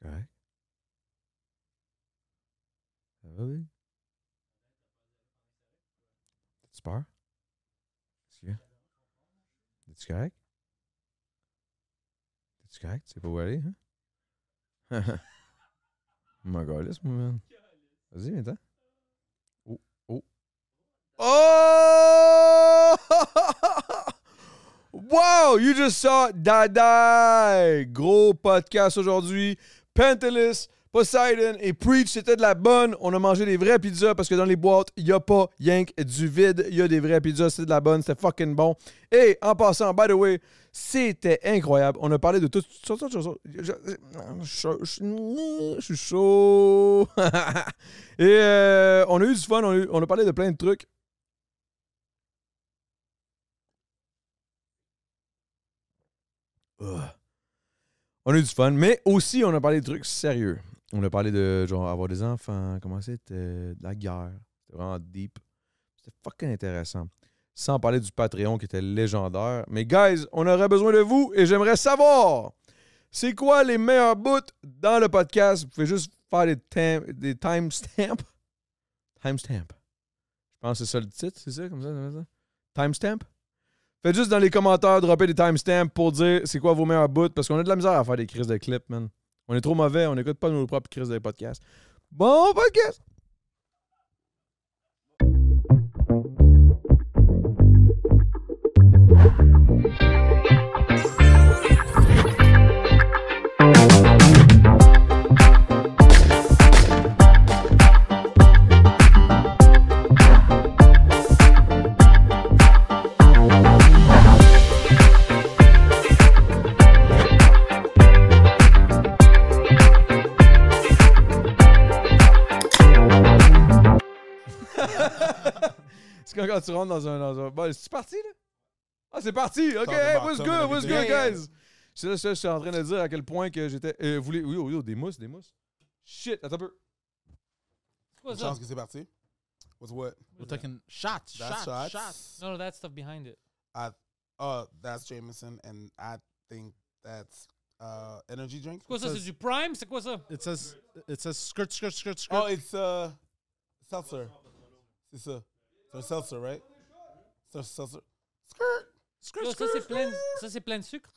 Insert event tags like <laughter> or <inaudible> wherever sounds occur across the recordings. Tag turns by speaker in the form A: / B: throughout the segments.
A: C'est correct. Ça va, oui? T'as-tu peur? Est-ce que. T'es-tu correct? T'es-tu correct? Tu sais pas où aller, <laughs> hein? Mon gars, moi, man. Vas-y, viens-t'en. Oh, oh. Oh! <laughs> wow! You just saw Dada! Gros podcast aujourd'hui. Pantelis, Poseidon et Preach, c'était de la bonne. On a mangé des vraies pizzas parce que dans les boîtes, il n'y a pas yank du vide. Il y a des vraies pizzas, c'est de la bonne, c'était fucking bon. Et en passant, by the way, c'était incroyable. On a parlé de toutes sortes de choses. Je, je- je- je- je suis chaud. <laughs> Et euh, on a eu du fun, on a, eu- on a parlé de plein de trucs. Ugh. On a eu du fun, mais aussi on a parlé de trucs sérieux. On a parlé de genre avoir des enfants, comment c'était, de la guerre. C'était vraiment deep. C'était fucking intéressant sans parler du Patreon qui était légendaire. Mais guys, on aurait besoin de vous et j'aimerais savoir, c'est quoi les meilleurs bouts dans le podcast? Vous pouvez juste faire des, tim- des timestamps. Timestamp. Je pense que c'est ça le titre, c'est ça, comme ça, comme ça? Timestamp? Faites juste dans les commentaires, dropper des timestamps pour dire c'est quoi vos meilleurs bouts, parce qu'on a de la misère à faire des crises de clips, man. On est trop mauvais, on n'écoute pas nos propres crises de podcast. Bon podcast! C'est quand, quand tu rentres dans un. Dans un... Bon, c'est parti, là? Ah, c'est parti! Ok,
B: T'en
A: hey,
B: remarques
A: what's
B: ça,
A: good,
B: mon
A: what's
B: ami.
A: good, guys? C'est là, ça, je suis en train de dire à quel point que j'étais. Euh, voulez... Oui, oui, oui, des mousses, des mousses. Shit, attends un peu.
C: What
B: Une
C: was that?
B: chance que c'est parti. What's what?
D: We're taking shots,
B: That's
D: shots,
B: shots.
D: shots.
C: None of that stuff behind it.
B: Uh, that's Jameson, and I think that's uh energy drink.
C: C'est quoi ça?
D: Ça,
C: C'est du prime? C'est quoi ça?
D: It says it says skirt, skirt, skirt, skirt.
B: Oh, it's uh seltzer. It's a, it's a seltzer, right? It's a seltzer. Skirt.
D: skirt,
C: Là, ça,
D: skirt,
C: c'est plein,
D: skirt.
C: ça, c'est plein de sucre.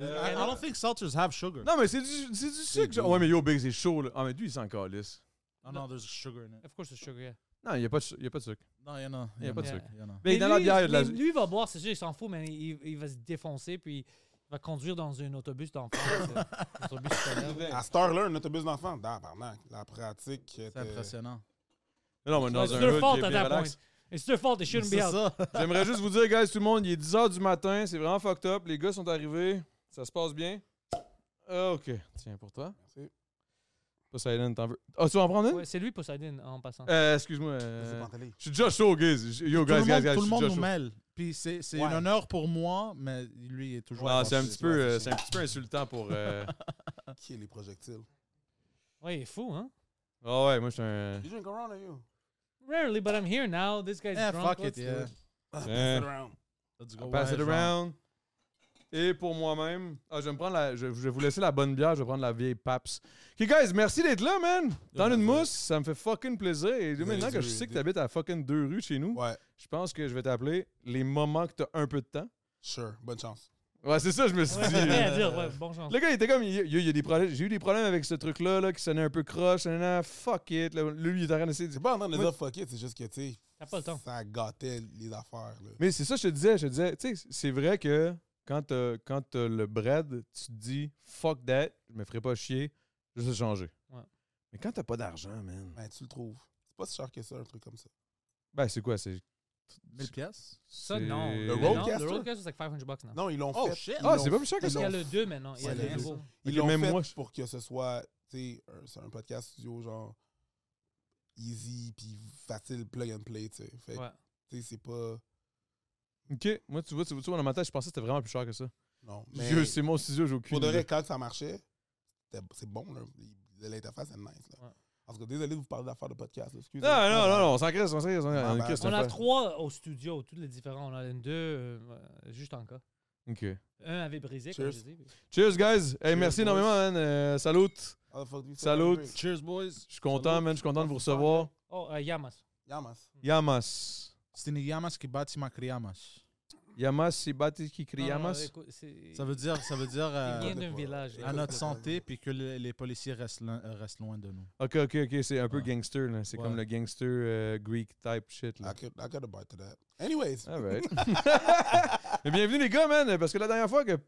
D: I, I don't think seltzers have sugar.
A: Non, mais c'est du, c'est du sucre. genre. Ouais, mais yo, Big, c'est chaud, là. Ah, mais lui, il s'en calisse.
D: Oh, no, there's sugar in it.
C: Of course, c'est sugar, yeah.
A: Non, il n'y a, pas de su- il y a pas de sucre.
D: No, you know.
A: Yeah,
D: you
A: but
D: know,
C: sugar.
D: You know.
A: Mais
C: Mais
A: dans la
C: lui,
A: bière, il y a de la.
C: mais Lui, il va boire, c'est sûr, il s'en fout, mais il, il va se défoncer, puis il va conduire dans un autobus d'enfance. euh,
A: <laughs>
C: un autobus scolaire.
B: À cette heure-là, un autobus d'enfant. Tabarnak. La pratique. euh,
D: C'est impressionnant.
A: Mais non, mais dans
C: C'est
A: un
C: leur
A: hood
C: fault
A: qui est
C: à
A: bien
C: that
A: relax.
C: point. It's their fault, they shouldn't be
D: C'est
C: out.
D: ça.
A: J'aimerais juste vous dire, guys, tout le monde, il est 10h du matin, c'est vraiment fucked up. Les gars sont arrivés, ça se passe bien. Ah, Ok, tiens, pour toi.
B: Merci.
A: Poseidon, t'en veux. Ah, tu vas en prendre une?
C: Ouais, c'est lui, Poseidon, en passant.
A: Euh, excuse-moi. euh, Je suis déjà chaud, guys. Yo,
D: Tout le
A: guys, guys,
D: monde,
A: guys.
D: tout
A: je
D: le
A: suis
D: monde
A: déjà
D: nous
A: chaud.
D: mêle. Puis c'est c'est
B: Ouais.
D: un honneur pour moi, mais lui il est toujours.
A: Ah,
B: Ouais,
A: c'est un
B: c'est-
A: petit
B: c'est
A: peu,
B: vrai,
A: euh,
B: c'est
A: c'est un petit peu insultant pour. euh, <laughs>
C: ah.
B: Qui est les projectiles?
C: Ouais, il est fou, hein?
A: Ah ouais, moi je suis
B: <laughs>
C: Euh.
A: un.
B: You drink around, are you?
C: Rarely, but I'm here now. This guy's
A: Eh,
D: Yeah,
C: drunk.
D: fuck it,
C: Let's do
D: yeah.
C: it. Euh.
B: Sit around.
D: Let's go.
A: Pass
D: Ouais,
A: it
D: genre.
A: around. Et pour moi-même, ah, je vais me prendre la, je, je vais vous laisser la bonne bière, je vais prendre la vieille Paps. Ok, guys, merci d'être là, man. Dans
B: Yeah,
A: une
B: man.
A: mousse, ça me fait fucking plaisir. Et
B: Vous
A: maintenant
B: avez
A: que je
B: dû-
A: sais que
B: dû-
A: t'habites à fucking deux rues chez nous,
B: Ouais,
A: je pense que je vais t'appeler les moments que t'as un peu de temps.
B: sure. Bonne chance.
A: Ouais, c'est ça, je me suis
C: Ouais,
A: dit.
C: c'est vrai <laughs> à
A: là.
C: dire, ouais, bon chance.
A: Le gars, il était comme, il, il- il y a des problèmes, j'ai eu des problèmes avec ce truc-là, là, qui sonnait un peu croche, nanana, fuck it. Là, lui, il est en train d'essayer de
B: C'est pas en train de
A: Moi-
B: dire fuck it, c'est juste que, tu sais,
C: T'as pas le temps.
B: ça gâtait les affaires, là.
A: Mais c'est ça, je te disais, je te disais, tu sais, c'est vrai que quand t'as, quand t'as le bread, tu te dis fuck that, je me ferai pas chier, je vais changer.
C: Ouais.
A: Mais quand t'as pas d'argent, man.
B: Ben, tu le trouves. C'est pas si cher que ça, un truc comme ça.
A: Ben c'est quoi, c'est.
D: 1000 pièces.
C: Ça, non.
A: c'est-
B: Le
C: Mais non,
B: Roadcaster?
C: Le Roadcaster, c'est like 500 bucks now.
B: Non, ils l'ont
D: Oh,
B: fait.
D: shit.
B: ils
A: Ah,
B: l'ont
A: c'est pas plus cher que
B: ils
C: Parce qu'il y a
B: l'ont-
C: le 2 maintenant. Il y a
B: Ouais,
C: le
B: le deux.
C: nouveau.
B: Ils
A: Ok,
B: l'ont
A: même
B: fait
A: moi, je-
B: pour que ce soit, tu sais, un- c'est un podcast studio, genre, easy, puis facile, plug and play, tu sais. Fait que,
C: Ouais.
B: tu sais, c'est pas...
A: Ok, moi tu vois, tu vois, tu vois, dans ma tête, je pensais que c'était vraiment plus cher que ça.
B: Non, mais
A: Dieu, c'est mon studio, j'ai aucune
B: pour de vrai,
A: idée.
B: quand ça marchait, c'était- c'est bon, là. L'interface est nice, là.
C: Ouais.
B: En tout cas, désolé de vous parler d'affaires de podcast, là. Excusez.
A: Non, non, non, non, on s'en crisse, on s'en crisse, on
B: Ah,
A: s'en
B: ben,
A: crisse.
C: On a
A: fait.
C: trois au studio, tous les différents. On a une, deux, euh, juste en cas.
A: Ok.
C: Un avait brisé, comme
B: Cheers.
C: je dis.
A: Cheers, guys. Hey,
B: Cheers,
A: merci
B: boys.
A: énormément, man. Euh, salut.
B: Ah, Motherfucker,
A: Salut.
D: Cheers, boys.
A: Je suis content, man. Je suis content de vous recevoir.
C: Oh, euh, Yamas.
B: Yamas.
C: Hmm.
A: Yamas.
D: C'est une Yamas qui bat Makriamas.
A: Yamas, c'est Bati qui
C: Non,
A: crie
C: non, non,
A: Yamas.
C: écoute, c'est-
D: Ça veut dire, ça veut dire euh,
C: Il vient d'un
B: pas.
C: village. là.
D: à
B: Écoute,
D: notre
B: écoute,
D: santé
B: écoute.
D: puis que le- les policiers restent, loin- euh, restent loin de nous.
A: Ok, ok, ok. C'est un peu
D: Ouais.
A: gangster, là. C'est
D: Ouais.
A: comme le gangster euh, Greek type shit, là.
B: I could, I could have bought to that. Anyways,
A: All right. <laughs> Mais bienvenue, les gars, man. Parce que la dernière fois que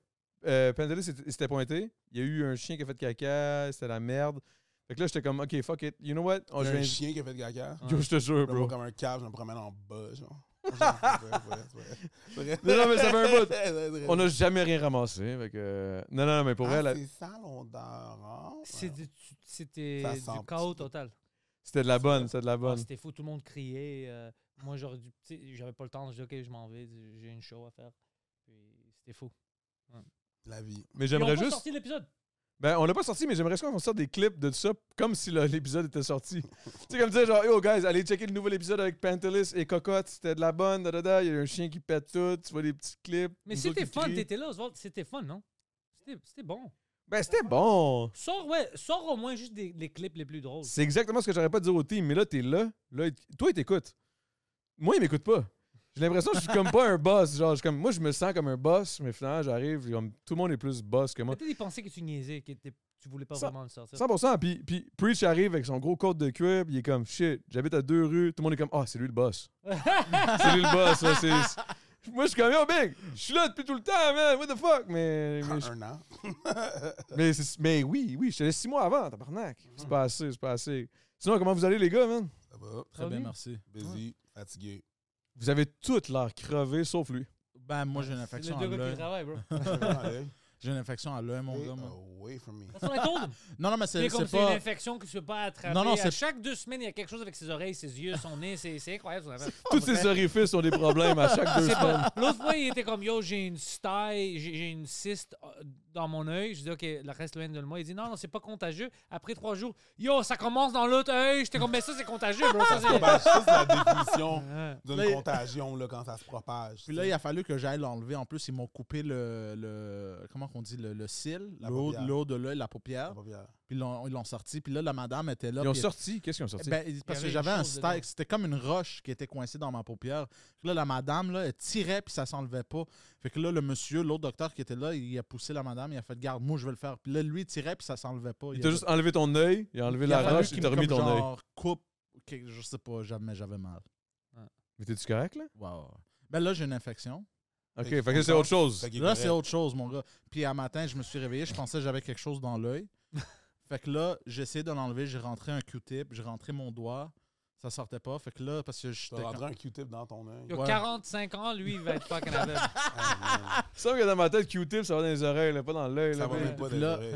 A: euh, Pendelis s'était s'était pointé, il y a eu un chien qui a fait caca. C'était la merde. Fait que là, j'étais comme, ok, fuck it. You know what?
B: j'ai un
A: vient-
B: chien qui a fait caca.
A: <laughs> Yo, je te jure,
B: Je me vois
A: bro.
B: comme un câble, je me promène en bas,
A: <laughs>
B: genre. C'est vrai, c'est vrai.
A: Non, non, mais ça fait un bout.
B: C'est vrai, c'est vrai.
A: On n'a jamais rien ramassé. Fait que, euh, Non, non, non, mais pour
B: Ah,
A: vrai, la-
B: C'est ça, l'odeur. hein?
C: C'est
B: Ouais.
C: du- tu- C'était
B: Ça sent un
C: du
B: petit
C: chaos
B: peu.
C: total.
A: c'était de la bonne, c'était de la
C: Ah,
A: bonne.
C: c'était fou, tout le monde criait. euh, moi, j'aurais dû- tu sais, j'avais pas le temps. Je dis, OK, je m'en vais. J'ai une show à faire. Puis c'était fou.
B: La vie.
A: Mais
C: Puis on
A: j'aimerais
C: peut
A: juste.
C: sortir l'épisode.
A: Ben, on l'a pas sorti, mais j'aimerais qu'on sorte des clips de ça comme si le- l'épisode était sorti. <laughs> tu sais, comme dire, genre, yo, guys, allez checker le nouvel épisode avec Pantelis et Cocotte, c'était de la bonne, da, da, da. Il y a un chien qui pète tout, tu vois des petits clips.
C: Mais
A: nous
C: c'était
A: autres qui
C: fun.
A: crient.
C: T'étais là, Oswald. C'était fun, non? C'était c'était bon.
A: Ben, c'était bon.
C: Sors, ouais, sors au moins juste des, les clips les plus drôles.
A: C'est exactement ce que j'aurais pas dire au team, mais là, t'es là. là il- Toi, il t'écoute. Moi, il m'écoute pas. J'ai l'impression que je suis comme pas un boss. Genre, je suis comme, moi, je me sens comme un boss, mais finalement, j'arrive, comme, tout le monde est plus boss que moi.
C: Mais T'as des pensées que tu niaisais, que t'es- tu voulais pas
A: Ça-
C: vraiment le sortir.
A: 100%. Puis, puis Preach arrive avec son gros code de cuir, puis il est comme shit, j'habite à deux rues. Tout le monde est comme ah, c'est lui le
D: <laughs>
A: boss. c'est lui le boss. ouais, c'est- Moi, je suis comme yo, big, je suis là depuis tout le temps, man, what the fuck. Mais, mais, je-
B: Un an.
A: mais c'est- mais oui, oui, je te laisse six mois avant, tabarnak. C'est pas assez, c'est pas assez. Sinon, comment vous allez, les gars, man?
B: Ça va.
D: Très
C: Ok.
D: bien, merci.
B: Busy,
A: <laughs>
B: fatigué.
A: Vous avez toutes l'air crevés, sauf lui.
D: Ben, moi, j'ai une
C: C'est
D: infection à
C: les deux gars qui
D: l'œil.
C: travaillent, bro. That's
D: J'ai une infection à l'œil, mon
B: Stay
D: gars. moi.
B: away
A: <laughs>
B: from me.
C: what I told him.
A: oh.
D: Non, non, mais
C: C'est
D: c'est
C: comme
D: c'est
C: c'est une
D: pas.
C: infection que tu peux pas attraper.
D: Non, non,
C: À
D: c'est-
C: chaque deux semaines, il y a quelque chose avec ses oreilles, ses yeux, son nez. C'est c'est incroyable son affaire.
A: Tous ces orifices ont des problèmes à
D: <laughs>
A: chaque deux
C: C'est
A: semaines.
C: pas- L'autre fois, il était comme Yo, j'ai une staille, j'ai j'ai une cyste euh, dans mon œil. Je dis Ok, la reste loin de moi. Il dit Non, non, c'est pas contagieux. Après trois jours, Yo, ça commence dans l'autre œil. J'étais comme Mais ça, c'est contagieux, bro. Ça, c'est.
B: Ben, ça, c'est la définition
C: Ouais.
D: Là,
B: d'une
D: il-
B: contagion là, quand ça se propage.
D: Puis là, il a fallu que j'aille l'enlever. En plus, ils m'ont coupé le, le- Comment qu'on dit Le, le cil,
B: La
D: le haut,
B: paupière.
D: le haut de l'œil, la
B: Ça
D: paupière.
B: va bien.
D: Puis ils l'ont ils l'ont sorti. Puis là, la madame était là.
A: Ils ont
D: puis elle-
A: sorti. Qu'est-ce qu'ils ont sorti?
D: Ben, parce
C: avait
D: que
C: une
D: j'avais un
C: chose dedans.
D: steak, c'était comme une roche qui était coincée dans ma paupière. Fait que Là, la madame, là, elle tirait puis ça s'enlevait pas. Fait que là, le monsieur, l'autre docteur qui était là, il a poussé la madame, il a fait garde, moi je vais le faire. Puis là, lui, il tirait puis ça s'enlevait pas.
A: il
D: Il
A: t'a
D: a-
A: juste enlevé ton œil, il a enlevé
D: il a
A: la
D: fallu
A: roche,
D: qu'il
A: il t'a
D: me
A: remis
D: comme
A: ton œil.
D: genre, coupe, quelque- je sais pas, jamais j'avais mal.
A: Mais t'es-tu correct, là?
D: Wow. Ben là, j'ai une infection.
A: Ok,
B: Fait
A: fait
B: que
A: que c'est autre chose.
B: Fait qu'il est
D: Là, c'est
B: correct.
D: autre chose, mon gars. Puis à matin, je me suis réveillé, je pensais que j'avais quelque chose dans
B: <laughs>
D: l'œil. fait que là, j'ai essayé de l'enlever, j'ai rentré un Q-tip, j'ai rentré mon doigt, ça sortait pas. Fait que là, parce que
B: Tu
D: j'étais.
B: as rentré un Q-tip dans ton œil.
C: Il a
D: Ouais.
C: 45 ans, lui, il va être fucking aveugle.
A: <laughs>
B: Ah,
A: Il semble que dans ma tête, Q-tip, ça va dans les oreilles, là, pas dans l'œil.
B: man. Ça
A: là,
B: va
A: mais-
B: même pas
D: Puis
B: dans
D: là-
B: l'oreille.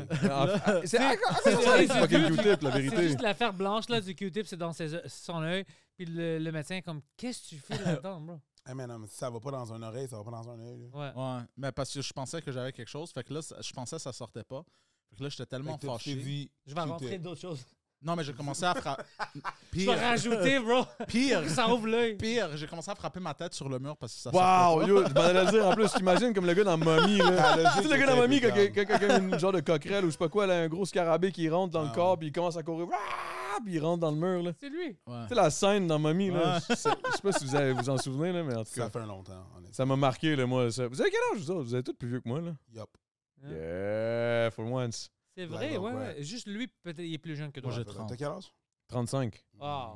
A: Ah, C'est ah, c'est
C: c'est-
A: ça, les
C: c'est-
A: fucking
C: c'est-
A: Q-tip, la
C: C'est
A: vérité.
C: juste l'affaire blanche là, du Q-tip, c'est dans ses, son œil. Puis le, le médecin est comme Qu'est-ce que tu fais là-dedans, bro
B: Hey, man, non, Eh, mais si ça va pas dans une oreille, ça va pas dans un œil. là.
C: Ouais.
D: Ouais, mais parce que je pensais que j'avais quelque chose. Fait que là, ça- je pensais que ça sortait pas. Fait que là, j'étais tellement
B: Fait que t'as- tu t'es
D: fâché.
B: dit,
C: Je vais
B: Q-tip.
C: rentrer d'autres choses.
D: Non, mais j'ai commencé à
B: <laughs>
D: frapper.
C: Je vais
D: pire,
C: rajouter, bro.
D: <laughs> pire,
C: Ça ouvre l'œil.
D: pire. J'ai commencé à frapper ma tête sur le mur parce que ça sortait
A: Wow, yo, je m'en allais le dire en plus, t'imagines comme le gars dans Mommy,
B: Ah,
A: là.
B: logique,
A: <laughs> Tu sais, le gars dans Mommy, quand
B: impeccable.
A: quelqu'un a une genre de coquerelle ou je sais pas quoi, là, un gros scarabée qui rentre dans le
B: Ah.
A: corps, puis il commence à courir, ah, puis il rentre dans le mur, là. Tu
C: C'est lui.
D: pas. Ouais.
A: sais, la scène dans Mommy, là,
D: Ouais.
A: je sais je sais pas si vous allez vous en souvenez, là, mais en tout
B: Ça
A: cas,
B: fait longtemps, en effet.
A: ça m'a marqué, là, moi. ça. Vous avez quel âge, vous autres? Vous êtes tous plus vieux que moi, là?
B: Yup.
C: Hein?
A: Yeah, for once.
C: C'est vrai,
B: Blague,
C: ouais,
B: ouais.
C: ouais. Juste lui, peut-être, il est plus jeune que toi.
D: Moi, j'ai
B: T'as
D: 30.
B: quel âge?
A: 35.
C: Ah.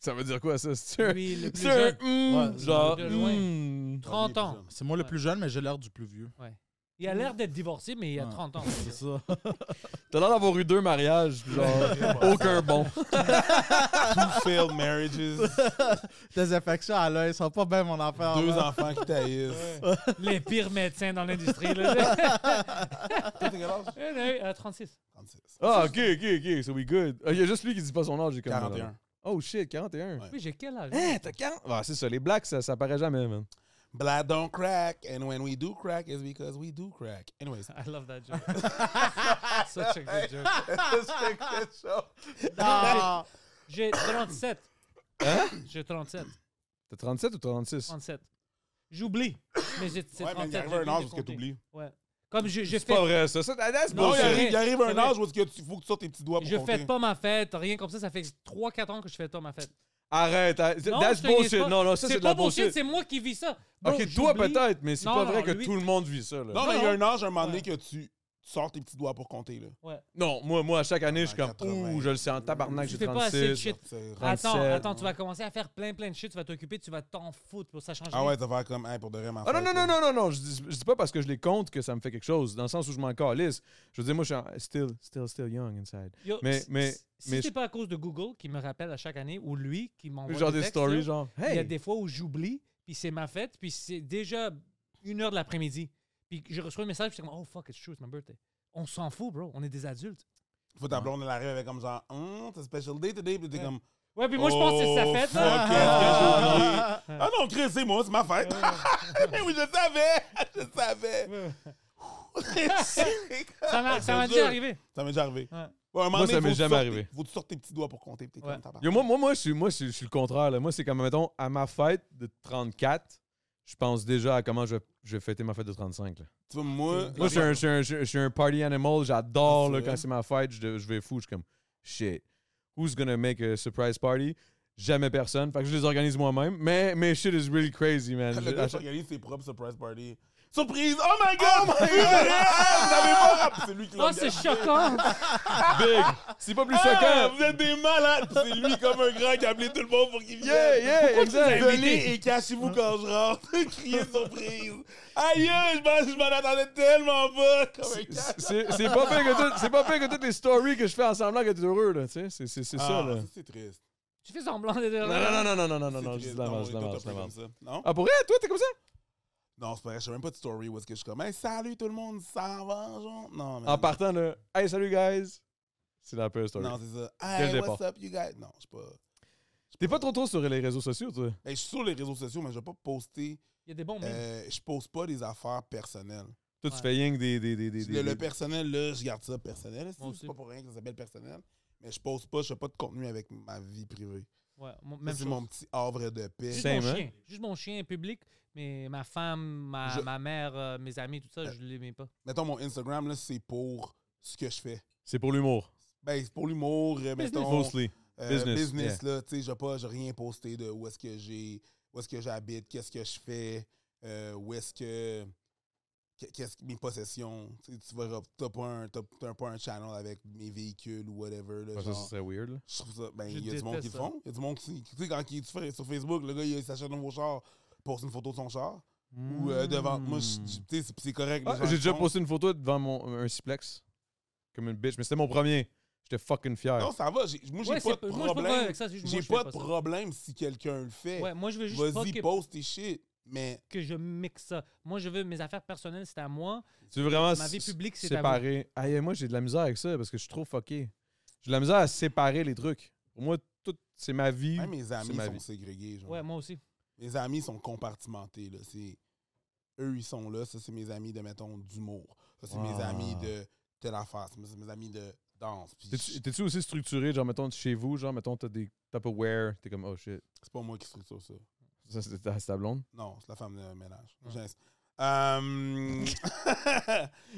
A: Ça veut dire quoi, ça? C'est un...
C: Lui, le
D: <laughs>
C: plus
A: C'est un...
C: jeune.
A: hmm,
D: Ouais,
A: genre...
C: de loin.
A: hmm.
C: 30 ans.
D: C'est moi le
C: Ouais.
D: plus jeune, mais j'ai l'air du plus vieux.
C: Il a l'air d'être divorcé, mais il a
D: Ouais.
C: 30 ans.
D: Ah. <laughs> C'est ça.
A: T'as l'air d'avoir eu deux mariages,
C: <laughs>
A: genre... Aucun bon.
B: Two failed marriages.
D: <laughs> Tes affections à l'œil sont pas bien mon affaire.
B: Deux
D: là.
B: enfants qui taillissent.
C: Les pires médecins dans l'industrie.
D: <laughs>
C: là.
B: Toi, t'as quel âge?
C: Un œil à 36.
B: 36.
A: Ah, ok, ok, ok, so we good. Ah, Il y a juste lui qui dit pas son âge, j'ai comme
B: 41.
A: Oh shit, 41.
B: Ouais.
C: Oui, j'ai quel âge?
A: Hein, t'as 40. Ah, c'est ça, les blacks, ça, ça paraît jamais, man.
B: Blood don't crack, and when we do crack, it's because we do crack. Anyways. <laughs>
C: I love that
D: <laughs>
C: joke. Such a good joke.
D: Ah.
C: J'ai 37.
A: Hein?
C: J'ai 37.
A: T'as 37 ou 36?
C: 37. J'oublie. Mais j'ai c'est
B: Ouais, mais
C: 37.
B: il arrive
C: j'ai
B: un
C: oublié
B: âge
C: de
B: parce que
C: compter.
B: t'oublies.
C: Ouais. Comme je, je
A: C'est
C: fais
A: pas vrai, ça. Ça, that's
C: Non,
B: Non,
A: bullshit.
B: il
C: c'est
B: arrive,
C: vrai,
B: il arrive
C: c'est
B: un
C: vrai.
B: âge où il faut que tu sortes tes petits doigts pour
C: Je
B: compter.
C: fête pas ma fête, rien comme ça. Ça fait 3-4 ans que je fête pas ma fête.
A: Arrête. arrête.
C: Non,
A: That's
C: je te niaise
A: bullshit.
C: pas.
A: Non, non, Ah, ça, c'est de la
C: pas bullshit,
A: bullshit.
C: c'est moi qui vis ça. Bro,
A: Ok, toi,
C: j'oublie-
A: peut-être, mais c'est
C: Non,
A: pas
C: non,
A: vrai que
C: lui-
A: tout le monde vit ça. là.
B: Non, mais il y a un âge, un moment donné,
C: Ouais.
B: que tu tu sors tes petits doigts pour compter. Là.
A: Non, moi, moi, à chaque année, je suis comme,
B: 80.
A: ouh, je le sais en tabarnak,
C: Tu
A: j'ai
C: fais pas assez de
A: 36.
C: shit.
B: C'est-
A: Ah,
C: Attends,
A: 37.
C: attends, tu vas commencer à faire plein plein de shit, tu vas t'occuper, tu vas t'en foutre pour ça changer.
B: Ah ouais, ça va comme, hey, pour de vrai, ma
A: Ah non,
B: fête,
A: non,
B: là.
A: non, non, non, non. Je dis, je dis pas parce que je les compte que ça me fait quelque chose, dans le sens où je m'en calisse. Je veux dire, moi, je suis en- still, still, still young inside.
C: Yo,
A: Mais-
C: si-
A: mais-
C: si-
A: mais-
C: si c'est pas à cause de Google qui me rappelle à chaque année ou lui qui m'envoie
A: genre
C: des,
A: des
C: textes,
A: stories,
C: là,
A: genre,
C: il y a
A: hey,
C: des fois où j'oublie, puis c'est ma fête, puis c'est déjà une heure de l'après-midi, puis je reçois un message, puis c'est comme oh fuck it's true, it's my birthday. On s'en fout, bro, on est des adultes.
B: Faut ta blonde, elle arrive avec comme genre, hum, c'est special day today, puis t'es
C: Ouais.
B: comme,
C: Ouais, puis moi je pense que c'est sa
B: Oh,
C: fête.
B: fuck,
C: là.
B: qu'est-ce que j'ai oublié? ah non, Chris, c'est moi, c'est ma fête. Mais oui, je savais, <laughs> je savais.
C: <laughs> Ça m'a-
B: Je
C: ça m'a
B: te
C: déjà
B: jure,
C: arrivé.
B: Ça m'est déjà arrivé.
C: Ouais.
B: Ouais, un moment
A: Moi, ça
B: donné,
A: m'est
B: faut que tu
A: jamais
B: sortes
A: arrivé.
B: tes- Faut que tu sortes tes petits doigts pour compter, puis t'es
C: Ouais.
B: comme tabarnak.
A: Yo, moi, moi, moi, je suis, moi je, suis, je suis le contraire. Là. Moi, c'est comme, mettons, à ma fête de 34, je pense déjà à comment je, vais- je vais fêter ma fête de 35. Là.
B: Tu vois, moi,
A: Moi, je suis, un, je, suis un, je- je suis un party animal. J'adore
B: Ah,
A: là,
B: c'est
A: quand
B: vrai?
A: c'est ma fête. Je, je vais fou. Je suis comme, shit, who's gonna make a surprise party? Jamais personne. Fait que je les organise moi-même. Mais, mais shit is really crazy, man.
B: <laughs> Le
A: Je-
B: gars
A: à
B: qui
A: chaque-
B: organise ses propres surprise parties. Surprise! Oh my god! Oh <laughs> my god! Vous avez pas rap- C'est lui qui
C: Oh,
B: l'organise.
C: c'est choquant!
B: <laughs>
A: Big! C'est pas plus
B: Ah,
A: choquant!
B: vous êtes des malades! Puis C'est lui comme un grand qui a appelé tout le monde pour qu'il vienne.
A: Yeah, yeah, exact!
B: Venez et cachez-vous quand je rentre. <laughs> Criez surprise. Aïe, je pense que je m'en attendais tellement pas. Comme un
A: C'est-
B: cash.
A: C'est c'est pas pire que tout- c'est pas pire que toutes les stories que je fais en semblant que t'es heureux, là, tu sais. C'est- C'est c'est ça,
B: Ah,
A: là.
B: C'est triste.
C: Tu fais semblant d'être
A: Non,
C: heureux.
A: non, non, non, non, non, non,
B: C'est
A: non,
B: triste.
A: je dis de la
B: Non,
A: merde,
B: on
A: je
B: est
A: dis de la
B: tous
A: merde,
B: un
A: je dis de
B: peu
A: la
B: comme
A: merde.
B: ça. Non?
A: Ah, pour vrai, toi, t'es comme ça?
B: Non, c'est pas vrai. Je fais même pas de story où est-ce que je suis comme, hey, salut tout le monde, ça va, genre? Non, mais.
A: En partant, là. Hey, salut, guys! C'est la pire story.
B: Non, c'est ça.
A: Quel
B: Hey, what's
A: départ.
B: up, you guys? Non, je suis pas.
A: T'es pas trop trop sur les réseaux sociaux, toi?
B: Ben, je suis sur les réseaux sociaux, mais je vais pas poster.
C: Il y a des
A: Mm-hmm.
C: bons memes.
B: euh, je pose pas des affaires personnelles.
A: Toi, tu
C: Ouais.
A: fais rien que des. des, des, des,
B: Le,
A: des-
B: le personnel, là, je garde ça personnel.
C: Moi
B: C'est
C: aussi.
B: pas pour rien que ça s'appelle personnel. Mais je pose pas, je fais pas de contenu avec ma vie privée.
C: Ouais, mon-
B: Ça,
C: même
B: C'est
C: chose.
B: mon petit havre de paix.
C: Juste
A: Same,
C: mon
A: hein?
C: chien. Juste mon chien est public, mais ma femme, ma,
B: Je-
C: ma mère, euh, mes amis, tout ça,
B: Euh,
C: je les mets pas.
B: Mettons, mon Instagram, là, c'est pour ce que je fais.
A: C'est pour l'humour.
B: Ben, c'est pour l'humour, euh, mettons.
A: Mostly.
B: euh,
A: Business,
B: business, là. Tu sais, j'ai pas, j'ai rien posté de où est-ce que j'ai, où est-ce que j'habite, qu'est-ce que je fais, euh, où est-ce que. que- Qu'est-ce que mes possessions? Tu sais, tu verras, t'as pas, un- t'as- t'as pas un channel avec mes véhicules ou whatever. Là,
A: Ouais, Ça,
B: genre.
A: ça serait weird, là.
B: Je trouve ça. Ben,
C: Je
B: il y a du monde qui
C: déteste
B: le
C: ça.
B: font. Il y a du monde qui. Tu sais, quand il- tu fais sur Facebook, le gars, il s'achète un nouveau char, poste une photo de son char. Ou euh, devant. Moi, je-
A: Hmm.
B: je- tu sais, c'est- c'est correct.
A: Ah,
B: les gens
A: J'ai
B: le
A: déjà
B: font.
A: posté une photo devant mon, un Ciplex. Comme une bitch, mais c'était mon premier. J'étais fucking fier.
B: Non, ça va. j'ai- Moi, j'ai
C: Ouais, c'est-
B: pas de
C: moi, j'ai pas de problème
B: problème.
C: avec ça. c'est juste moi,
B: J'ai
C: je fais
B: pas de
C: ça.
B: problème si quelqu'un le fait.
C: Ouais, moi, je veux juste pas
B: Vas-y,
C: que,
B: poste tes shit. Mais.
C: que je mixe ça. Moi, je veux mes affaires personnelles, c'est à moi.
A: tu veux vraiment
C: Ma vie
A: s-
C: publique, c'est à vous.
A: séparer. Aïe, moi, j'ai de la misère avec ça parce que je suis trop fucké. J'ai de la misère à séparer les trucs. Pour moi, tout, c'est ma vie.
B: Même mes amis
A: ma
B: sont
A: vie.
B: ségrégés. Genre.
C: Ouais, moi aussi.
B: Mes amis sont compartimentés. Là. C'est- Eux, ils sont là. Ça, c'est mes amis de, mettons, d'humour. Ça, c'est mes
A: Ah.
B: amis de telle affaire. Ça, C'est mes amis de danse. Puis
A: T'es-tu
B: je-
A: t'es-tu aussi structuré, genre, mettons, chez vous, genre, mettons, t'as des Tupperware, t'es comme, oh shit,
B: C'est pas moi qui structure ça.
A: ça, c'est ta c'est ta blonde?
B: Non, c'est la femme de ménage.
C: Ah.
B: Gênance. Euh, <laughs> non,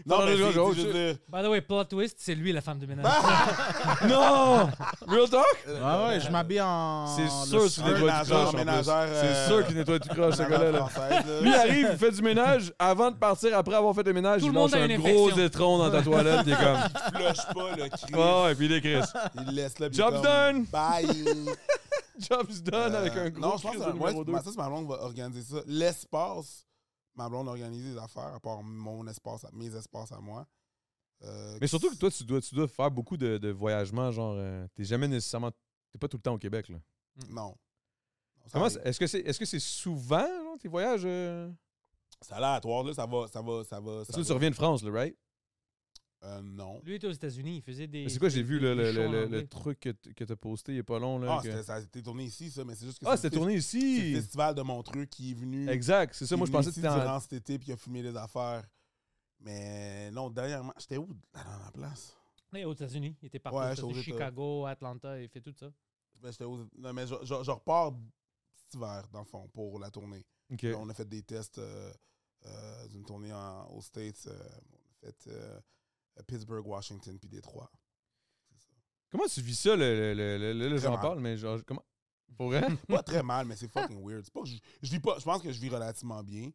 A: non, oh,
B: mais
A: non,
B: c'est-
A: non,
B: je veux dire-
C: By the way, plot twist, c'est lui la femme de ménage.
A: <laughs> Ah! non! Real talk?
D: Ah Ouais, ouais, je m'habille en.
A: C'est
C: Oh,
D: le
A: sûr, c'est
D: skirt.
A: des doigts du
B: Ménageur,
A: croche. en plus.
B: ménageur,
A: C'est
B: euh,
A: sûr qu'il nettoie du croche, ce
B: la
A: gars-là. là.
B: langue française, là.
A: Lui arrive, il fait du ménage. Avant de partir, après avoir fait le ménage,
C: Tout
A: il
C: le monde
A: lance
C: a
A: un
C: une
A: gros
C: infection.
A: étron dans ta toilette. <laughs> Il est comme.
B: Il flush pas le cri.
A: Oh, et puis il est Chris. <laughs>
B: Il laisse là. puis
A: Job's
B: comme,
A: done.
B: Bye.
A: Job's done
B: Euh,
A: avec un gros
B: Non, je pense
A: Chris de
B: que c'est- ouais,
A: numéro
B: c'est-
A: deux.
B: ma- ça, c'est ma blonde qui va organiser ça. L'espace, ma blonde organise les affaires, à part mon espace, à- mes espaces à moi. Euh,
A: Mais surtout que toi, tu dois, tu dois faire beaucoup de, de voyagements. Genre, euh, t'es jamais nécessairement. T'es pas tout le temps au Québec, là.
B: Ah Non. Non, ça
A: Comment
B: arrive.
A: c'est- Est-ce que c'est est-ce que c'est souvent, genre, tes voyages? euh?
B: C'est aléatoire, là. Ça va, ça va, ça va. ça
A: Parce que tu
B: va.
A: reviens de France, là, right?
B: Euh, non.
C: Lui était aux États-Unis, il faisait des.
A: Mais C'est quoi, j'ai vu là, le,
C: des- des shows
A: le,
C: en
A: le-
C: anglais.
A: le truc que t- que t'as posté il y a pas long, là.
B: Ah,
A: que-
B: c'était- ça a été tourné ici, ça, mais c'est juste que
A: Ah,
B: c'est
A: c'était
B: le
A: tourné
B: fes- c'est le
A: ici!
B: festival de Montreux qui est venu.
A: Exact, c'est ça.
B: qui
A: Moi,
B: est
A: je
B: venu
A: pensais que
B: ici
A: t'étais en.
B: durant cet été, puis il a filmé les affaires. Mais non, dernièrement, j'étais où la dernière place?
C: Ouais, aux États-Unis, il était partout.
B: Ouais,
C: aux
B: j'étais aux
C: États-Unis,
B: États-
C: Chicago, Atlanta, il fait tout ça.
B: Ben, j'étais où? Non, mais je, je- je repars cet hiver, dans le fond, pour la tournée.
A: Ok.
B: Là, on a fait des tests euh, euh, d'une tournée en- aux States. euh, on a fait euh, Pittsburgh, Washington, puis
C: <laughs>
B: Détroit. C'est ça.
A: Comment tu vis ça, le, le, le, le- le-
B: Très
A: j'en
B: mal.
A: parle, mais genre, comment? Pour
B: <laughs>
A: vrai?
B: Pas très mal, mais c'est fucking weird. C'est pas que je, je vis pas. Je pense que je vis relativement bien.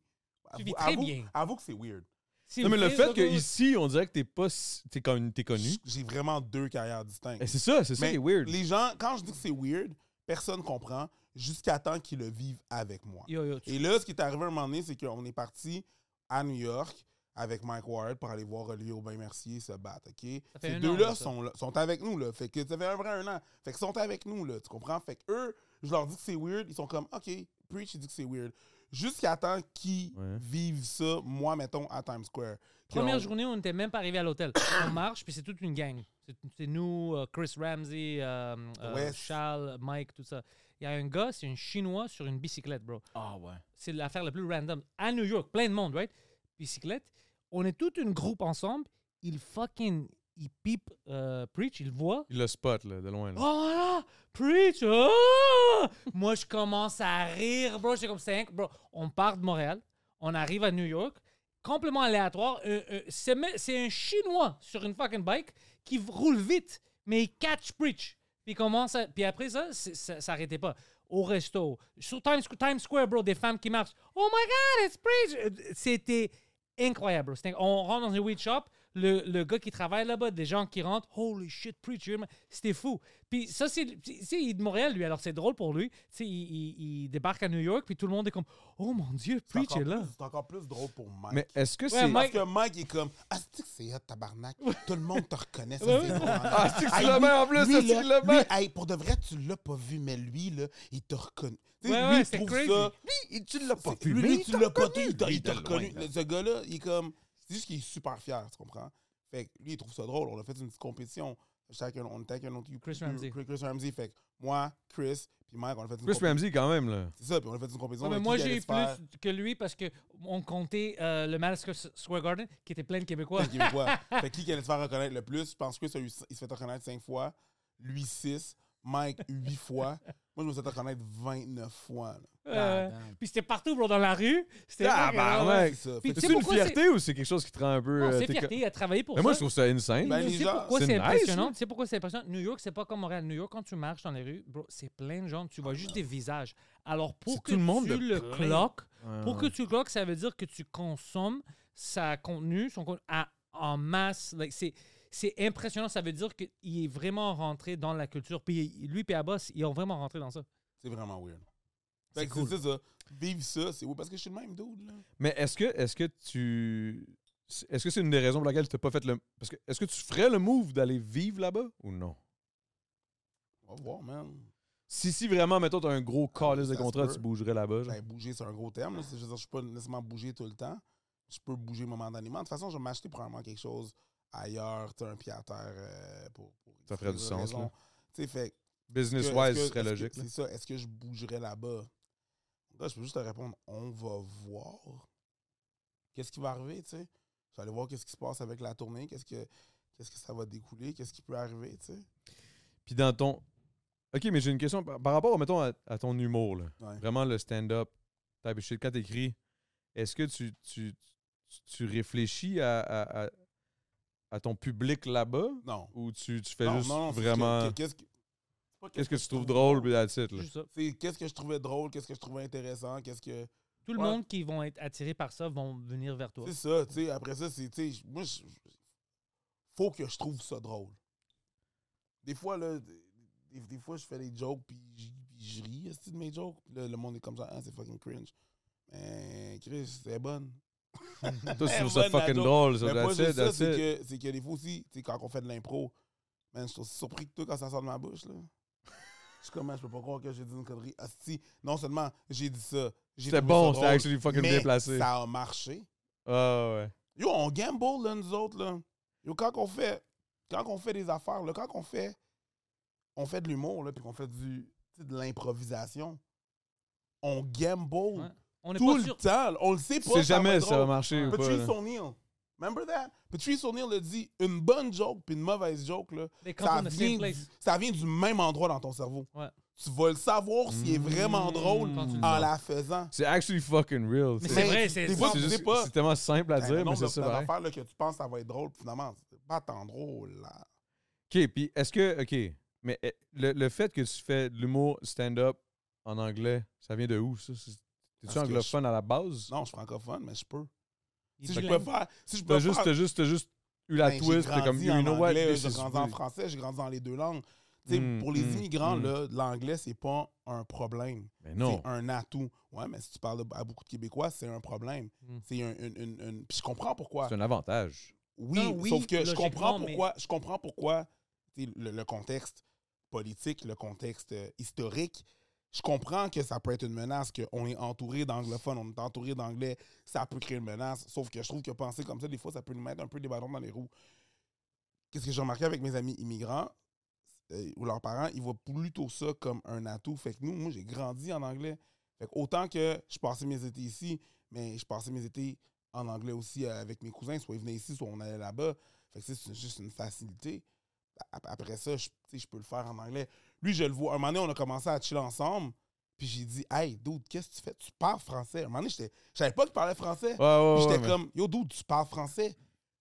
C: Tu vis très
B: avoue,
C: bien.
B: Avoue que c'est weird.
C: Si
A: non, mais le
C: fils
A: fait
C: de
A: que
C: gauche-
A: ici, on dirait que t'es pas. si- T'es connu. T'es connu.
B: J- J'ai vraiment deux carrières distinctes.
A: Et c'est ça, c'est ça
B: Mais
A: qui est weird.
B: Les gens, quand je dis que c'est weird, personne comprend jusqu'à temps qu'ils le vivent avec moi.
C: Yo, yo, tu-
B: Et là, ce qui est arrivé à un moment donné, c'est qu'on est parti à New York avec Mike Ward pour aller voir Olivier Aubin-Mercier se battre, OK?
C: Ça fait
B: Ces
C: un an,
B: deux-là
C: ça.
B: sont, là- sont avec nous, là. Fait que ça fait un vrai un an. Fait qu'ils sont avec nous, là, tu comprends? Fait que eux, je leur dis que c'est weird, ils sont comme, OK, Preach, il dit que c'est weird. Jusqu'à temps qu'ils
A: Ouais.
B: vivent ça, moi, mettons, à Times Square. Que
C: Première
B: on-
C: journée, on n'était même pas arrivé à l'hôtel. on <coughs> marche, puis c'est toute une gang. C'est- C'est nous, euh, Chris Ramsey, euh, euh,
B: Wes.
C: Charles, Mike, tout ça. Il y a un gars, c'est un Chinois sur une bicyclette, bro.
D: Ah ouais.
C: C'est l'affaire la plus random. À New York, plein de monde, right? Bicyclette. On est toute une groupe ensemble. Il fucking, il pipe euh, Preach, il voit.
A: Il le spot, là, de loin. Là.
C: Oh là là, Preach! ah! Moi, je commence à rire, bro. C'est comme 5. Bro, on part de Montréal, on arrive à New York, complètement aléatoire. Euh, euh, c'est me- c'est un Chinois sur une fucking bike qui v- roule vite, mais il catch Preach. Puis, il commence à- puis après ça, c'est- ça s'arrêtait pas. Au resto, sur Times, Squ- Times Square, bro, des femmes qui marchent. Oh my God, it's Preach! Euh, C'était incroyable, bro. C'était- On rentre dans une weed shop, le, le gars qui travaille là-bas, des gens qui rentrent, holy shit, preacher, man. c'était fou. Puis ça, c'est, tu sais, il est de Montréal, lui, alors c'est drôle pour lui. Tu sais, il, il- il débarque à New York, puis tout le monde est comme, oh mon Dieu,
B: c'est
C: preacher
B: encore
C: là.
B: plus- C'est encore plus drôle pour Mike.
A: Mais est-ce que
C: Ouais,
A: c'est.
C: Mike-
B: Parce que Oh, Mike est comme Ah, c'est que c'est hot, tabarnak. Tout le monde te reconnaît. ça,
C: Ouais,
B: c'est
C: ouais.
B: drôle.
C: <laughs>
A: Ah, c'est que tu
B: Hey,
A: l'as
B: lui-
A: bien en plus,
B: lui,
A: c'est que
B: là,
A: tu l'as bien.
B: lui, hey, pour de vrai, tu l'as pas vu, mais lui, là, il te reconnaît. Tu sais,
C: Ouais,
B: lui,
C: ouais,
B: il
C: c'est
B: trouve
C: crazy.
B: ça.
A: Lui, tu l'as pas
B: c'est- lui, lui, tu l'as pas vu, il t'a- il t'a reconnu. Ce gars-là, il est comme. C'est juste qu'il est super fier, tu comprends? Fait que lui, il trouve ça drôle. On a fait une petite compétition. Chacun, on était avec un autre.
C: Chris Ramsey.
B: Chris Ramsey. Fait que moi, Chris, puis Mike, on a fait une
A: Chris
B: compétition.
A: Ramsey, quand même, là.
B: C'est ça, puis on a fait une compétition.
C: Ouais, mais
B: de qui
C: moi,
B: qui allait
C: j'ai eu
B: se faire.
C: plus que lui parce qu'on comptait euh, le Madison Square Garden, qui était plein
B: <laughs>
C: de Québécois.
B: Fait qu'il voit.
C: <laughs>
B: Fait qui qui allait se faire reconnaître le plus? Je pense que Chris a eu- il se fait reconnaître 5 fois, lui 6, Mike 8 fois. Moi, je me suis fait reconnaître 29 fois. là.
D: ben.
C: Euh, puis c'était partout, bro, dans la rue. C'était euh,
A: Tabarnak.
B: C'est ça. Fait
C: Puis
B: que-
C: tu sais
A: C'est une
C: pourquoi c'est-
A: fierté ou c'est quelque chose qui te rend un peu.
C: Non,
A: euh,
C: c'est
A: t'es
C: fierté, il a travaillé pour
A: Mais
C: ça.
A: moi, je trouve ça insane.
B: Ben,
C: Mais
B: les
C: tu sais
B: gens-
C: pourquoi
A: c'est
C: c'est
A: nice,
C: impressionnant?
A: là.
C: Tu sais pourquoi c'est impressionnant? New York, c'est pas comme Montréal. New York, quand tu marches dans les rues, bro, c'est plein de gens. Tu vois juste des visages. Alors,
A: C'est
C: pour que
A: tout le monde
C: tu
A: de
C: le
A: plein.
C: cloques,
A: Ouais,
C: pour que
A: ouais.
C: tu le cloques, ça veut dire que tu consommes sa contenu, son contenu à- en masse. Like, c'est, c'est impressionnant. Ça veut dire qu'il est vraiment rentré dans la culture. Puis lui et Abbas, ils ont vraiment rentré dans ça.
B: C'est vraiment weird.
C: C'est
B: Fait que
C: cool.
B: c'est ça. Vive ça, c'est oui, parce que je suis le même dude. Là.
A: Mais est-ce que, est-ce que tu. Est-ce que c'est une des raisons pour laquelle tu n'as pas fait le. Parce que est-ce que tu ferais le move d'aller vivre là-bas ou non?
B: On va voir, man.
A: Si, si vraiment, mettons, t'as un gros calice de
B: Ça se
A: contrat,
B: peut.
A: tu bougerais là-bas. genre.
B: Ben, bouger, c'est un gros terme. là. C'est- Je veux dire, je suis pas nécessairement bougé tout le temps. Je peux bouger momentanément. De toute façon, je vais m'acheter probablement quelque chose ailleurs, tu sais, un pied à terre euh, pour, pour-
A: Ça ferait du sens, là.
B: Tu sais, fait que-
A: Business-wise,
B: est-ce
A: ce
B: que-
A: serait
B: est-ce que-
A: logique. là.
B: C'est ça. Est-ce que je bougerais là-bas? Là, je peux juste te répondre, on va voir. Qu'est-ce qui va arriver, tu sais? Je vais aller voir qu'est-ce qui se passe avec la tournée, qu'est-ce que, qu'est-ce que ça va découler, qu'est-ce qui peut arriver, tu sais?
A: Puis dans ton. Ok, mais j'ai une question par, par rapport, mettons, à, à ton humour. Là.
B: Ouais.
A: Vraiment le stand-up, type of shit. Quand t'écris, est-ce que tu, tu, tu, tu réfléchis à, à, à, à ton public là-bas
B: Non.
A: ou tu, tu fais
B: Non,
A: juste
B: non, non, c'est
A: vraiment.
B: que- qu'est-ce que- c'est pas
A: Qu'est-ce que
B: je
A: tu trouves
B: trouve
A: drôle, puis that's it, là.
C: Juste ça.
B: C'est qu'est-ce que je trouvais drôle, qu'est-ce que je trouvais intéressant, qu'est-ce que.
C: Tout le
B: Ouais.
C: monde qui vont être attirés par ça vont venir vers toi.
B: C'est ça, tu sais. Après ça, c'est. tu sais, Moi, je- je- faut que je trouve ça drôle. Des fois, là, des, des fois, je fais des jokes, puis j- puis je ris esti, de mes jokes. Puis là, le monde est comme ça, ah, c'est fucking cringe. Mais Chris, c'est bonne.
A: Toi, tu
B: Eh,
A: trouves ça
B: bonne, la
A: fucking
B: joke.
A: drôle, ça.
B: Mais pas
A: That's it,
B: juste ça,
A: that's
B: c'est
A: it.
B: que, c'est que des fois aussi, tu sais, quand on fait de l'impro, man, je suis aussi surpris que toi quand ça sort de ma bouche, là. Je suis comme, man, je peux pas croire que j'ai dit une connerie. Asti, non seulement j'ai dit ça, j'ai
A: C'était
B: trouvé ça
A: bon, c'était
B: drôle,
A: actually fucking
B: mais
A: bien placé.
B: ça a marché.
A: Ah ouais.
B: Yo, on gamble, là, nous autres, là. Yo, quand on fait, quand on fait des affaires, là, quand on fait, on fait de l'humour, là, puis qu'on fait du, tu sais, de l'improvisation, on gamble
C: Ouais. On n'est
B: tout
C: pas
B: le
C: sûr.
B: temps. On le sait
A: Tu
B: pas.
A: sais
B: ça va
A: jamais
B: être
A: si ça va
B: drôle.
A: marcher ou pas.
B: Patrice
A: là.
B: O'Neill. Remember that? Patrice O'Neill a dit une bonne joke puis une mauvaise joke, là,
C: They come
B: ça,
C: from the same
B: vient, du-
C: place.
B: ça vient du même endroit dans ton cerveau.
C: Ouais.
B: tu vas le savoir si est vraiment
C: Mmh.
B: drôle
C: Quand tu le
B: en
C: sens.
B: la faisant.
A: C'est actually fucking real.
C: Mais
A: tu
C: c'est
A: sais.
C: vrai, c'est
B: des
C: ça.
B: fois,
A: C'est
B: tu
A: juste-
B: sais pas.
A: c'est tellement simple à
B: T'as un
A: dire, mais
B: nombre
A: c'est
B: de-
A: ça. pareil.
B: d'affaires là, que tu penses que ça va être drôle, puis finalement, c'est pas tant drôle. là.
A: OK, puis est-ce que. OK, mais eh, le, le fait que tu fais de l'humour stand-up en anglais, ça vient de où, ça? C'est-
B: Parce
A: T'es-tu
B: que
A: anglophone à la base?
B: Non, je suis francophone, mais je peux. Si
C: Il
B: je
C: est
B: peux
C: bilingue.
B: faire. Si je peux
A: T'as
B: faire.
A: juste, t'as juste, t'as juste eu la
B: ben, j'ai
A: twist, t'es comme,
B: grandi
A: you
B: en
A: know what?
B: anglais,
A: this
B: J'ai
A: is
B: grandi en
A: weird.
B: français, j'ai grandi dans les deux langues. Tu sais,
A: Mm,
B: pour les
A: mm,
B: immigrants,
A: mm.
B: là, l'anglais, c'est pas un problème.
A: Mais non.
B: C'est un atout. Ouais, mais si tu parles à beaucoup de Québécois, c'est un problème.
C: Mm.
B: C'est un- une, une- une- Puis je comprends pourquoi.
A: Hmm. C'est un
B: <laughs>
A: avantage.
B: Oui,
C: Non, oui,
B: sauf que je
C: logiquement,
B: comprends
C: mais-
B: pourquoi, je comprends pourquoi tu sais, le, le contexte politique, le contexte euh, historique, je comprends que ça peut être une menace, qu'on est entouré d'anglophones, on est entouré d'anglais, ça peut créer une menace, sauf que je trouve que penser comme ça, des fois, ça peut nous mettre un peu des ballons dans les roues. Qu'est-ce que j'ai remarqué avec mes amis immigrants euh, ou leurs parents, ils voient plutôt ça comme un atout. Fait que nous, moi, j'ai grandi en anglais. Fait que autant que je passais mes étés ici, mais je passais mes étés en anglais aussi euh, avec mes cousins. Soit ils venaient ici, soit on allait là-bas. Fait que c'est- c'est juste une facilité. A- Après ça, je, tu sais, je peux le faire en anglais. Lui, je le vois. Un moment donné, on a commencé à chiller ensemble. Puis j'ai dit, hey, dude, qu'est-ce que tu fais? Tu parles français. Un moment donné, j'étais- je savais pas qu'il parlait français.
A: Ouais, ouais,
B: Puis
A: ouais,
B: j'étais
A: mais
B: comme, yo, dude, tu parles français.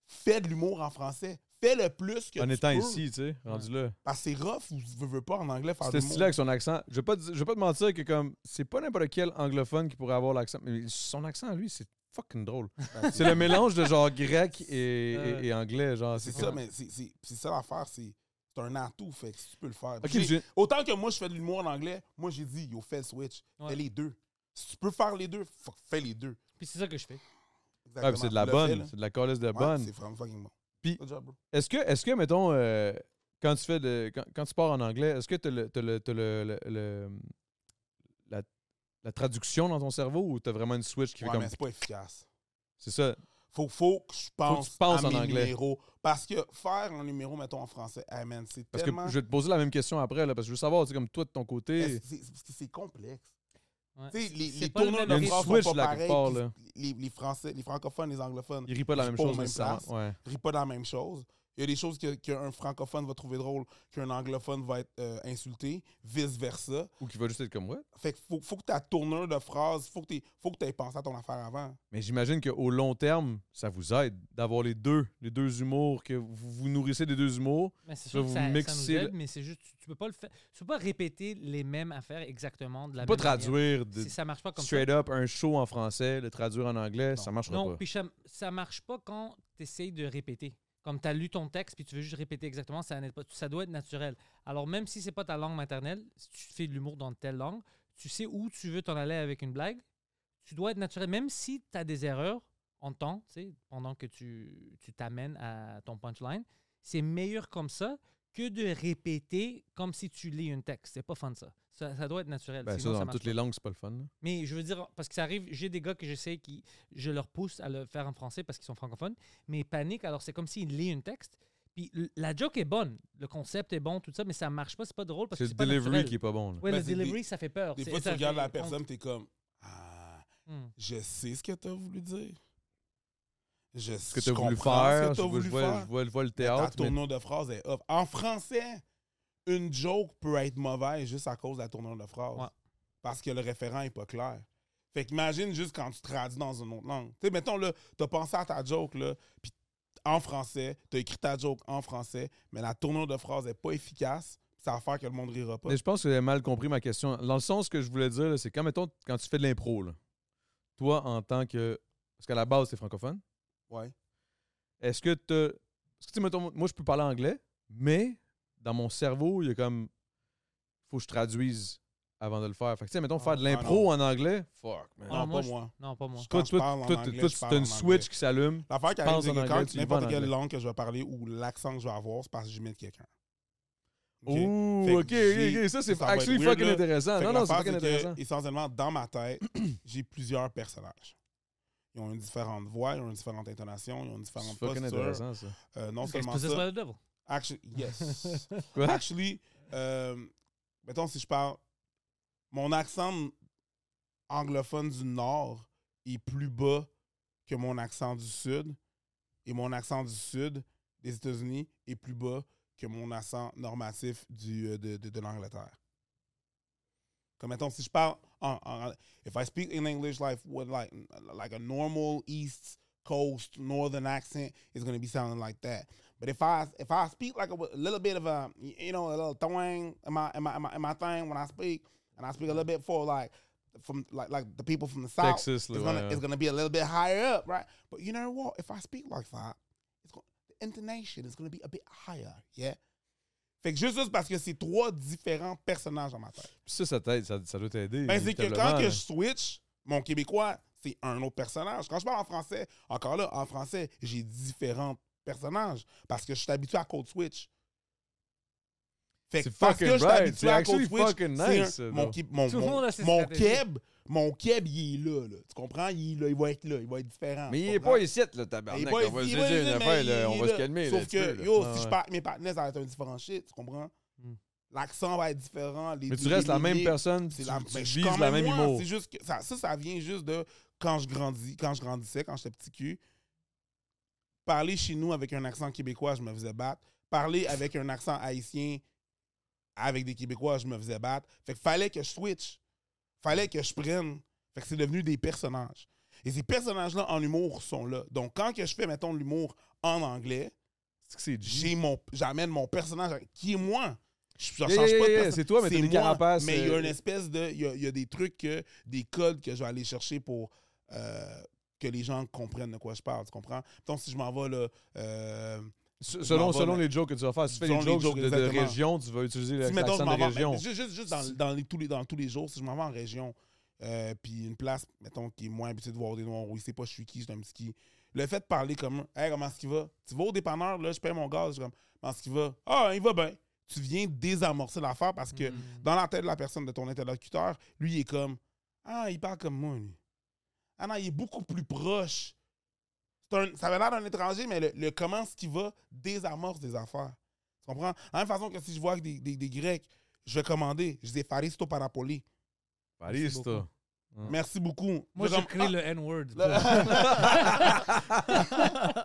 B: Fais de l'humour en français. Fais le plus que
A: En
B: tu
A: étant
B: peux.
A: ici, tu sais, rendu là.
B: Parce que c'est rough, ou tu veux, veux pas en anglais faire de
A: C'était
B: l'humour.
A: stylé avec son accent. Je vais pas, te- je vais pas te mentir que comme c'est pas n'importe quel anglophone qui pourrait avoir l'accent, mais son accent lui c'est fucking drôle.
B: Ben, <laughs>
A: C'est le mélange de genre grec et, et- et anglais genre.
B: C'est
A: comme-
B: ça, mais c'est- c'est c'est ça l'affaire. C'est c'est un atout, fait que si tu peux le faire.
A: Ok,
B: J'ai-
A: j'ai-
B: Autant que moi, je fais de l'humour en anglais, moi, j'ai dit, yo, fais le switch.
C: Ouais.
B: Fais les deux. Si tu peux faire les deux, fuck, fais les deux.
C: Puis c'est ça que je fais.
A: ouais, puis c'est de la
B: Le fait, là.
A: bonne, c'est de la colisse de
B: Ouais,
A: bonne.
B: C'est vraiment fucking bon.
A: Puis-
B: Good job, bro.
A: Est-ce que, est-ce que mettons, euh, quand tu fais de, quand, quand tu pars en anglais, est-ce que t'as le, t'as le, t'as le, le- le- la, la traduction dans ton cerveau ou t'as vraiment une switch qui fait
B: Ouais,
A: comme
B: mais c'est pas efficace.
A: c'est ça
B: Faut, faut que je pense,
A: tu penses
B: à
A: en
B: mes
A: anglais.
B: numéros. Parce que faire un numéro, mettons, en français, hey, man, c'est
A: parce que
B: tellement...
A: je vais te poser la même question après là parce que je veux savoir tu sais, comme toi de ton côté
B: Est-ce- c'est- c'est- parce que c'est complexe.
C: Ouais.
B: Tu sais, les,
C: C'est
B: les
C: pas le
B: tourneurs
C: même
B: de
C: rythme.
B: phrases
A: Il y a une
B: sont
A: switch, là,
B: pas
A: quelque
B: pareils.
A: part,
B: puis
A: là.
B: Les, les français, les francophones, les anglophones,
A: il rit pas de la
B: je
A: même
B: suis pas
A: chose
B: aux mêmes
A: nécessairement.
B: places.
A: Ouais.
B: rit pas dans la même chose. Il y a des choses que- qu'un francophone va trouver drôle, qu'un anglophone va être euh, insulté, vice-versa.
A: ou qui va juste être comme ouais.
B: Fait que faut, faut que ta tournure de phrase, faut que t'aies- faut que tu aies pensé à ton affaire avant.
A: Mais j'imagine qu'au long terme, ça vous aide d'avoir les deux, les deux humours, que vous vous nourrissez des deux humours.
C: Mais c'est
A: Ça,
C: sûr que
A: vous
C: ça, ça nous
A: mixez
C: aide,
A: le-
C: mais c'est juste, tu, tu peux pas le faire. Tu peux pas répéter les mêmes affaires exactement de la
A: pas
C: même manière.
A: traduire de-
C: Si ça marche pas comme ça.
A: straight up un show en français, le traduire en anglais, ça marchera
C: Non,
A: pas.
C: puis ça, ça marche pas quand tu essayes de répéter. Comme tu as lu ton texte puis tu veux juste répéter exactement, ça, n'est pas, ça doit être naturel. Alors, même si c'est pas ta langue maternelle, si tu fais de l'humour dans telle langue, tu sais où tu veux t'en aller avec une blague, tu dois être naturel. Même si tu as des erreurs en temps, tu sais, pendant que tu tu t'amènes à ton punchline, c'est meilleur comme ça que de répéter comme si tu lis un texte. C'est pas fun ça. Ça, ça doit être naturel.
A: Ben, ça,
C: sinon, ça
A: dans
C: marche
A: toutes les langues, c'est pas le fun. là.
C: mais je veux dire, parce que ça arrive, j'ai des gars que je sais qui, je leur pousse à le faire en français parce qu'ils sont francophones, mais ils paniquent, alors c'est comme s'ils lisent un texte. Puis l- la joke est bonne, le concept est bon, tout ça, mais ça marche pas, c'est pas drôle parce
A: C'est le
C: que c'est pas
A: delivery
C: naturel.
A: qui est pas bon. là.
C: Ouais,
B: Ben,
C: le
B: c'est des-
C: delivery, ça fait peur.
B: Des
C: C'est-
B: fois, tu
C: ça
B: regardes
C: fait-
B: la personne, t'es comme Ah,
C: on- Hmm.
B: je sais ce que t'as voulu dire. Je,
A: Ce que tu
B: je
A: as voulu
B: comprends
A: faire,
B: ce
A: je
B: que t'as
A: vois- je
B: voulu
A: vois-
B: faire.
A: je vois je vois le
B: Mais ta
A: théâtre. mais-
B: tournure de phrase est off. En français, une joke peut être mauvaise juste à cause de la tournure de phrase.
C: Ouais.
B: Parce que le référent n'est pas clair. Fait qu'imagine juste quand tu traduis dans une autre langue. Tu sais, mettons, là, t'as pensé à ta joke, là, puis en français, t'as écrit ta joke en français, mais la tournure de phrase n'est pas efficace, ça va faire que le monde rira pas.
A: Mais je pense que vous avez mal compris ma question. Dans le sens que je voulais dire, là, c'est quand, mettons, quand tu fais de l'impro, là, toi, en tant que. Parce qu'à la base, t'es francophone.
B: Ouais.
A: Est-ce que tu. Est-ce que, tu sais, mettons, moi, je peux parler anglais, mais dans mon cerveau, il y a comme. faut que je traduise avant de le faire. Fait que, tu sais, mettons,
B: Ah,
A: faire de
B: ah
A: l'impro en anglais, fuck, man.
C: Ah,
B: non,
C: moi,
B: pas
C: je-
B: moi.
C: Non, pas moi.
A: Toi,
B: Quand je
A: toi,
B: parle en
A: toi,
B: anglais,
A: toi,
B: je
A: tu-
B: parle
A: t'as une
B: en
A: switch
B: anglais.
A: qui s'allume.
B: L'affaire qui
A: tu penses
B: arrive, c'est
A: en
B: que
A: anglais,
B: quand
A: tu y vas en
B: n'importe quelle
A: anglais.
B: langue que je vais parler ou l'accent que je vais avoir, c'est parce que j'imite quelqu'un. OK?
A: Ouh,
B: Fait que
A: ok, ok,
B: j'ai-
A: ok, ça, c'est
B: ça va être
A: actually
B: weird,
A: fucking
B: là.
A: intéressant.
B: Fait
A: Ah, Non,
B: que
A: non, c'est
B: l'affaire,
A: fucking
B: c'est que,
A: intéressant.
B: Essentiellement, dans ma tête, <clears throat> j'ai plusieurs personnages. Ils ont une différente voix, ils ont une différente intonation, ils ont une
A: C'est
B: différente
A: fucking
B: posture.
A: intéressant, ça.
B: Euh, non
C: Parce que
B: seulement
C: c'est
B: ça.
C: pas le devil.
B: Actually, yes.
A: <laughs> Quoi?
B: Actually, euh, mettons, si je parle, mon accent anglophone du Nord est plus bas que mon accent du Sud. Et mon accent du Sud des États-Unis est plus bas que mon accent normatif du, euh, de, de- de l'Angleterre. Comme mettons, si je parle en, en- if I speak in English like with like like a normal East Coast northern accent, it's gonna be sounding like that. But if I if I speak like a, w- little bit of a you know a little twang in my in my in my, in my thing when I speak, and I speak a little bit for like from like like the people from the south,
A: Texas,
B: it's gonna
A: ouais.
B: it's gonna be a little bit higher up, right? But you know what? If I speak like that, it's gon- the intonation is gonna be a bit higher, yeah. Fait que juste ça, c'est parce que c'est trois différents personnages dans ma tête.
A: Puis ça, ça t'aide, ça, ça doit t'aider.
B: Ben, c'est que
A: inévitablement,
B: quand que
A: là.
B: je switch, mon québécois, c'est un autre personnage. Quand je parle en français, encore là, en français, j'ai différents personnages parce que je suis habitué à code switch. Fait que
A: C'est
B: parce que
A: fucking
B: je suis
A: right.
B: habitué
A: C'est
B: à code
A: actually
B: switch,
A: fucking
B: c'est
A: nice,
B: un-
A: ça,
B: mon,
A: though.
B: qui- mon,
C: Tout le
B: mon-
C: monde a ses
B: mon
C: stratégies.
B: keb, mon keb, il est là, là. Tu comprends? Il est là, il va être là, il va être différent.
A: Mais
B: tu
A: il est
B: comprends?
A: pas ici, le
B: Il est
A: tabarnak.
B: pas
A: On va se
B: ici,
A: dire
B: il est
A: une
B: là,
A: affaire,
B: mais
A: là,
B: il
A: on
B: est
A: va
B: là.
A: se calmer.
B: Sauf
A: là, tu peux,
B: que,
A: là.
B: yo,
A: Ah,
B: si je
A: ouais.
B: parle avec mes partenaires, ça va être un différent shit, tu comprends? L'accent va être différent. les-
A: Mais tu
B: les-
A: restes la
B: les-
A: même
B: les-
A: personne, tu
B: c'est la,
A: tu
B: ben, je suis
A: vises
B: quand
A: la
B: même
A: même
B: moi.
A: humour.
B: C'est juste que ça, ça, ça vient juste de quand je grandis, quand je grandissais, quand j'étais petit cul. Parler chez nous avec un accent québécois, je me faisais battre. Parler avec un accent haïtien avec des Québécois, je me faisais battre. Fait que fallait que je switch. Fallait que je prenne. Fait que c'est devenu des personnages. Et ces personnages-là en humour sont là. Donc quand que je fais, mettons, de l'humour en anglais,
A: C'est que c'est G.
B: j'ai mon j'amène mon personnage qui est moi je je
A: Yeah,
B: change
A: yeah,
B: pas de
A: yeah,
B: personne.
A: c'est toi, mais t'as des
B: moi,
A: carapaces,
B: mais il y a
A: euh,
B: une espèce de il y a, il y a des trucs que des codes que je vais aller chercher pour euh, que les gens comprennent de quoi je parle tu comprends donc si je m'en vais là euh,
A: Se-
B: je
A: Selon,
B: m'en vais,
A: selon
B: mais-
A: les jokes que tu vas faire, si tu fais
B: Selon
A: des
B: les
A: jokes
B: jokes,
A: de, de
B: exactement.
A: région, tu vas utiliser
B: si mettons je
A: l'accent
B: m'en
A: de
B: vais
A: région.
B: mais juste, juste, juste dans, dans les, tous les dans tous les jours si je m'en vais en région euh, puis une place mettons qui est moins habituée de voir des noirs où il sait pas je suis qui je suis un petit qui le fait de parler comme hey comment est-ce qu'il va tu vas au dépanneur là je paye mon gaz je suis comme comment est-ce qu'il va ah il va bien tu viens désamorcer l'affaire parce
A: Mm-hmm.
C: Hmm.
B: que Hmm. dans la tête de la personne, de ton interlocuteur, lui, il est comme Ah, il parle comme moi, lui. Ah non, il est beaucoup plus proche. C'est un- ça avait l'air d'un étranger, mais le, le comment ce qui va désamorce des affaires. Tu comprends? De la même façon que si je vois que des, des, des Grecs, je vais commander, je dis Faristo Parapoli.
A: Allez, c'est
B: beaucoup.
A: toi.
B: Merci beaucoup.
C: Moi,
B: Je
C: je
B: comme,
C: crée
B: Ah!
C: le N-word.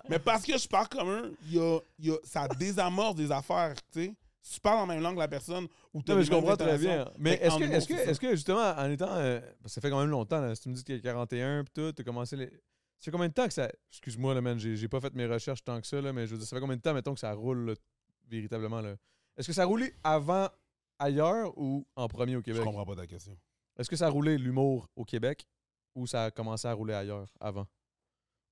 B: Mais parce que je parle comme eux, il y a- il y a- ça désamorce des affaires, tu sais. Si tu parles en même langue que la personne ou t'as
A: Non, mais
B: les
A: je
B: mêmes
A: comprends très
B: intonations,
A: bien. Mais
B: Fait qu'en
A: est-ce que,
B: humour,
A: est-ce que,
B: c'est ça.
A: est-ce que justement, en étant. euh, parce que ça fait quand même longtemps, là, si tu me dis qu'il y a 41 puis tout, t'as commencé les. Ça fait combien de temps que ça. Excuse-moi, là, man, j'ai, j'ai pas fait mes recherches tant que ça, là, mais je veux dire, ça fait combien de temps, mettons, que ça roule là, véritablement, là? Est-ce que ça roulait avant ailleurs ou en premier au
B: Je
A: Québec?
B: comprends pas ta question.
A: Est-ce que ça roulait l'humour au Québec ou ça a commencé à rouler ailleurs avant?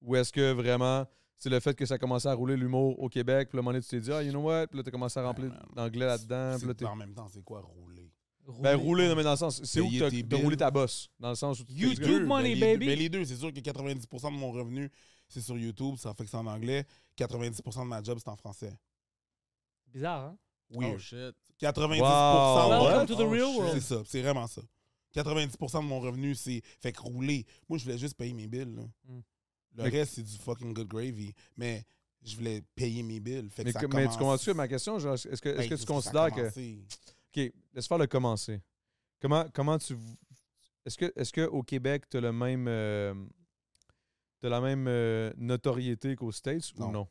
A: Ou est-ce que vraiment c'est le fait que ça a commencé à rouler l'humour au Québec, puis le moment donné, tu t'es dit, ah, you know what, puis là, t'as commencé à remplir
B: Ouais, man.
A: l'anglais là-dedans, puis là,
B: C'est-
A: t'es-
B: En même temps, c'est quoi rouler?
A: Ben, rouler, non, mais dans le sens, c'est où
B: Payer
A: que
B: tes
A: t'as- t'as roulé
B: bills.
A: ta bosse? Dans le sens où tu
B: Les
C: YouTube
B: deux,
C: money,
B: mais les
C: baby.
B: deux- Mais les deux, c'est sûr que 90% de mon revenu, c'est sur YouTube, ça fait que c'est en anglais. 90% de ma job, c'est en français.
C: Bizarre, hein?
B: Oui.
D: Oh shit.
B: 90%.
A: Wow.
B: Ah, ouais,
C: Welcome to the
D: Oh,
C: real
D: shit.
C: world.
B: C'est ça, c'est vraiment ça. 90% de mon revenu, c'est fait que rouler. Moi, je voulais juste payer mes bills. là.
C: Mm.
A: Hmm.
B: Le
A: Mais-
B: reste, c'est du fucking good gravy. Mais je voulais payer mes bills. Fait que
A: Mais,
B: ça
A: que- mais tu
B: commence-
A: comprends-tu ma question? genre, Est-ce que, est-ce
B: Ben,
A: que tu
B: c'est ça a
A: considères que.
B: commencé.
A: OK, laisse faire le commencer. Comment, comment tu. Est-ce que, est-ce que au Québec, tu as le même. euh, t'as la même euh, notoriété qu'aux States ou
B: Non.
A: non?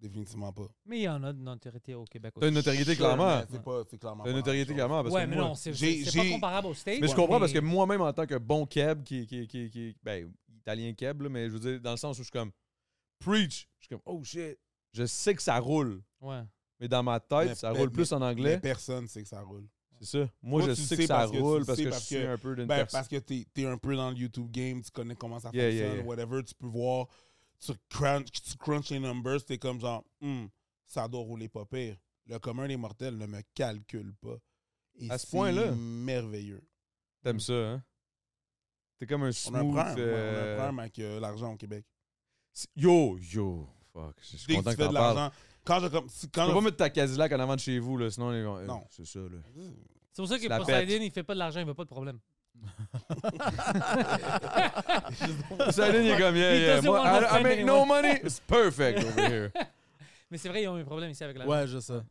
B: Définitivement pas.
C: Mais il y en a de notoriété au Québec aussi.
A: T'as une notoriété
B: Sure,
A: clairement.
B: mais C'est pas, c'est clairement.
A: T'as une
B: pas la même
A: notoriété
B: chose.
A: clairement. Parce
C: Ouais,
A: que
C: mais
A: moi-
C: non, c'est
B: J'ai-
C: c'est pas
B: j'ai-
C: comparable aux States.
A: Mais je comprends parce que moi-même, en tant que bon Keb, qui, qui, qui, qui- ben, italien Keb, là, mais je veux dire, dans le sens où je suis comme preach, je suis comme oh shit, je sais que ça roule,
C: Ouais.
A: mais dans ma tête,
B: Mais-
A: ça
B: mais-
A: roule plus en
B: Mais
A: anglais.
B: personne sait que ça roule.
A: C'est ça. Moi,
B: Toi,
A: je
B: tu
A: sais
B: sais
A: que ça
B: parce que tu
A: roule
B: sais,
A: parce que je
B: parce
A: suis
B: que-
A: un peu d'une
B: Ben,
A: personne.
B: parce que t'es es un peu dans le YouTube game, tu connais comment ça
A: Yeah,
B: fonctionne,
A: yeah, yeah.
B: whatever, tu peux voir, tu crunch, tu crunch les numbers, t'es comme genre, Hmm, ça doit rouler pas pire. Le commun des mortels ne me calcule pas. Et
A: À ce
B: c'est
A: point-là?
B: merveilleux.
A: T'aimes ça, hein? T'es comme un
B: On a un
A: smooth.
B: problème, on a un
A: euh,
B: problème avec euh, l'argent au Québec.
A: c'est- Yo, yo, fuck, je suis
B: Dès que
A: content
B: tu
A: que
B: fais
A: t'en
B: de
A: parles.
B: l'argent, quand je comme si-
A: Tu
B: quand
A: peux
B: je-
A: pas mettre ta Cadillac en avant de chez vous, là, sinon les gens. euh,
B: Non.
A: C'est ça, là.
B: <laughs>
C: C'est pour ça que
A: C'est la
C: Poseidon, il fait pas de l'argent, il veut pas de problème.
A: <laughs>
B: <laughs>
A: Ça, il est comme, yeah,
C: He
A: yeah.
C: doesn't
A: Moi, I,
C: want to
A: I
C: offend
A: make no
C: anyone.
A: money. It's perfect over here.
C: Mais c'est vrai, ils ont eu un problème ici avec l'argent.
D: Ouais, je sais.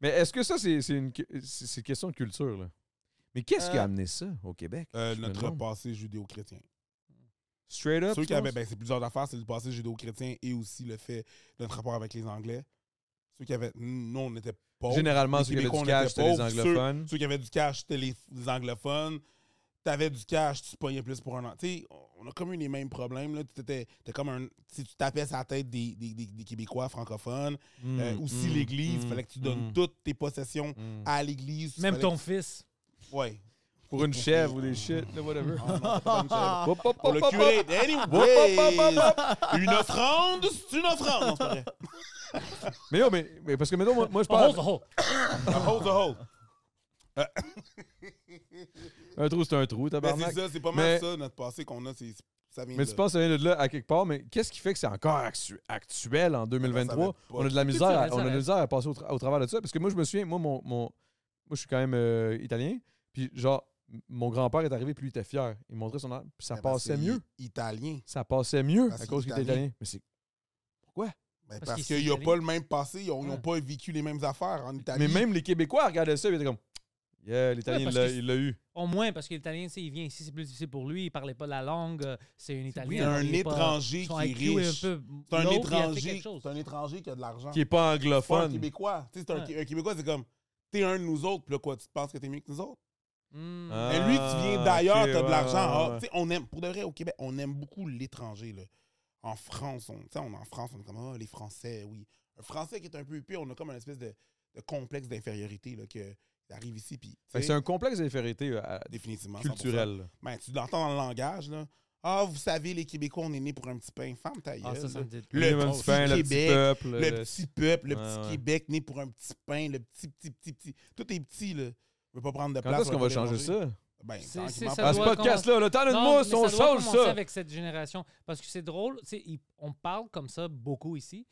A: Mais est-ce que ça, c'est c'est une, cu- c'est c'est une question de culture, là? Mais qu'est-ce qui a
B: Euh,
A: amené ça au Québec?
B: Euh,
A: Je me
B: notre
A: demande.
B: passé judéo-chrétien.
A: Straight up.
B: Ceux qui
A: tu
B: avaient,
A: penses?
B: ben, c'est plusieurs affaires, c'est le passé judéo-chrétien et aussi le fait de notre rapport avec les Anglais. Ceux qui avaient, nous, on n'était pas.
A: Généralement,
B: ben, oh, les
A: ceux qui avaient
B: Québécois,
A: du
B: on était
A: cash, c'était les
B: pauvres,
A: anglophones.
B: Ceux qui avaient du cash, c'était les, les anglophones. t'avais du cash, tu te pognais plus pour un an. Tu sais, on a comme eu les mêmes problèmes. Là. T'étais, t'es comme un, si tu tapais sa tête des, des, des- des Québécois francophones.
A: Mm,
B: Euh,
A: Hmm,
B: aussi l'Église, il fallait que tu donnes toutes tes possessions à l'Église.
C: Même
B: Fallait que
C: ton fils.
B: tu- Ouais.
A: Pour une chèvre ou des shit, là, whatever.
B: <laughs> Ah, non, c'est pas une chèvre.
A: Hop, hop,
B: Pour
A: hop,
B: le
A: hop,
B: curé,
A: Hop, hop, hop,
B: anyway, une offrande, c'est une offrande. Non, c'est pas vrai.
A: hop. Mais non, mais, mais parce que mettons, moi, moi, je
C: Oh, <laughs>
A: parle.
C: oh,
B: Un hold the hold.
A: Un trou, c'est un trou,
B: Ben, c'est
A: tabarnak.
B: ça, c'est pas mal
A: Mais-
B: ça, notre passé qu'on a. c'est- Ça vient
A: Mais
B: de
A: tu
B: là.
A: penses que ça vient de là à quelque part, mais qu'est-ce qui fait que c'est encore actu- actuel en 2023?
B: Ben, Ça va pas.
A: on a de la misère,
C: Ça va,
A: à,
C: ça
A: on a de
C: va.
A: la misère à passer au, tra- au travers de ça. Parce que moi, je me souviens, moi, mon, mon- moi je suis quand même euh, italien. Puis genre, m- mon grand-père est arrivé, puis lui était fier. Il montrait son arbre, puis ça
B: Ben, parce
A: passait
B: que
A: mieux.
B: i- Italien.
A: Ça passait mieux
B: Parce
A: à
B: qu'il
A: cause qu'il était
B: italien.
A: italien. Mais c'est. Pourquoi?
B: Ben,
C: Parce
B: parce
C: qu'ici,
B: qu'il n'y a
C: l'Italie-
B: pas le même passé, ils n'ont
C: Ouais.
B: pas vécu les mêmes affaires en Italie.
A: Mais même les Québécois regardaient ça, ils étaient comme. Yeah, l'italien,
C: Ouais,
A: il
C: parce
A: l'a-
C: que-
A: il l'a eu.
C: Au moins, parce que l'Italien, tu sais, il vient ici, c'est plus difficile pour lui. Il parlait pas la langue. euh, C'est un Italien.
B: un
C: alors il est
B: étranger
C: son
B: qui est
C: IQ
B: riche. C'est
C: un peu
B: un,
C: low, puis il a fait
B: étranger,
C: quelque chose.
B: c'est un étranger qui a de l'argent.
A: Qui n'est pas
B: C'est pas un
A: anglophone.
B: Québécois. Tu sais, c'est un,
C: Ouais.
B: Qué- un Québécois, c'est comme, t'es un de nous autres, puis là, quoi, tu penses que t'es mieux que nous autres?
C: Hmm.
A: Ah,
B: Mais lui, tu viens d'ailleurs,
A: ok,
B: t'as de
A: ouais,
B: l'argent.
A: ouais,
B: Ah,
A: ouais.
B: tu sais, on aime, pour de vrai, au Québec, on aime beaucoup l'étranger, là. En France, on, tu sais, on, en France, on est comme, ah, les Français, oui. Un Français qui est un peu épais, on a comme une espèce de, de complexe d'infériorité, là, que arrive ici, puis, tu
A: Fait que
B: sais,
A: C'est un complexe d'infériorité euh, à-
B: définitivement 100%.
A: culturel. là.
B: Ben, tu l'entends dans le langage, là. Ah, vous savez, les Québécois, on est nés pour un petit pain. Femme ta
C: Ah,
B: gueule,
C: ça, ça
B: là.
C: me dit.
B: Le
A: Minimum
B: petit
A: pain, le petit
B: Québec,
A: peuple.
B: le,
A: le-
B: petit peuple, le
A: Ouais,
B: petit
A: ouais.
B: Québec, né pour un petit pain, le petit, petit, petit, petit. Tout est petit, là. Je veux pas prendre de
A: Quand
B: place.
A: est-ce qu'on va changer ça? Ah,
B: Ben,
C: C'est-
B: tranquillement,
C: c'est- ça
A: À
B: pas-
A: ce
C: doit
A: podcast-là, le temps d'une
C: Non, mais
A: mousse,
C: ça
A: on
C: doit
A: change
C: commencer
A: ça.
C: avec cette génération. Parce que c'est drôle, tu sais, il- on parle comme ça beaucoup ici.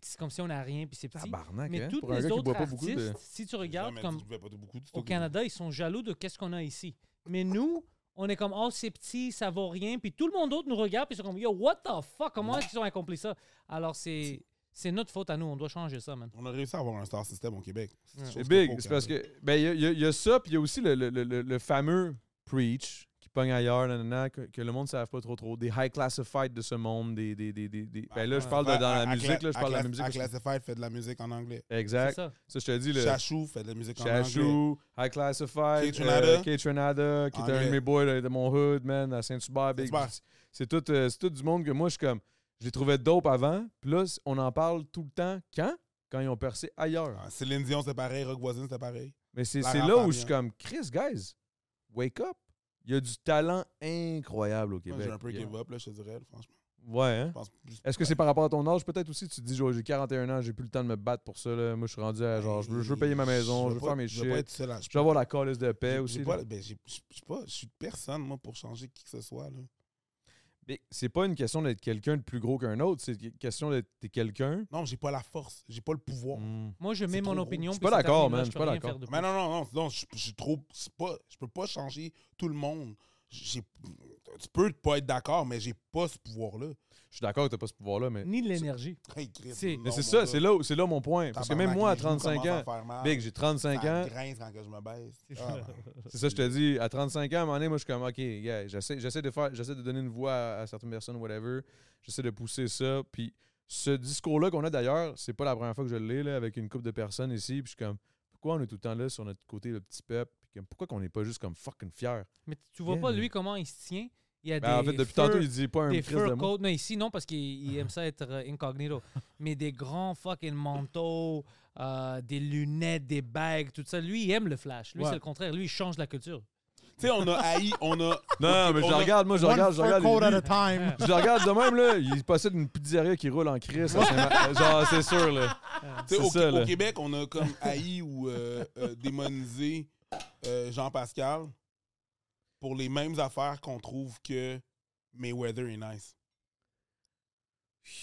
C: C'est comme si on n'a rien, puis c'est petit.
A: Tabarnak,
C: mais
A: hein,
C: tous
A: pour un
C: les
A: gars qui
C: autres
A: boit pas beaucoup de-
C: artistes, si tu regardes
B: Jamais,
C: comme
B: tu buvais pas beaucoup du
C: au
B: tout.
C: Canada, ils sont jaloux de qu'est-ce qu'on a ici. Mais nous, on est comme, oh, c'est petit, ça vaut rien. Puis tout le monde d'autre nous regarde, puis ils sont comme, yo, what the fuck, comment est-ce qu'ils ont accompli ça? Alors, c'est c'est notre faute à nous, on doit changer ça, man.
B: On a réussi à avoir un star system au Québec.
C: Ouais.
B: chose
A: C'est
B: qu'il y a
A: big.
B: pas au
A: C'est parce
B: Canada.
A: que. Ben, il y a- il y, a- il y a ça, puis il y a aussi le, le- le- le- le fameux preach qui pogne ailleurs, nanana, que, que le monde ne savent pas trop trop. Des high classified de ce monde, des. des, des, des- des- ben là, je parle de, dans la
B: ah, À- à-
A: musique, là, je
B: à-
A: parle de la
B: à-
A: musique.
B: à
A: parce que-
B: Classified fait de la musique en anglais.
C: C'est
A: Exact.
C: ça.
A: Ça, je te dis, le.
B: Chachou fait de la musique en anglais.
A: Chachou, High Classified,
B: Kate Renata.
A: euh, Kate Renata, qui était un
B: Anglais.
A: de mes boys de, de mon hood, man, à Saint-Hubert. Big.
B: Saint-Hubert.
A: C'est tout, euh, c'est tout du monde que moi, je suis comme. Je les trouvais dope avant, puis là, c- on en parle tout le temps. Quand Quand ils ont percé ailleurs.
B: Ah, Céline Dion, c'est pareil. Rock Voisine, c'est pareil.
A: Mais c'est
B: Lara
A: c'est là où
B: Fabian.
A: je suis comme, Chris, guys, wake up. Il y a du talent incroyable au
B: Moi,
A: Québec.
B: J'ai un peu
A: Il y a-
B: give up, là, je te dirais, franchement.
A: Ouais, hein?
B: Je pense plus-
A: Est-ce que c'est par rapport à ton âge? Peut-être aussi, tu te dis, genre, j'ai 41 ans, j'ai plus le temps de me battre pour ça. là. Moi, je suis rendu à Euh, genre, je veux, je veux payer ma maison, je veux
B: pas-
A: faire mes
B: Je veux pas
A: shit.
B: être seul à- je
A: Je veux avoir la calice de
B: J'ai-
A: paix
B: j'ai
A: aussi.
B: pas-
A: là.
B: ben, j'ai- Je je suis pas- je suis personne, moi, pour changer qui que ce soit. là.
A: Mais C'est pas une question d'être quelqu'un de plus gros qu'un autre, c'est une question d'être t'es quelqu'un.
B: Non, j'ai pas la force, j'ai pas le pouvoir.
A: Mm.
C: Moi, je mets
B: trop
C: mon
B: gros.
C: opinion.
A: Je suis
C: puis
A: pas
C: c'est
A: d'accord,
C: terminé,
A: man,
C: là,
A: je suis
C: peux
A: pas
C: rien
A: d'accord.
C: faire de
B: Mais
C: plus.
B: non, non, non, non, je je suis trop. c'est Pas, je peux pas changer tout le monde. J'ai- Tu peux pas être d'accord, mais j'ai pas ce pouvoir-là. <laughs>
A: Je suis d'accord que t'as pas ce pouvoir-là, mais.
C: Ni de l'énergie.
B: Hey, Chris,
C: C'est-
B: non,
A: Mais c'est
B: mon
A: ça,
B: gars.
A: c'est là, où- c'est là mon point. Parce que même
B: Tabarnak,
A: moi, à
B: mes genoux
A: 35
B: commencent
A: ans,
B: à faire mal.
A: big, j'ai 35
B: Ça
A: ans,
B: grince quand que je me baisse.
C: C'est
B: Ah,
C: ça.
A: <laughs>
B: ben.
A: C'est ça, je te dis, à 35 ans, à un moment donné, moi, je suis comme, OK, yeah, j'essaie j'essaie de faire, j'essaie de donner une voix à, à certaines personnes, whatever. J'essaie de pousser ça. Puis ce discours-là qu'on a d'ailleurs, c'est pas la première fois que je l'ai, là, avec une couple de personnes ici. Puis je suis comme, pourquoi on est tout le temps là sur notre côté, le petit peuple? Puis comme, pourquoi qu'on n'est pas juste comme fucking fier?
C: Mais tu- tu vois
A: Yeah,
C: pas,
A: mais-
C: lui, comment il se tient. Il y a
A: Ben, en
C: des
A: fait, depuis
C: feux-
A: tantôt, il dit pas un
C: des
A: crise de
C: fur
A: mot.
C: coats. Non, ici, non, parce qu'il il aime ça être euh, incognito.
A: <laughs>
C: Mais des grands fucking manteaux, euh, des lunettes, des bagues, tout ça. Lui, il aime le flash. Lui,
D: Ouais.
C: c'est le contraire. Lui, il change la culture.
B: Tu sais, on a haï, on a.
A: Non, mais je le regarde, moi, je le regarde, je le
D: One fur
A: regarde.
D: coat
A: lui,
D: at a time.
A: Je le regarde de même, là. Il possède une pizzeria qui roule en crise. là, c'est <laughs> ma- euh, Genre, c'est sûr, là.
B: Tu sais,
A: C'est
B: au,
A: ça,
B: au
A: là.
B: Québec, on a
A: <laughs>
B: comme haï ou euh, euh, démonisé euh, Jean-Pascal pour les mêmes affaires qu'on trouve que Mayweather est nice.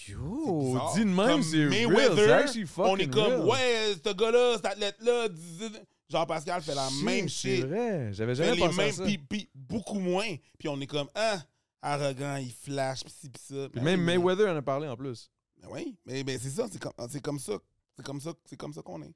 A: Yo,
B: bizarre.
A: dit de
B: Comme
A: même, c'est real.
B: Mayweather,
A: C'est actually
B: on est
A: fucking
B: comme,
A: real.
B: ouais, ce gars-là, cet athlète-là, dis- dis- Jean-Pascal fait la
A: Shit,
B: même
A: C'est
B: shit.
A: vrai, j'avais
B: Fait
A: jamais
B: les
A: pensé à
B: mêmes,
A: ça.
B: puis, puis beaucoup moins. Puis on est comme, ah, arrogant, il flash, pis ci, pis ça.
A: Puis
B: Ben
A: même
B: oui, mais-
A: Mayweather en a parlé en plus.
B: Ben oui, mais, mais c'est ça, c'est comme, c'est comme ça. C'est comme ça, c'est comme ça qu'on est.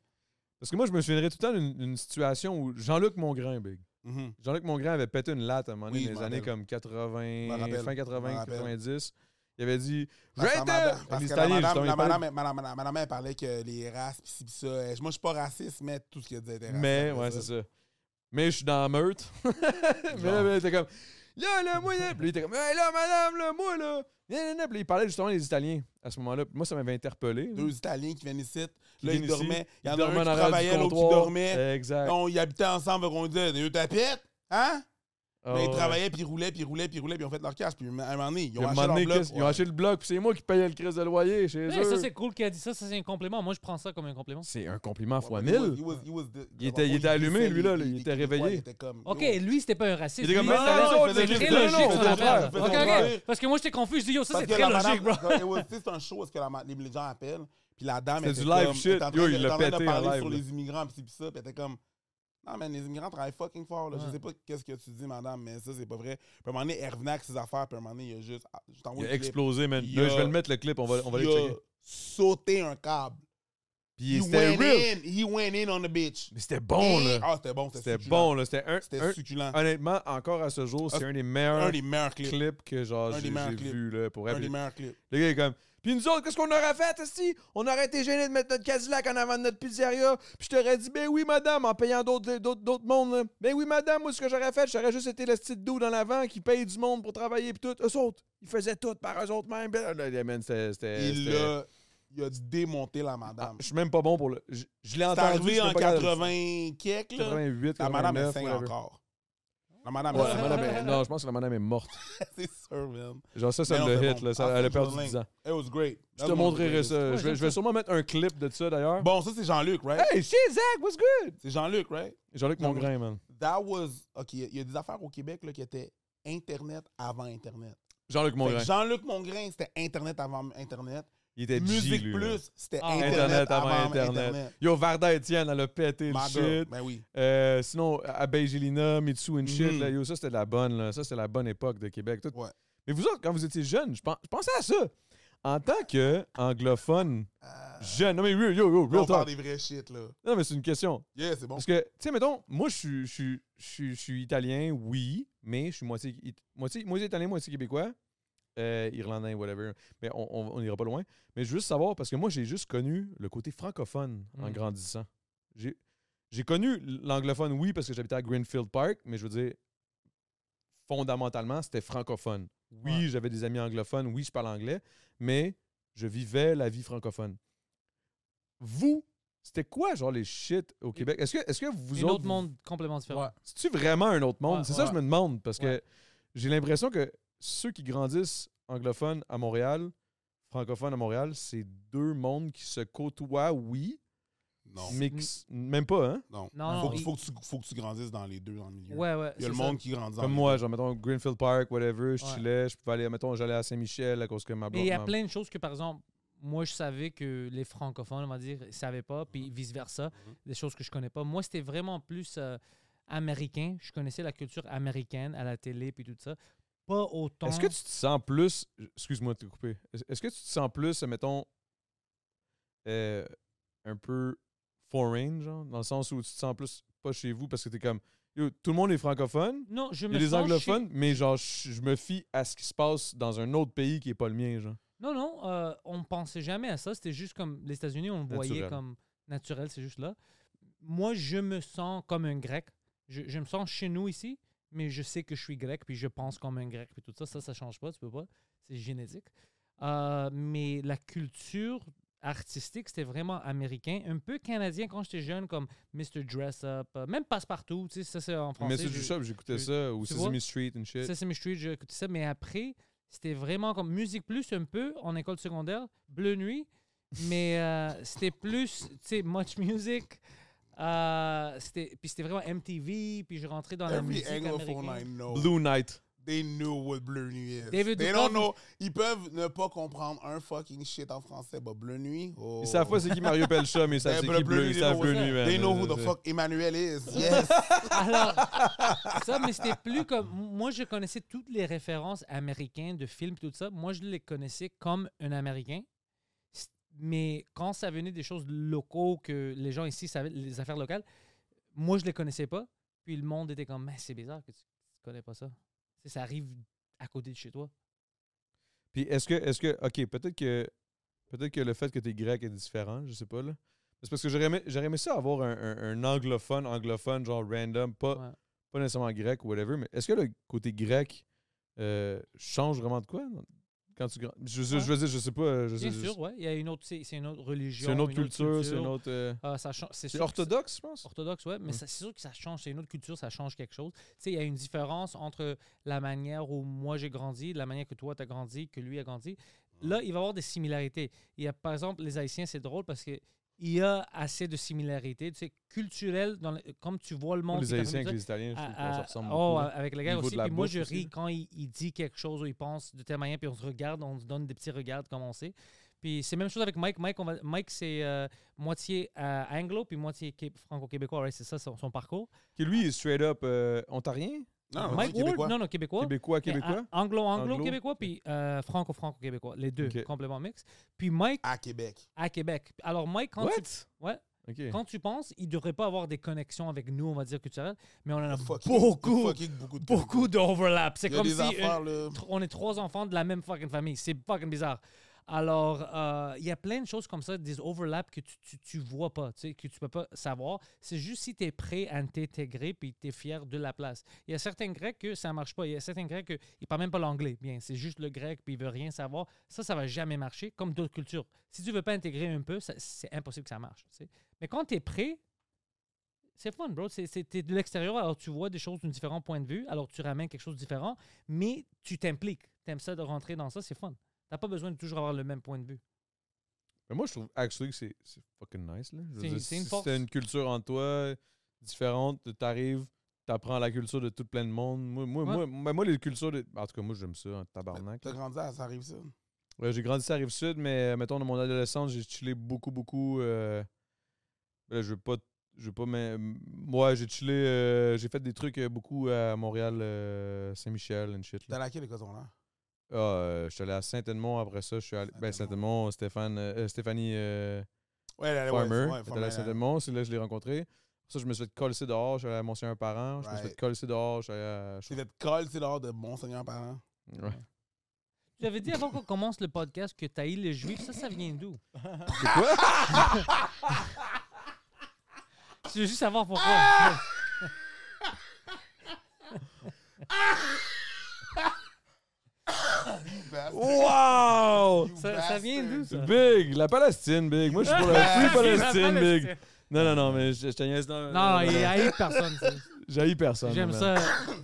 A: Parce que moi, je me souviendrai tout le temps d'une d'une situation où Jean-Luc Mongrain, big.
B: Mhm.
A: Jean-Luc Mongrain avait pété une latte à un moment donné
B: Oui, je
A: dans
B: m'en
A: les années
B: rappelle.
A: comme 80,
B: Je m'en rappelle.
A: fin
B: Je m'en
A: 80,
B: rappelle.
A: 90. Il avait dit
B: Parce que la
A: Rated!
B: madame- Parce
A: Les
B: que la
A: Italiens,
B: madame,
A: justement,
B: la
A: ils parlaient-
B: madame, madame- madame- madame, elle Euh, parlait que les races, pis ci, pis ça. Eh, Moi, je suis pas raciste, mais tout ce qu'elle disait était raciste.
A: Mais,
B: après
A: ouais,
B: ça.
A: c'est ça. Mais je suis dans la meute. <laughs> mais là,
D: Genre.
A: il était comme, là, là, moi, là. Puis là, il était comme, hey, là, madame, là, moi, là. Là, là, là. Puis là, il parlait justement des Italiens à ce moment-là. Puis Moi, ça m'avait interpellé. là.
B: Deux Italiens qui viennent ici.
A: Qui
B: Là,
A: viennent
B: ils
A: ici,
B: dormaient. Il y en
A: dormaient
B: a un qui
A: en arrière du
B: travaillait, l'autre qui
A: comptoir.
B: dormait.
A: Exact.
B: On, ils habitaient ensemble, on disait, deux tapettes, hein?
A: Ah,
B: Mais ils
A: ouais.
B: travaillaient, puis ils roulaient, puis ils roulaient, puis ils roulaient, puis ils ont fait leur cash. Puis à un moment donné, ils
A: Puis à
B: ont
A: un
B: acheté
A: moment
B: leur
A: donné,
B: bloc.
A: Chris, Ils ont acheté le bloc, puis c'est moi qui payais le Chris de loyer chez
C: Hey, ça,
A: eux.
C: c'est cool qu'il a dit ça. Ça, c'est un compliment. Moi, je prends ça comme un compliment.
A: C'est un compliment
B: Ouais,
A: fois
B: but he was-
A: mille.
B: he was- he was the-
A: Il était- il était allumé, lui, là, là, il était réveillé.
B: Il était comme.
C: OK,
B: yo.
C: lui, c'était pas un raciste.
A: Il était comme,
C: Lui,
A: non,
C: c'était-
A: non, non, il
C: c'était
A: faisait
C: très
A: juste- non,
C: logique,
A: non,
C: son
A: il faisait le
B: contraire,
C: affaire,
B: il
C: là.
B: faisait le
C: OK, OK.
B: contraire.
C: Parce que moi, j'étais confus. Je dis, yo, ça,
B: Parce
C: c'est
B: que
C: très
B: la
C: logique, bro.
B: madame- <laughs> it was- C'est un show, parce que la ma- les les gens appellent, puis la dame.
A: C'est
B: était
A: du live
B: comme-
A: shit.
B: était en train
A: Yo,
B: de-
A: il
B: était
A: l'a
B: en train de
A: pété en
B: parler
A: live,
B: sur
A: là.
B: les immigrants, puis ci, puis ça, puis elle était comme. Non, mais les immigrants travaillent fucking fort. Là. Je
C: Ouais.
B: sais pas qu'est-ce que tu dis, madame, mais ça, c'est pas vrai. Puis à un moment donné, elle revenait avec ses affaires, puis à un moment donné, il a juste. ah, Je t'envoie
A: Il a
B: le clip.
A: explosé, man.
B: Il
A: Là,
B: a-
A: je vais le mettre, le clip, on va on va le
B: Il a
A: checker.
B: sauté un câble.
A: Puis
B: uh, he
A: c'était
B: went
A: real.
B: in. He went in on the bitch.
A: Mais c'était bon, là.
B: Ah, c'était bon,
A: C'était
B: succulent.
A: bon, là. C'était un-
B: C'était
A: un.
B: succulent.
A: Honnêtement, encore à ce jour, c'est
B: Ah,
A: un des
B: Un
A: meilleurs
B: des meilleurs clips.
A: clips que genre
B: Un des
A: j'ai
B: meilleurs
A: j'ai
B: clips.
A: vu, là, pour
B: Un des
A: rappeler.
B: meilleurs clips.
A: Le gars est comme. Puis nous autres, qu'est-ce qu'on aurait fait, si On aurait été gênés de mettre notre Cadillac en avant de notre pizzeria. Puis je t'aurais dit, ben oui, madame, en payant d'autres d'autres- d'autres mondes. là. Ben oui, madame, moi, ce que j'aurais fait, j'aurais juste été le petit doux dans l'avant qui paye du monde pour travailler. Puis tout. Eux autres, ils faisaient tout par eux autres même. Ben, là, là, man, c'était- c'était-
B: Il
A: c'était-
B: a, il a démonté la
A: Ah,
B: madame.
A: Je suis même pas bon pour le. Je, je l'ai
B: C'est
A: entendu. je
B: arrivé
A: suis
B: en
A: même pas capable de-
B: 80 quelques, là.
A: 88,
B: La madame est
A: 89,
B: saigne
A: whatever.
B: encore. La madame
A: Ouais,
B: est
A: la
B: saigne.
A: madame est- Non, je pense que la madame est morte.
B: <laughs> C'est sûr, man.
A: Genre, ça, ça
B: Mais
A: me
B: non,
A: le
B: c'est
A: hit.
B: bon.
A: Là, ça-
B: Enfin,
A: elle a
B: je
A: perdu
B: vous
A: 10
B: link.
A: ans.
B: It was great.
A: Je
B: That
A: te
B: was
A: montrerai
B: great.
A: ça.
C: Ouais,
A: Je vais,
C: j'aime
A: je vais
C: ça.
A: sûrement mettre un clip de ça, d'ailleurs.
B: Bon, ça, c'est Jean-Luc, right?
A: Hey, shit, Zach, what's good?
B: C'est Jean-Luc, right?
A: Jean-Luc Mongrain, man.
B: That was... OK, il y a des affaires au Québec là, qui étaient Internet avant Internet.
A: Jean-Luc
B: Fait que
A: Mongrain.
B: Jean-Luc Mongrain, c'était Internet avant Internet.
A: Il était G,
B: Musique
A: lui, là.
B: Plus, c'était
C: Ah,
B: Internet,
A: Internet
B: avant,
A: avant
B: Internet.
A: Internet. Yo, Varda Etienne, elle a pété le
B: My girl.
A: shit.
B: Ben oui.
A: Euh, sinon, Abelgelina, Mitsu and shit.
B: Mhm.
A: là, yo, ça, c'était la bonne. Là. Ça, c'était la bonne époque de Québec. Tout-
B: Ouais.
A: Mais vous autres, quand vous étiez jeunes, je pense- je pensais à ça. En tant que anglophone,
B: Euh,
A: jeune. Non, mais real, yo, yo,
B: Là,
A: real
B: on parle
A: talk.
B: des vrais shit, là.
A: Non, mais c'est une question.
B: Yeah, c'est bon.
A: Parce que, tu sais, mettons, moi, je suis- je suis- je suis je suis italien, oui, mais je suis moitié, it- moitié, moitié italien, moitié québécois, euh, irlandais, whatever. Mais on- on on ira pas loin. Mais je veux juste savoir, parce que moi, j'ai juste connu le côté francophone en
C: Mm.
A: grandissant. J'ai j'ai connu l'anglophone, oui, parce que j'habitais à Greenfield Park, mais je veux dire, fondamentalement, c'était francophone. Oui, j'avais des amis anglophones, oui, je parle anglais, mais je vivais la vie francophone. Vous, c'était quoi, genre, les shit au Québec? Est-ce que, est que vous
C: Un
A: autres,
C: autre
A: vous-
C: monde complètement différent.
D: Ouais.
A: c'est-tu vraiment un autre monde?
C: Ouais,
A: c'est ça que
D: ouais.
A: je me demande, parce
C: Ouais.
A: que j'ai l'impression que ceux qui grandissent anglophones à Montréal, francophones à Montréal, c'est deux mondes qui se côtoient, oui,
B: Non,
A: mais qui s- même pas, hein?
B: non.
C: Non,
B: faut,
C: non,
B: que-
C: il-
B: faut, que tu, faut que tu grandisses dans les deux, dans le milieu.
C: Ouais, ouais.
B: Il y a le
C: c'est ça.
B: monde qui grandit dans
A: Comme
B: le
A: moi,
B: milieu.
A: genre, mettons, Greenfield Park, whatever, je
C: Ouais.
A: chillais, je pouvais aller, mettons, j'allais à Saint-Michel à cause que ma
C: Mais
A: blonde...
C: il y a
A: ma-
C: plein de choses que, par exemple, moi, je savais que les francophones, on va dire, ne savaient pas, puis vice-versa,
B: Mhm.
C: des choses que je connais pas. Moi, c'était vraiment plus euh, américain. Je connaissais la culture américaine à la télé, puis tout ça. Pas autant.
A: Est-ce que tu te sens plus... Excuse-moi de te couper. Est- Est-ce que tu te sens plus, mettons, euh, un peu foreign, genre, dans le sens où tu te sens plus pas chez vous parce que t'es comme... Yo, tout le monde est francophone,
C: Non, je
A: Il
C: me
A: y a des
C: sens
A: anglophones, mais genre, je je me fie à ce qui se passe dans un autre pays qui est pas le mien, genre.
C: Non, non, euh, on ne pensait jamais à ça. C'était juste comme les États-Unis, on le voyait
A: Naturel.
C: comme naturel, c'est juste là. Moi, je me sens comme un grec. Je, je me sens chez nous ici, mais je sais que je suis grec, puis je pense comme un grec, puis tout ça, ça, ça change pas, tu peux pas. C'est génétique. Euh, mais la culture artistique, c'était vraiment américain, un peu canadien quand j'étais jeune, comme Mr. Dress Up, euh, même Passe-Partout, tu sais, ça c'est en français.
A: mais c'est
C: je-
A: du shop, j'écoutais
C: je-
A: ça, ou
C: tu vois?
A: Sesame Street and shit.
C: Sesame Street, j'ai écouté ça, mais après, c'était vraiment comme musique plus un peu en école secondaire, Bleu Nuit, mais euh, <laughs> c'était plus, tu sais, Much Music. euh, c'était- puis c'était vraiment MTV, puis je rentrais dans la
B: Every
C: musique
B: anglophone I
C: américaine.
B: know,
A: Blue Knight.
B: they knew what Bleu Nuit is.
C: David
B: they
C: Duchovny.
B: don't know. Ils peuvent ne pas comprendre un fucking shit en français, but Bleu Nuit, oh.
A: Ils savent pas c'est Euh, qui Mario Pelcha, mais ils savent
B: Eh,
A: c'est
B: bleu,
A: qui
B: bleu,
A: Bleu,
B: ils
A: ils savent
B: know
A: Bleu
C: ça.
A: Nuit, man.
B: They know who
A: C'est-
B: the fuck Emmanuel
C: <laughs>
B: is. Yes.
C: Alors, ça, mais c'était plus comme. Moi, je connaissais toutes les références américaines de films, tout ça. Moi, je les connaissais comme un Américain. S- Mais quand ça venait des choses locaux que les gens ici savaient, les affaires locales, moi, je les connaissais pas. Puis le monde était comme, mais c'est bizarre que tu tu connais pas ça. Tu sais, Ça arrive à côté de chez toi.
A: Puis est-ce que, est-ce que, ok, peut-être que, peut-être que le fait que t'es grec est différent, je sais pas, là. C'est parce que j'aurais aimé, j'aurais aimé ça avoir un, un- un anglophone, anglophone, genre random, pas,
C: Ouais.
A: pas nécessairement grec ou whatever, mais est-ce que le côté grec euh, change vraiment de quoi? non? Quand tu, grand- je, je- je veux dire, je sais pas. euh, Je sais,
C: Bien
A: je-
C: sûr, ouais. Il y a une autre, c'est c'est une autre religion.
A: C'est une autre culture, c'est une autre. euh,
C: Ah, ça change- c'est
A: c'est
C: sûr que ça-
A: orthodoxe, je pense.
C: Orthodoxe, oui, mais
A: Mm.
C: ça- c'est sûr que ça change. C'est une autre culture, ça change quelque chose. Tu sais, il y a une différence entre la manière où moi j'ai grandi, la manière que toi t'as grandi, que lui a grandi. Là, il va y avoir des similarités. Il y a, par exemple, les Haïtiens, c'est drôle parce que il y a assez de similarités, tu sais, culturelles, dans le- comme tu vois le monde.
A: Les
C: puis ta
A: Haïtiens
C: famille,
A: avec les Italiens, je
C: à-
A: trouve qu'on se
C: à-
A: ressemble
C: oh,
A: beaucoup.
C: à-
A: là.
C: avec les
A: Au
C: gars
A: niveau
C: aussi.
A: de la
C: Puis moi,
A: bouffe
C: je
A: aussi,
C: ris
A: là.
C: quand il, il dit quelque chose ou il pense de telle manière, puis on se regarde, on se donne des petits regards comme on sait. Puis c'est la même chose avec Mike. Mike, on va- Mike c'est euh, moitié euh, anglo, puis moitié qué- franco-québécois. Ouais, c'est ça son, son parcours.
A: Qui lui est straight up euh, ontarien,
B: Non, non,
C: Mike
B: c'est québécois.
C: Ward, non, non, québécois.
A: québécois,
C: Mais,
A: québécois.
C: ah, Anglo-anglo,
A: Anglo.
C: québécois, puis euh, franco-franco-québécois. Les deux,
A: Ok.
C: complément mix. Puis Mike
B: À Québec.
C: à Québec. Alors Mike, quand,
A: What?
C: tu, ouais,
A: Ok.
C: quand tu penses, il ne devrait pas avoir des connexions avec nous, on va dire culturelles, mais on en a
B: Fucking-
C: beaucoup,
B: fucking beaucoup de
C: beaucoup d'overlap. C'est
B: Il y a
C: comme
B: des
C: si euh,
B: affaires, là.
C: tr- on est trois enfants de la même fucking famille. C'est fucking bizarre. Alors, euh, il y a plein de choses comme ça, des overlaps que tu, tu, tu vois pas, tu sais, que tu peux pas savoir. C'est juste si tu es prêt à t'intégrer puis tu es fier de la place. Il y a certains Grecs que ça marche pas. Il y a certains Grecs qui ne parlent même pas l'anglais. Bien, c'est juste le grec puis il veut rien savoir. Ça, ça va jamais marcher, comme d'autres cultures. Si tu veux pas intégrer un peu, ça- c'est impossible que ça marche. tu sais. Mais quand tu es prêt, c'est fun, bro. C'est- c'est- T'es de l'extérieur, alors tu vois des choses d'un différent point de vue, alors tu ramènes quelque chose de différent, mais tu t'impliques. T'aimes ça de rentrer dans ça, c'est fun. T'as pas besoin de toujours avoir le même point de vue.
A: Mais moi, je trouve actually que c'est c'est fucking nice. Là. Je veux
C: C'est-
A: dire,
C: c'est une
A: si
C: force.
A: t'as une culture en toi différente, t'arrives, t'apprends la culture de tout plein de monde. Moi, moi,
C: Ouais.
A: moi, ben, moi, les cultures. De... En tout cas, moi, j'aime ça, en tabarnak.
B: T'as grandi à ça arrive ça.
A: Ouais, j'ai grandi sur la rive sud, mais euh, mettons, dans mon adolescence, j'ai chillé beaucoup, beaucoup. euh, ben là, je veux pas. Je veux pas, mais. Moi, j'ai chillé. euh, j'ai fait des trucs euh, beaucoup à Montréal, euh, Saint-Michel, and shit. là.
B: T'as laqué les cotons là?
A: Ah, euh, je suis allé à Saint-Edmond après ça. Je suis allé. Ben, Saint-Edmond, Stéphane, euh, Stéphanie. euh,
B: Ouais, là, là, Ben ouais,
A: Farmer, était
B: ouais,
A: à la
B: Farmer, hein. là.
A: Saint-Edmond, c'est là que je l'ai rencontré. Ça, je me suis fait coller dehors, j'allais à Monseigneur Parent. Je me suis
B: Right.
A: fait coller dehors, j'allais à.
B: C'est d'être colle, c'est l'or de Monseigneur Parent.
A: Ouais.
C: Tu avais dit avant qu'on commence le podcast que t'as eu les juifs, ça, ça vient d'où?
A: C'est quoi?
C: <laughs> Je veux juste savoir
A: Ah!
C: pourquoi. Oh,
A: wow!
B: You
C: ça, ça vient d'où, ça?
A: <laughs>
C: Ah!
A: Big! La Palestine, Big! Moi, je suis pour la free Palestine, Big!
C: Non,
A: Non, non, non, mais je, je te niaise dans.
C: non, il y a eu personne. ça.
A: J'haïs personne.
C: J'aime
A: man.
C: ça.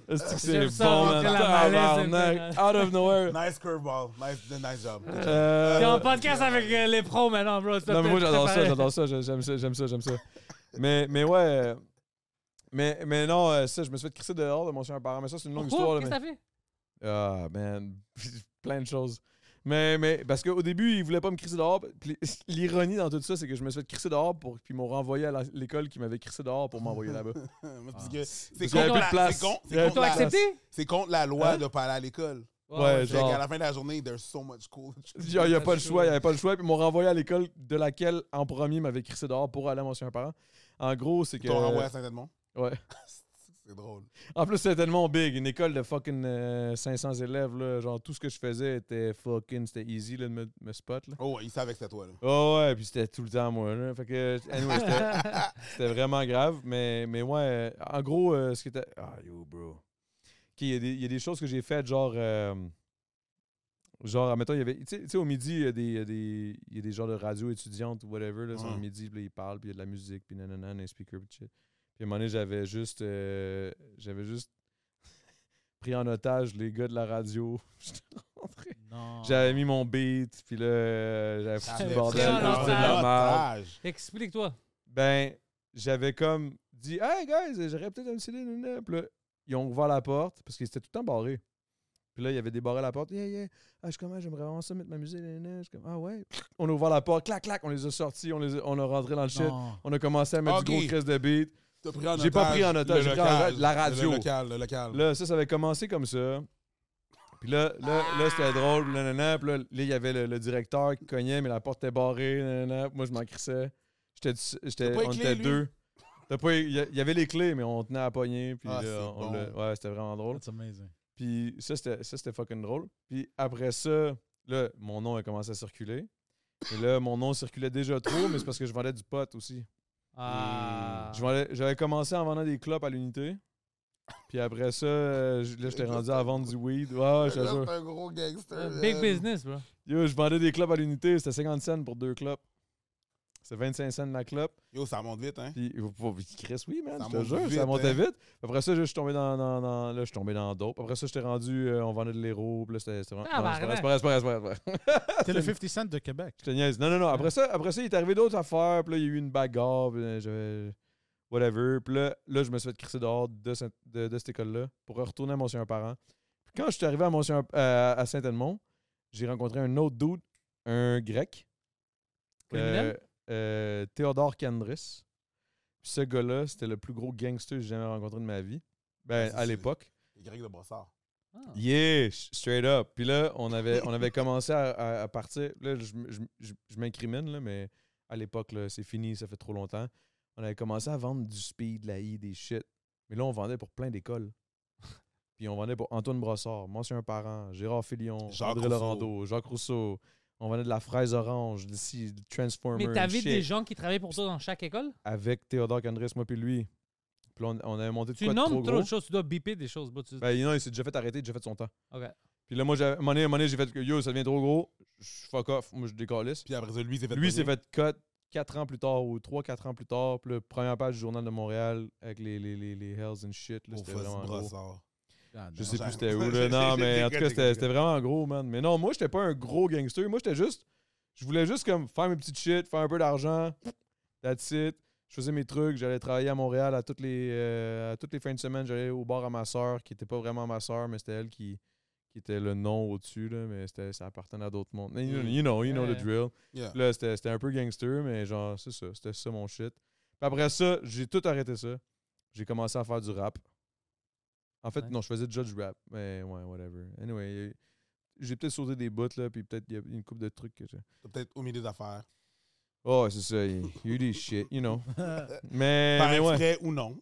A: Est-ce que
C: j'aime
A: c'est
C: ça
A: bon,
C: rentrer
A: man?
C: la malaise,
A: Tabarnak!
C: man.
A: Out of
C: <laughs>
A: nowhere!
B: Nice curveball. Nice, nice job.
A: Euh,
C: T'es en podcast avec euh, les pros maintenant, bro.
A: Non, mais moi, j'adore ça, j'adore ça, j'ai- j'aime ça, j'aime ça, j'aime ça. mais, mais ouais. euh, Mais, mais non, euh, ça, je me suis fait crisser dehors de Monseigneur Parent, mais ça, c'est une longue histoire.
C: Pourquoi?
A: là,
C: Qu'est-ce
A: mais-
C: que t'as fait?
A: Ah, man. <laughs> Plein de choses. Mais, mais parce qu'au début, ils voulaient pas me crisser dehors. Puis <laughs> L'ironie dans tout ça, c'est que je me suis fait crisser dehors, pour, puis ils m'ont renvoyé à la- l'école qui m'avait crissé dehors pour m'envoyer là-bas.
B: Mais <laughs> parce que c'est
A: Ah. Parce qu'il y avait
B: contre
A: plus de
B: la-
A: place.
B: c'est contre- c'est
A: Il y avait
B: contre
C: T'as
A: la-
C: accepté?
B: C'est contre la loi
A: Hein?
B: de pas aller à l'école.
A: Ouais,
B: Fait
A: genre.
B: qu'à la fin de la journée, there's so much cool.
A: Il y a, il y a pas le choix, il y avait pas le choix. Puis ils m'ont renvoyé à l'école de laquelle, en premier, m'avait crissé dehors pour aller à mon ancien parent. En gros, c'est que. euh,
B: T'as renvoyé à Saint-Edmond?
A: Ouais.
B: <laughs> C'est drôle.
A: En plus, c'était tellement big. Une école de fucking euh, 500 élèves, là. Genre, tout ce que je faisais était fucking. C'était easy, là, de me, me spot, là.
B: Oh, ouais, il savait que c'était toi, là.
A: Oh ouais, puis c'était tout le temps moi. Là. Fait que, anyway, c'était-
B: <laughs>
A: c'était vraiment grave. Mais, mais ouais, euh, en gros, euh, ce qui était. Ah, yo, bro. Ok, Il y, a des- il y a des choses que j'ai faites, genre. euh, genre, mettons, il y avait. Tu sais- tu sais, au midi, il y, a des- il y a des- il y a des genres de radio étudiantes ou whatever. Là,
B: Ouais.
A: Au midi, puis là, ils parlent, puis il y a de la musique, puis nanana, des speakers, puis shit. Puis à un moment donné, j'avais juste. euh, j'avais juste <laughs> pris en otage les gars de la radio. J'étais
D: <laughs>
A: rentré.
D: Non.
A: J'avais mis mon beat, puis là, euh, j'avais foutu le
B: Ah. T'avais
A: bordel,
B: pris
C: en
A: j'avais foutu de la
C: otage.
A: merde.
B: otage.
C: Explique-toi.
A: Ben, j'avais comme dit, hey guys, j'aurais peut-être un CD, nan, nan. Puis là, ils ont ouvert la porte, parce qu'ils étaient tout le temps barrés. Puis là, il y avait débarré la porte. Yeah, yeah. Ah, je suis comme, Ah, j'aimerais vraiment ça mettre ma musique. nan, nan. Je suis comme, ah ouais. On a ouvert la porte, clac, clac, on les a sortis, on, les a, on a rentré dans le shit.
D: Non.
A: On a commencé à mettre
B: Ok.
A: du gros crise de beat.
B: T'as pris en
A: J'ai pas
B: otage
A: pris en
B: le
A: otage, j'ai pris en
B: local.
A: otage la radio.
B: Le local, le local.
A: Là, ça, ça avait commencé comme ça. Puis là, là, là c'était drôle. nanana. Puis là, là, il y avait le, le directeur qui cognait, mais la porte était barrée. nanana. Puis Moi, je m'en crissais. J'étais, du- j'étais,
B: T'as pas les
A: on
B: clés,
A: était
B: lui?
A: deux. T'as pas- Il y a- il y avait les clés, mais on tenait à la poignée. Puis là,
B: Ah, c'est
A: on l'a- ouais, c'était vraiment drôle.
D: That's amazing.
A: <laughs> Puis ça, c'était, ça, c'était fucking drôle. Puis après ça, là, mon nom a commencé à circuler. Et là, mon nom circulait déjà trop, mais c'est parce que je vendais du pot aussi.
C: Ah.
A: Je vendais- J'avais commencé en vendant des clopes à l'unité. Puis après ça, euh, je- là, j'étais rendu à vendre du weed. Ouais, ouais, je te
B: Là,
A: jure.
B: C'est un gros gangster.
C: Euh,
B: man.
C: Big business, bro.
A: Yo, je vendais des clopes à l'unité, c'était 50 cents pour deux clopes. C'était 25 cents la clope.
B: Yo, ça monte vite, hein?
A: Puis, oh, oh, Chris, oui, man,
B: Ça
A: je te
B: monte
A: jure,
B: vite,
A: ça montait
B: hein.
A: vite. Après ça, je suis tombé dans, dans, dans- là, je suis tombé dans dope. Après ça, j'étais rendu, euh, on vendait de l'héros, puis là, c'était c'était vraiment...
C: Ah,
A: non, c'est
C: bah,
A: pas vrai, c'est pas vrai, c'est pas vrai, c'est pas vrai.
D: T'es le 50 Cent de Québec.
A: Je te niaise. Non, non, non. Après ça, après ça, il est arrivé d'autres affaires, puis là, il y a eu une bagarre, puis là, j'avais... Whatever. Puis là, là, je me suis fait crisser dehors de, Saint- de, de cette école-là pour retourner à Monsieur un parent. Puis quand je suis arrivé à, Monsieur euh, à Saint-Edmond, j'ai rencontré un autre dude, un grec.
C: Criminel?
A: Euh, euh, Théodore Kandris. Puis ce gars-là, c'était le plus gros gangster que j'ai jamais rencontré de ma vie. Ben,
B: Ah,
A: à
B: c'est-
A: l'époque.
B: Les Grecs de Brossard.
C: Ah.
A: Yeah, sh- straight up. Puis là, on avait, on
C: <laughs>
A: avait commencé à, à- à partir. Là, je, m- je m- je- je m'incrimine, là, mais à l'époque, là, c'est fini, ça fait trop longtemps. On avait commencé à vendre du speed, de la I, des shit. Mais là, on vendait pour plein d'écoles. <laughs> Puis on vendait pour Antoine Brossard, Monsieur Parent, Gérard Filion,
B: Jacques
A: André
B: Rousseau.
A: Laurando, Jacques Rousseau. On vendait de la fraise orange, d'ici, Transformers.
C: Mais t'avais
A: shit,
C: des gens qui travaillaient pour toi dans chaque école?
A: Avec Théodore Candres, moi puis lui. Puis là, on, on avait monté de
C: Tu
A: quoi de
C: nommes
A: trop
C: trop
A: gros.
C: de choses, tu dois biper des choses, bro. Tu-
A: Ben, non, il s'est déjà fait arrêter, il a déjà fait son temps.
C: Ok.
A: Puis là, moi, j'avais- à un moment donné, à un moment donné, j'ai fait que yo, ça devient trop gros. Je fuck off. Moi, je décalisse.
B: Puis après ça, lui, il s'est fait.
A: Lui, il s'est
B: pogner.
A: fait cut 4 ans plus tard ou 3-4 ans plus tard. Puis le première page du Journal de Montréal avec les, les, les, les Hells and shit. Là,
B: Au
A: c'était
B: Fosse
A: vraiment gros.
B: Brossard.
D: Ah,
A: Je sais
B: Genre-
A: plus c'était où. Là. Non, mais en tout cas, c'était c'était vraiment gros, man. Mais non, moi, j'étais pas un gros gangster. Moi, j'étais juste. Je voulais juste comme faire mes petites shit, faire un peu d'argent. That's it. Je faisais mes trucs. J'allais travailler à Montréal à toutes les, euh, à toutes les fins de semaine. J'allais au bar à ma soeur, qui était pas vraiment ma soeur, mais c'était elle qui, qui était le nom au-dessus. là, Mais c'était- ça appartenait à d'autres mondes. You know, you know, you know the
C: Ouais.
A: drill.
B: Yeah.
A: Puis Là, c'était c'était un peu gangster, mais genre, c'est ça. C'était ça mon shit. Puis après ça, j'ai tout arrêté ça. J'ai commencé à faire du rap. En fait,
C: Ouais.
A: non, je faisais déjà du rap. Mais ouais, whatever. Anyway, euh, j'ai peut-être sauté des bouts, là, puis peut-être il y a une coupe de trucs que j'ai.
B: T'es Peut-être au milieu des affaires.
A: Oh, c'est ça. Il y a eu des shit, you know. Mais,
B: Par
A: Eh, mais ouais.
B: exprès Ben, ou non.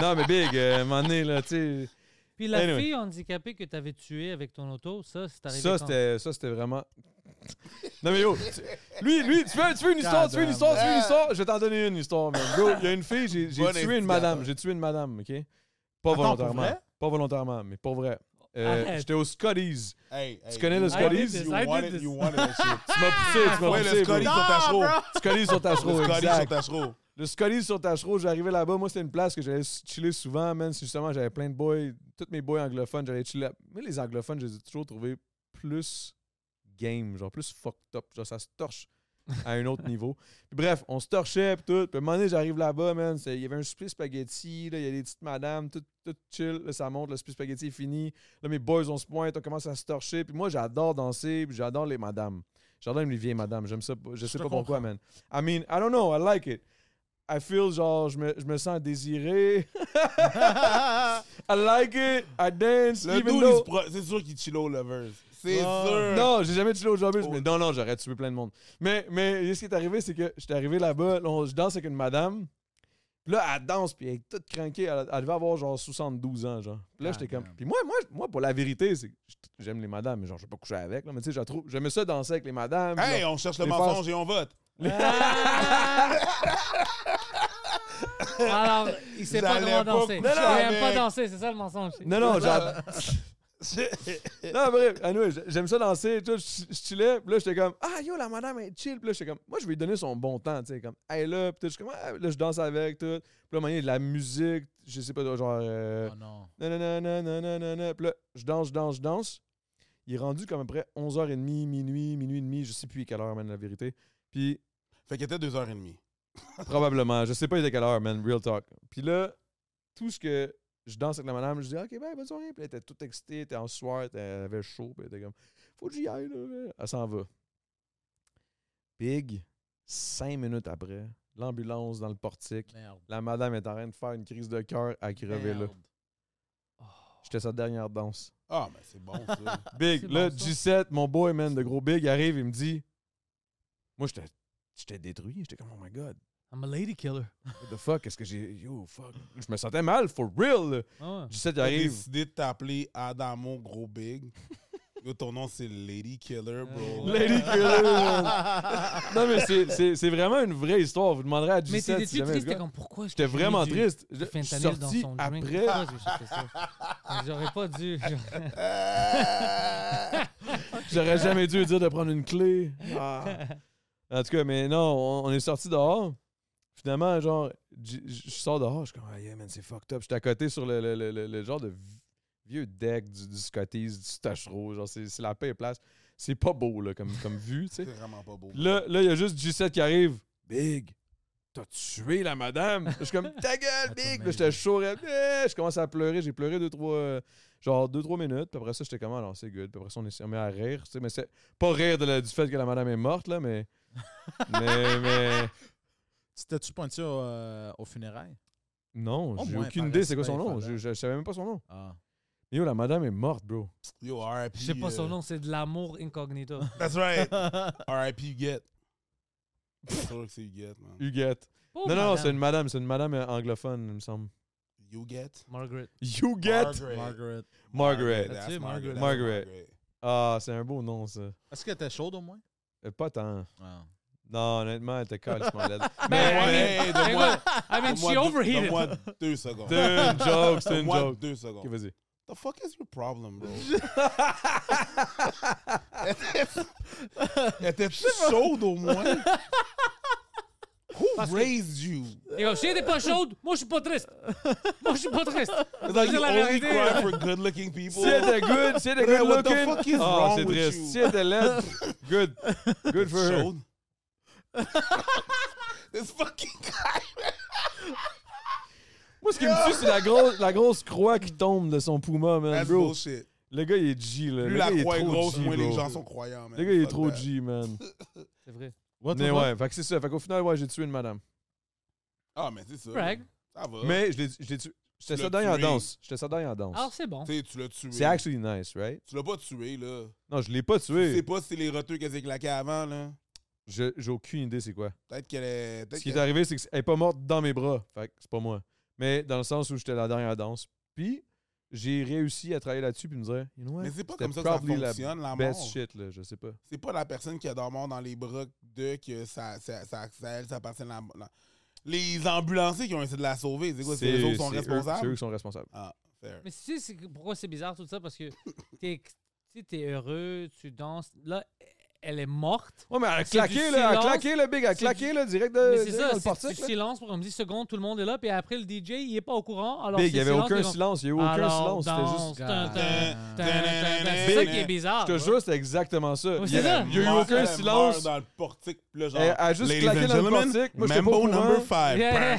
A: Non, mais big, euh, à un moment donné, là, tu sais.
C: Puis la
A: Anyway.
C: fille handicapée que t'avais tuée avec ton auto, ça, c'est arrivé
A: Ça,
C: quand?
A: c'était ça, c'était vraiment. <laughs> Non, mais yo, tu- lui, lui, tu veux, tu veux une histoire, tu veux une
D: Goddamn.
A: histoire, tu veux une histoire, je vais t'en donner une histoire, man. Bro, il y a une fille, j'ai j'ai
B: Bon
A: tué une
B: instigateur.
A: madame, j'ai tué une madame, ok? Pas
D: Attends, pour
A: volontairement.
D: vrai?
A: Pas volontairement, mais pour vrai. Euh,
C: Arrête.
A: J'étais au Scotties.
B: Hey, hey,
A: connais le
B: you
A: Scotties?
B: wanted-
C: I did
B: You
C: this, I
B: wanted-
C: did this.
B: you wanted that
A: <laughs>
B: shit.
A: Tu m'as poussé, tu m'as
B: Ah, Ouais,
A: poussé.
B: le
A: bro.
B: Scotties sur Tachereau.
A: Scotties sur Tachereau,
B: Le Scotties sur
A: exact.
B: Tachereau.
A: Le Scotties sur Tachereau, j'arrivais là-bas. Moi, c'était une place que j'allais s- chiller souvent, man. C'est Justement, j'avais plein de boys. Tous mes boys anglophones, j'allais chiller. là- Mais les anglophones, je les ai toujours trouvés plus game, genre plus fucked up. Genre, ça se torche à un
B: <laughs>
A: autre niveau. Puis bref, on se torchait, puis tout. Puis à un moment donné, j'arrive là-bas, man. c'est- Il y avait un split spaghetti, là, il y a des petites madames, tout, tout chill. Là, ça monte, le split spaghetti est fini. Là, mes boys, on se pointe, on commence à se torcher. Puis moi, j'adore danser, puis j'adore les madames. J'adore les vieilles madames. J'aime ça. Je sais
D: te
A: pas pourquoi,
D: comprends.
A: man. I mean, I don't know, I like it. I feel genre, je me, je me sens désiré. <laughs>
D: Ah,
A: I like it. I dance.
B: Le
A: even
B: dude, il se
A: though...
B: pro- c'est sûr qu'il chill au lovers. C'est
D: Ah.
B: sûr.
A: Non, j'ai jamais tué au jobbers, mais
B: Euh. Oh.
A: non, non, j'aurais tué plein de monde. Mais, mais ce qui est arrivé, c'est que j'étais arrivé là-bas, là, on- je danse avec une madame. Puis là, elle danse, puis elle est toute craquée. Elle, elle devait avoir genre 72 ans, genre. Puis là,
D: Ah,
A: j'étais comme.
D: damn.
A: Puis moi, moi, moi, pour la vérité, c'est que j'aime les madames, mais genre, je vais pas coucher avec. Là, mais tu sais, je la trouve- j'aimais ça danser avec les madames.
B: Hey,
A: genre-
B: on cherche le
A: les
B: mensonge
A: faces.
B: et on vote.
C: Ah!
A: <laughs>
C: Alors, il sait pas
B: J'allais
C: comment
B: pas
C: danser.
B: coucher
C: il aime
B: avec.
C: pas danser, c'est ça le mensonge.
A: Non, non, j'adore.
B: C'était
A: Non, bref, anyway, j- j'aime ça danser, tout, je je chillais, puis là, j'étais comme, ah, yo, la madame, elle est chill, puis là, j'étais comme, moi, je vais lui donner son bon temps, tu sais, comme, hey, là, puis tout, je suis comme, Ah, là, je danse avec, tout, puis là, à un moment donné, de la musique, je sais pas, genre, <laughs> euh,
D: Oh non.
A: nanana, nanana, nanana, puis là, je danse, je danse, je danse, il est rendu comme après 11h30, minuit, minuit et demi, je sais plus quelle heure, man, la vérité, puis
B: Fait qu'il était deux heures et demie.
A: Probablement. Je sais pas il était quelle heure, man. Real talk. Puis là, tout ce que je danse avec la madame, je dis, OK, ben, bonne soirée. Puis elle était toute excitée, elle était en soir, elle avait chaud. Puis elle était comme, faut que j'y aille, là. Elle s'en va. Big, cinq minutes après, l'ambulance dans le portique.
D: Merde.
A: La madame est en train de faire une crise de cœur à crever, là.
D: Merde.
A: J'étais sa dernière danse.
B: Ah, mais c'est bon,
A: <laughs>
B: ça.
A: Big,
C: C'est
A: là,
C: bon, ça.
A: G7, mon boy, man, de gros Big, arrive, il me dit, moi, j'étais- j'étais détruit. J'étais comme, oh my God.
C: I'm a lady killer.
A: What the fuck? Est-ce que j'ai. Yo, fuck. Je me sentais mal, for real. là.
C: Ah ouais.
A: G7 il
B: J'ai
A: arrive.
B: décidé de t'appeler Adamo Gros Big. Yo, ton nom, c'est Lady Killer, bro.
C: <laughs> Ouais.
A: Lady Killer.
C: Ah,
A: non, mais c'est- c'est c'est vraiment une vraie histoire. Vous demanderez à
C: Mais
A: Gisette
C: t'étais
A: si jamais
C: triste,
A: le
C: t'es
A: gars-
C: comme pourquoi est-ce que
A: J'étais
C: j'ai
A: vraiment
C: du
A: triste. Je je suis
C: fentanyl dans
A: sorti
C: son drink?
A: après.
C: Pourquoi j'ai fait ça? Mais J'aurais pas
A: <laughs>
C: dû. j'aurais-
A: J'aurais jamais dû dire de prendre une clé.
C: Ah.
A: En tout cas, mais non, on, on est sorti dehors. Finalement, genre, j- j- je sors dehors, je suis comme, ah yeah, man, c'est fucked up. J'étais à côté sur le, le- le- le- le genre de v- vieux deck du, du Scotties, du Tachereau. Genre, c'est c'est la paix et place. C'est pas beau, là, comme, comme vue, tu
B: <laughs> C'est
A: sais.
B: vraiment pas beau.
A: Là, là, il y a juste G7 qui arrive. Big, t'as tué la madame. Je suis comme, ta gueule, Big. Là, j'étais chaud. raide. Eh, Je commence à pleurer. J'ai pleuré deux, trois, euh, genre deux, trois minutes. Puis après ça, j'étais comme, ah non, c'est good. Puis après ça, on est on met à rire. tu sais, Mais c'est pas rire de la- du fait que la madame est morte, là, mais. mais, mais.
D: T'étais-tu pointé au, euh, au funérail?
A: Non,
D: Au
A: j'ai
D: moins,
A: aucune
D: par
A: idée c'est quoi son
D: respect,
A: nom.
D: fallait.
A: Je, je- je savais même pas son nom.
D: Ah.
A: Mais Yo, la madame est morte, bro.
B: Yo, R.I.P.
C: Je sais pas son
B: euh,
C: nom, c'est de l'amour incognito.
B: That's
C: <laughs>
B: right. R.I.P. Huguette. C'est sûr que c'est Huguette, man.
A: Huguette.
C: Oh,
A: non, non, non,
C: madame.
A: c'est une madame. C'est une madame euh, anglophone, il me semble.
B: Huguette?
C: Margaret.
A: Huguette.
D: Margaret.
A: Margaret.
B: That's
C: That's it,
B: Margaret.
A: Margaret.
B: That's
A: Ah, c'est un beau nom, ça.
D: Est-ce qu'elle était chaude au moins?
A: Euh, Pas tant.
D: Ah.
A: Non, honnêtement, elle était calissement laide.
C: Mais,
B: Mais,
C: Ben, I mean,
B: de
C: hey,
B: moi-
C: look, I mean, she
B: Donne-moi deux-
C: overheated.
B: Donne-moi deux secondes.
A: C'est
B: <laughs>
A: une joke, c'est une
B: Donne-moi
A: joke.
B: deux
A: Ok,
B: secondes.
A: vas-y.
B: The fuck is your problem, bro? Était-tu chaude au moins? Who raised you?
C: Et comme, si elle était pas chaude, moi, je suis pas triste. Moi, je suis
A: <laughs>
C: pas triste.
B: It's like
C: Dire
B: you
C: la
B: only
C: vérité,
B: cry
C: là.
B: for good-looking people.
A: Si elle était good, si elle était
B: Brad,
A: good
B: what the
A: looking.
B: fuck is
A: Ah,
B: wrong
A: c'est
B: with
A: triste.
B: you?
A: Si elle était laide, good. Good for her.
B: Chaude? <laughs> This fucking guy.
A: Moi, ce qui me tue, c'est la grosse, la grosse croix qui tombe de son poumon, man,
B: That's
A: bro.
B: bullshit.
A: Le gars, il est G, là.
B: Plus
A: le
B: la
A: gars, il
B: croix est
A: trop
B: grosse,
A: G,
B: moins les
A: bro.
B: gens sont croyants, Oh, man.
A: Le gars, il est
B: Fuck
A: trop
B: that.
A: G, man.
C: C'est vrai.
D: What,
A: Mais
D: what, what?
A: ouais, fait que c'est ça. Fait qu'au final, ouais, j'ai tué une madame.
B: Ah, mais c'est ça.
C: Brag.
B: Ça va.
A: Mais je l'ai je l'ai tué. J'étais ça
B: Tu l'as
A: dans en
B: tué.
A: danse. J'étais ça dans en
C: Alors,
A: danse.
C: c'est bon.
B: Tu sais, tu l'as tué.
A: C'est actually nice, right?
B: Tu l'as pas tué, là.
A: Non, je l'ai pas
B: Tu sais
A: tué.
B: pas si c'est les retours qu'elle s'est claquée avant, là.
A: Je- J'ai aucune idée c'est quoi.
B: Peut-être qu'elle est. peut-être
A: Ce qui est
B: qu'elle-
A: arrivé, c'est qu'elle est pas morte dans mes bras. Fait que c'est pas moi. Mais dans le sens où j'étais la dernière danse. Puis, j'ai réussi à travailler là-dessus puis me dire, you know what?
B: Mais c'est pas
A: C'était
B: comme ça que ça
A: probably
B: fonctionne, la
A: best
B: mort.
A: shit, là, je sais pas.
B: C'est pas la personne qui a dormi dans les bras de que ça, ça, ça, ça- elle, ça appartient à la- la- Les ambulanciers qui ont essayé de la sauver, c'est quoi? C'est eux autres qui sont
A: c'est eux- C'est
B: responsables?
A: eux qui sont responsables.
B: Ah, fair.
C: Mais tu sais c'est que- pourquoi c'est bizarre tout ça? Parce que t'es tu sais, t'es heureux, tu danses. Là, elle est morte.
A: Ouais, mais elle a
C: C'est du
A: claqué, là, elle a
C: silence.
A: claqué, le big, elle a
C: C'est
A: claqué,
C: du-
A: là, direct
C: Mais
A: de,
C: c'est
A: direct
C: ça,
A: Euh, dans le
C: c'est
A: portique,
C: du
A: là.
C: silence pour comme 10 secondes, tout le monde est là. Puis après, le DJ, il est pas au courant. Alors,
A: Big,
C: c'est
A: il y avait
C: silence,
A: aucun
C: c'est comme-
A: silence, il y a eu aucun
C: Alors,
A: silence, c'était
C: danse,
A: juste...
C: tin, tin,
D: Ah.
C: tin, tin, tin. C'est ça
A: Big,
C: qui est bizarre.
A: Je te jure, c'était exactement ça.
C: Ouais,
A: Il y
C: c'est
A: a-
C: ça.
A: il y a eu
B: Meurt-
A: aucun
B: elle meurt
A: silence.
B: dans le portique, puis là, genre.
A: Elle a juste
B: Ladies
A: claqué
B: and
A: dans le
B: gentlemen,
A: portique. Moi, j'étais pas au
B: Mambo number
A: courant.
B: 5.
C: Yeah.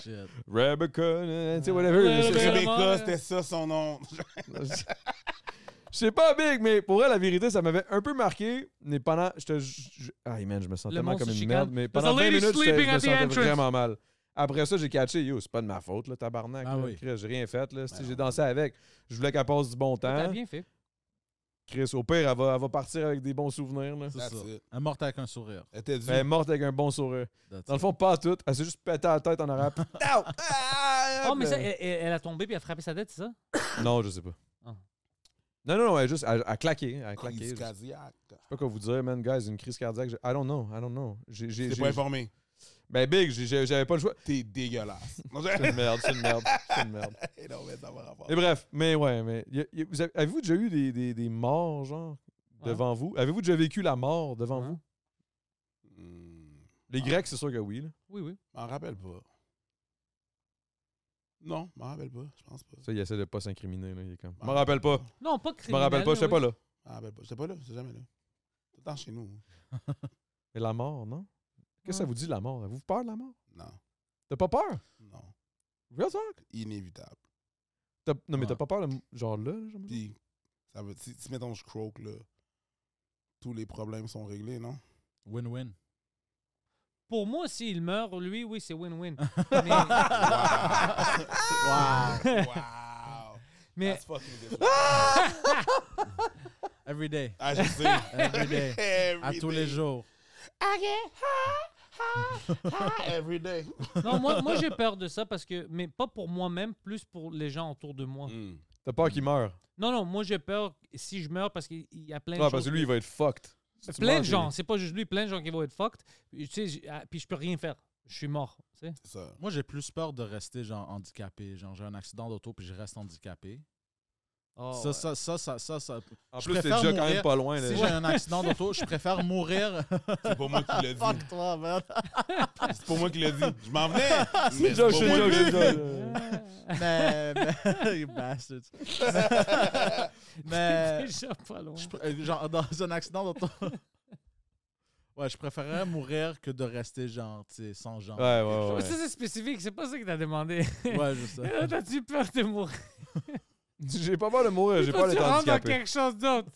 D: Shit.
A: Rebecca, euh, tu sais, whatever.
C: Ouais,
A: c'est-
C: ouais,
A: c'est-
C: ouais.
B: Rebecca, c'était ça son nom.
A: Je sais pas, Big, mais pour elle, la vérité, ça m'avait un peu marqué. Mais pendant. Je te. je- je- Aïe, man, je me sens
C: Le
A: tellement
C: monstre
A: comme une
C: chicane.
A: merde. Mais
C: There's
A: pendant
C: a
A: 20
C: lady
A: minutes, j'étais- je
C: sleeping
A: me
C: at the
A: sentais
C: entrance.
A: vraiment mal. Après ça, j'ai catché. Yo, c'est pas de ma faute, là, tabarnak.
D: Ah
A: là.
D: oui.
A: Chris, j'ai rien fait, là. Si
B: Ben
A: j'ai
B: non.
A: dansé avec. Je voulais qu'elle passe du bon
C: T'as
A: temps.
C: bien fait.
A: Chris, au pire, elle va, elle va partir avec des bons souvenirs, là.
D: C'est
B: That's
D: ça.
B: it.
D: Elle est morte avec un sourire.
B: Elle était due.
A: Elle est morte avec un bon sourire.
D: That's
A: Dans le
D: it.
A: fond, pas à tout. Elle s'est juste pété la tête en arabe. Ow!
C: <laughs>
A: Ah!
C: Oh, mais ça, elle, elle- elle a tombé puis elle a frappé sa tête, c'est ça?
A: Non, je sais pas.
C: Ah.
A: Non, non, non, elle, juste, elle, elle a claqué. Elle a claqué.
B: Crise
A: Je-
B: cardiaque.
A: sais pas quoi vous dire, man, guys, une crise cardiaque. j'ai- I don't know, I don't know. J'ai, j'ai,
B: T'es
A: j'ai-
B: pas informé.
A: ben, big, j'ai- j'ai- j'avais pas le choix.
B: T'es dégueulasse. Non,
A: C'est une merde, c'est une merde, c'est une merde.
B: j'ai- <laughs> non, mais ça va rapport.
A: Et bref, mais ouais, mais y a- y a- vous avez, vous déjà eu des, des, des morts, genre,
C: Ouais.
A: devant vous? Avez-vous déjà vécu la mort devant
C: Ouais.
A: vous?
B: Hmm.
C: Ah.
A: Les Grecs, c'est sûr que oui, là.
C: Oui, oui.
B: M'en rappelle pas. Non, m'en rappelle pas. Je pense pas.
A: Ça, il essaie de pas s'incriminer, là. Il est comme. Je
B: M'en
A: m'en rappelle pas.
C: Non, pas
A: Je
C: Ah. criminel.
A: m'en rappelle pas,
C: mais
A: j'étais
C: oui.
A: pas là.
B: M'en rappelle pas. J'étais pas là. J'étais jamais là. Tout le temps chez nous.
A: Mais la mort, non? Qu'est-ce que ça
C: Ouais.
A: vous dit, la mort? Avez-vous peur de la mort?
B: Non.
A: T'as pas peur?
B: Non.
A: Real talk?
B: Inévitable.
A: T'as- non, mais
D: Ouais.
A: t'as pas peur, de, genre là? genre?
B: Puis, ça veut, si, si, mettons, je croque, là, tous les problèmes sont réglés, non?
D: Win-win.
C: Pour moi, s'il meurt, lui, oui,
A: <laughs>
C: c'est win-win. Mais-
B: Wow! wow!
C: Mais
B: That's fucking disrespectful.
D: Every day.
B: Ah, je sais.
D: Every day.
B: <laughs> Every
D: Eh À tous
B: day.
D: les jours.
B: I get high, high, high <laughs> every day.
A: Ah. <laughs> Mm.
C: non, moi, moi j'ai peur de ça parce que, mais pas pour moi-même, plus pour les gens autour de moi.
A: T'as peur qu'il meure.
C: Non, non, moi j'ai peur si je meurs parce qu'il il y a plein de
A: Ouais, Ah, parce
C: choses
A: que lui, il va être fucked. Si tu
C: Plein de
A: manges,
C: gens, c'est pas juste lui, plein de gens qui vont être fucked. Tu sais, j'- ah, puis je peux rien faire. Je suis mort. tu sais.
B: C'est ça.
D: Moi, j'ai plus peur de rester genre handicapé. Genre, j'ai un accident d'auto puis je reste handicapé.
C: Oh,
D: ça,
C: ouais.
D: ça, ça, ça, ça, ça-
A: En
D: Je
A: plus, t'es
D: préfère
A: déjà quand même
D: mourir
A: pas loin.
D: Si
A: là.
D: j'ai un accident d'auto, je préfère mourir.
B: C'est pas moi qui l'ai
D: <laughs>
B: dit.
D: toi, man.
B: C'est pas moi qui l'ai dit. Je m'en venais.
A: C'est
B: Mais
A: joke,
B: c'est
A: c'est
B: pas moi
A: joke,
B: qui
A: c'est
B: l'ai
A: joke.
B: dit.
C: <laughs>
D: Euh. Mais, mais- <laughs> you bastards. Mais,
C: Déjà pas loin.
D: je pr- euh, genre, dans un accident d'auto. <laughs> Ouais, je préférerais mourir que de rester genre, tu sais, sans genre.
A: Ouais, ouais, <laughs> ouais.
C: Ça, c'est spécifique, c'est pas ça que
A: <laughs>
C: t'as demandé. <laughs> Oh,
D: Ouais, je sais.
C: T'as-tu peur de mourir?
A: J'ai pas peur de mourir, j'ai
C: Toi,
A: peur
C: tu
A: d'être
C: rentres dans
A: handicapé.
C: quelque chose d'autre.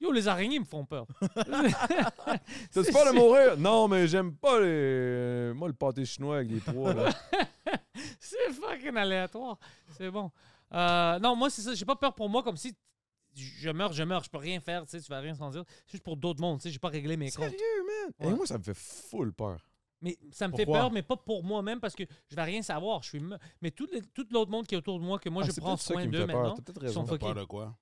C: Yo, les araignées me
A: <laughs>
C: font peur. <laughs>
A: T'as-tu peur de mourir? Non, mais j'aime pas les. euh, Moi, le pâté chinois avec des pois,
B: <laughs>
A: là.
C: C'est fucking aléatoire. C'est bon. Euh, non, moi, c'est ça. J'ai pas peur pour moi comme si je meurs, je meurs. Je peux rien faire. Tu sais, tu vas rien sans dire. C'est juste pour d'autres mondes. Tu sais, j'ai pas réglé mes comptes.
A: Sérieux, man? Et
C: Ouais.
A: moi, ça me fait full peur.
C: Mais ça me
D: Pourquoi?
C: fait peur, mais pas pour moi-même parce que je vais rien savoir. Je suis me- Mais tout, le- tout l'autre monde qui est autour de moi, que moi
A: Ah,
C: je
A: c'est
C: prends
A: peut-être ça
C: soin
A: qui me
C: d'eux
A: fait peur.
C: maintenant,
A: T'as peut-être
C: ils sont
A: raison.
C: fuckés.
B: Peur de quoi?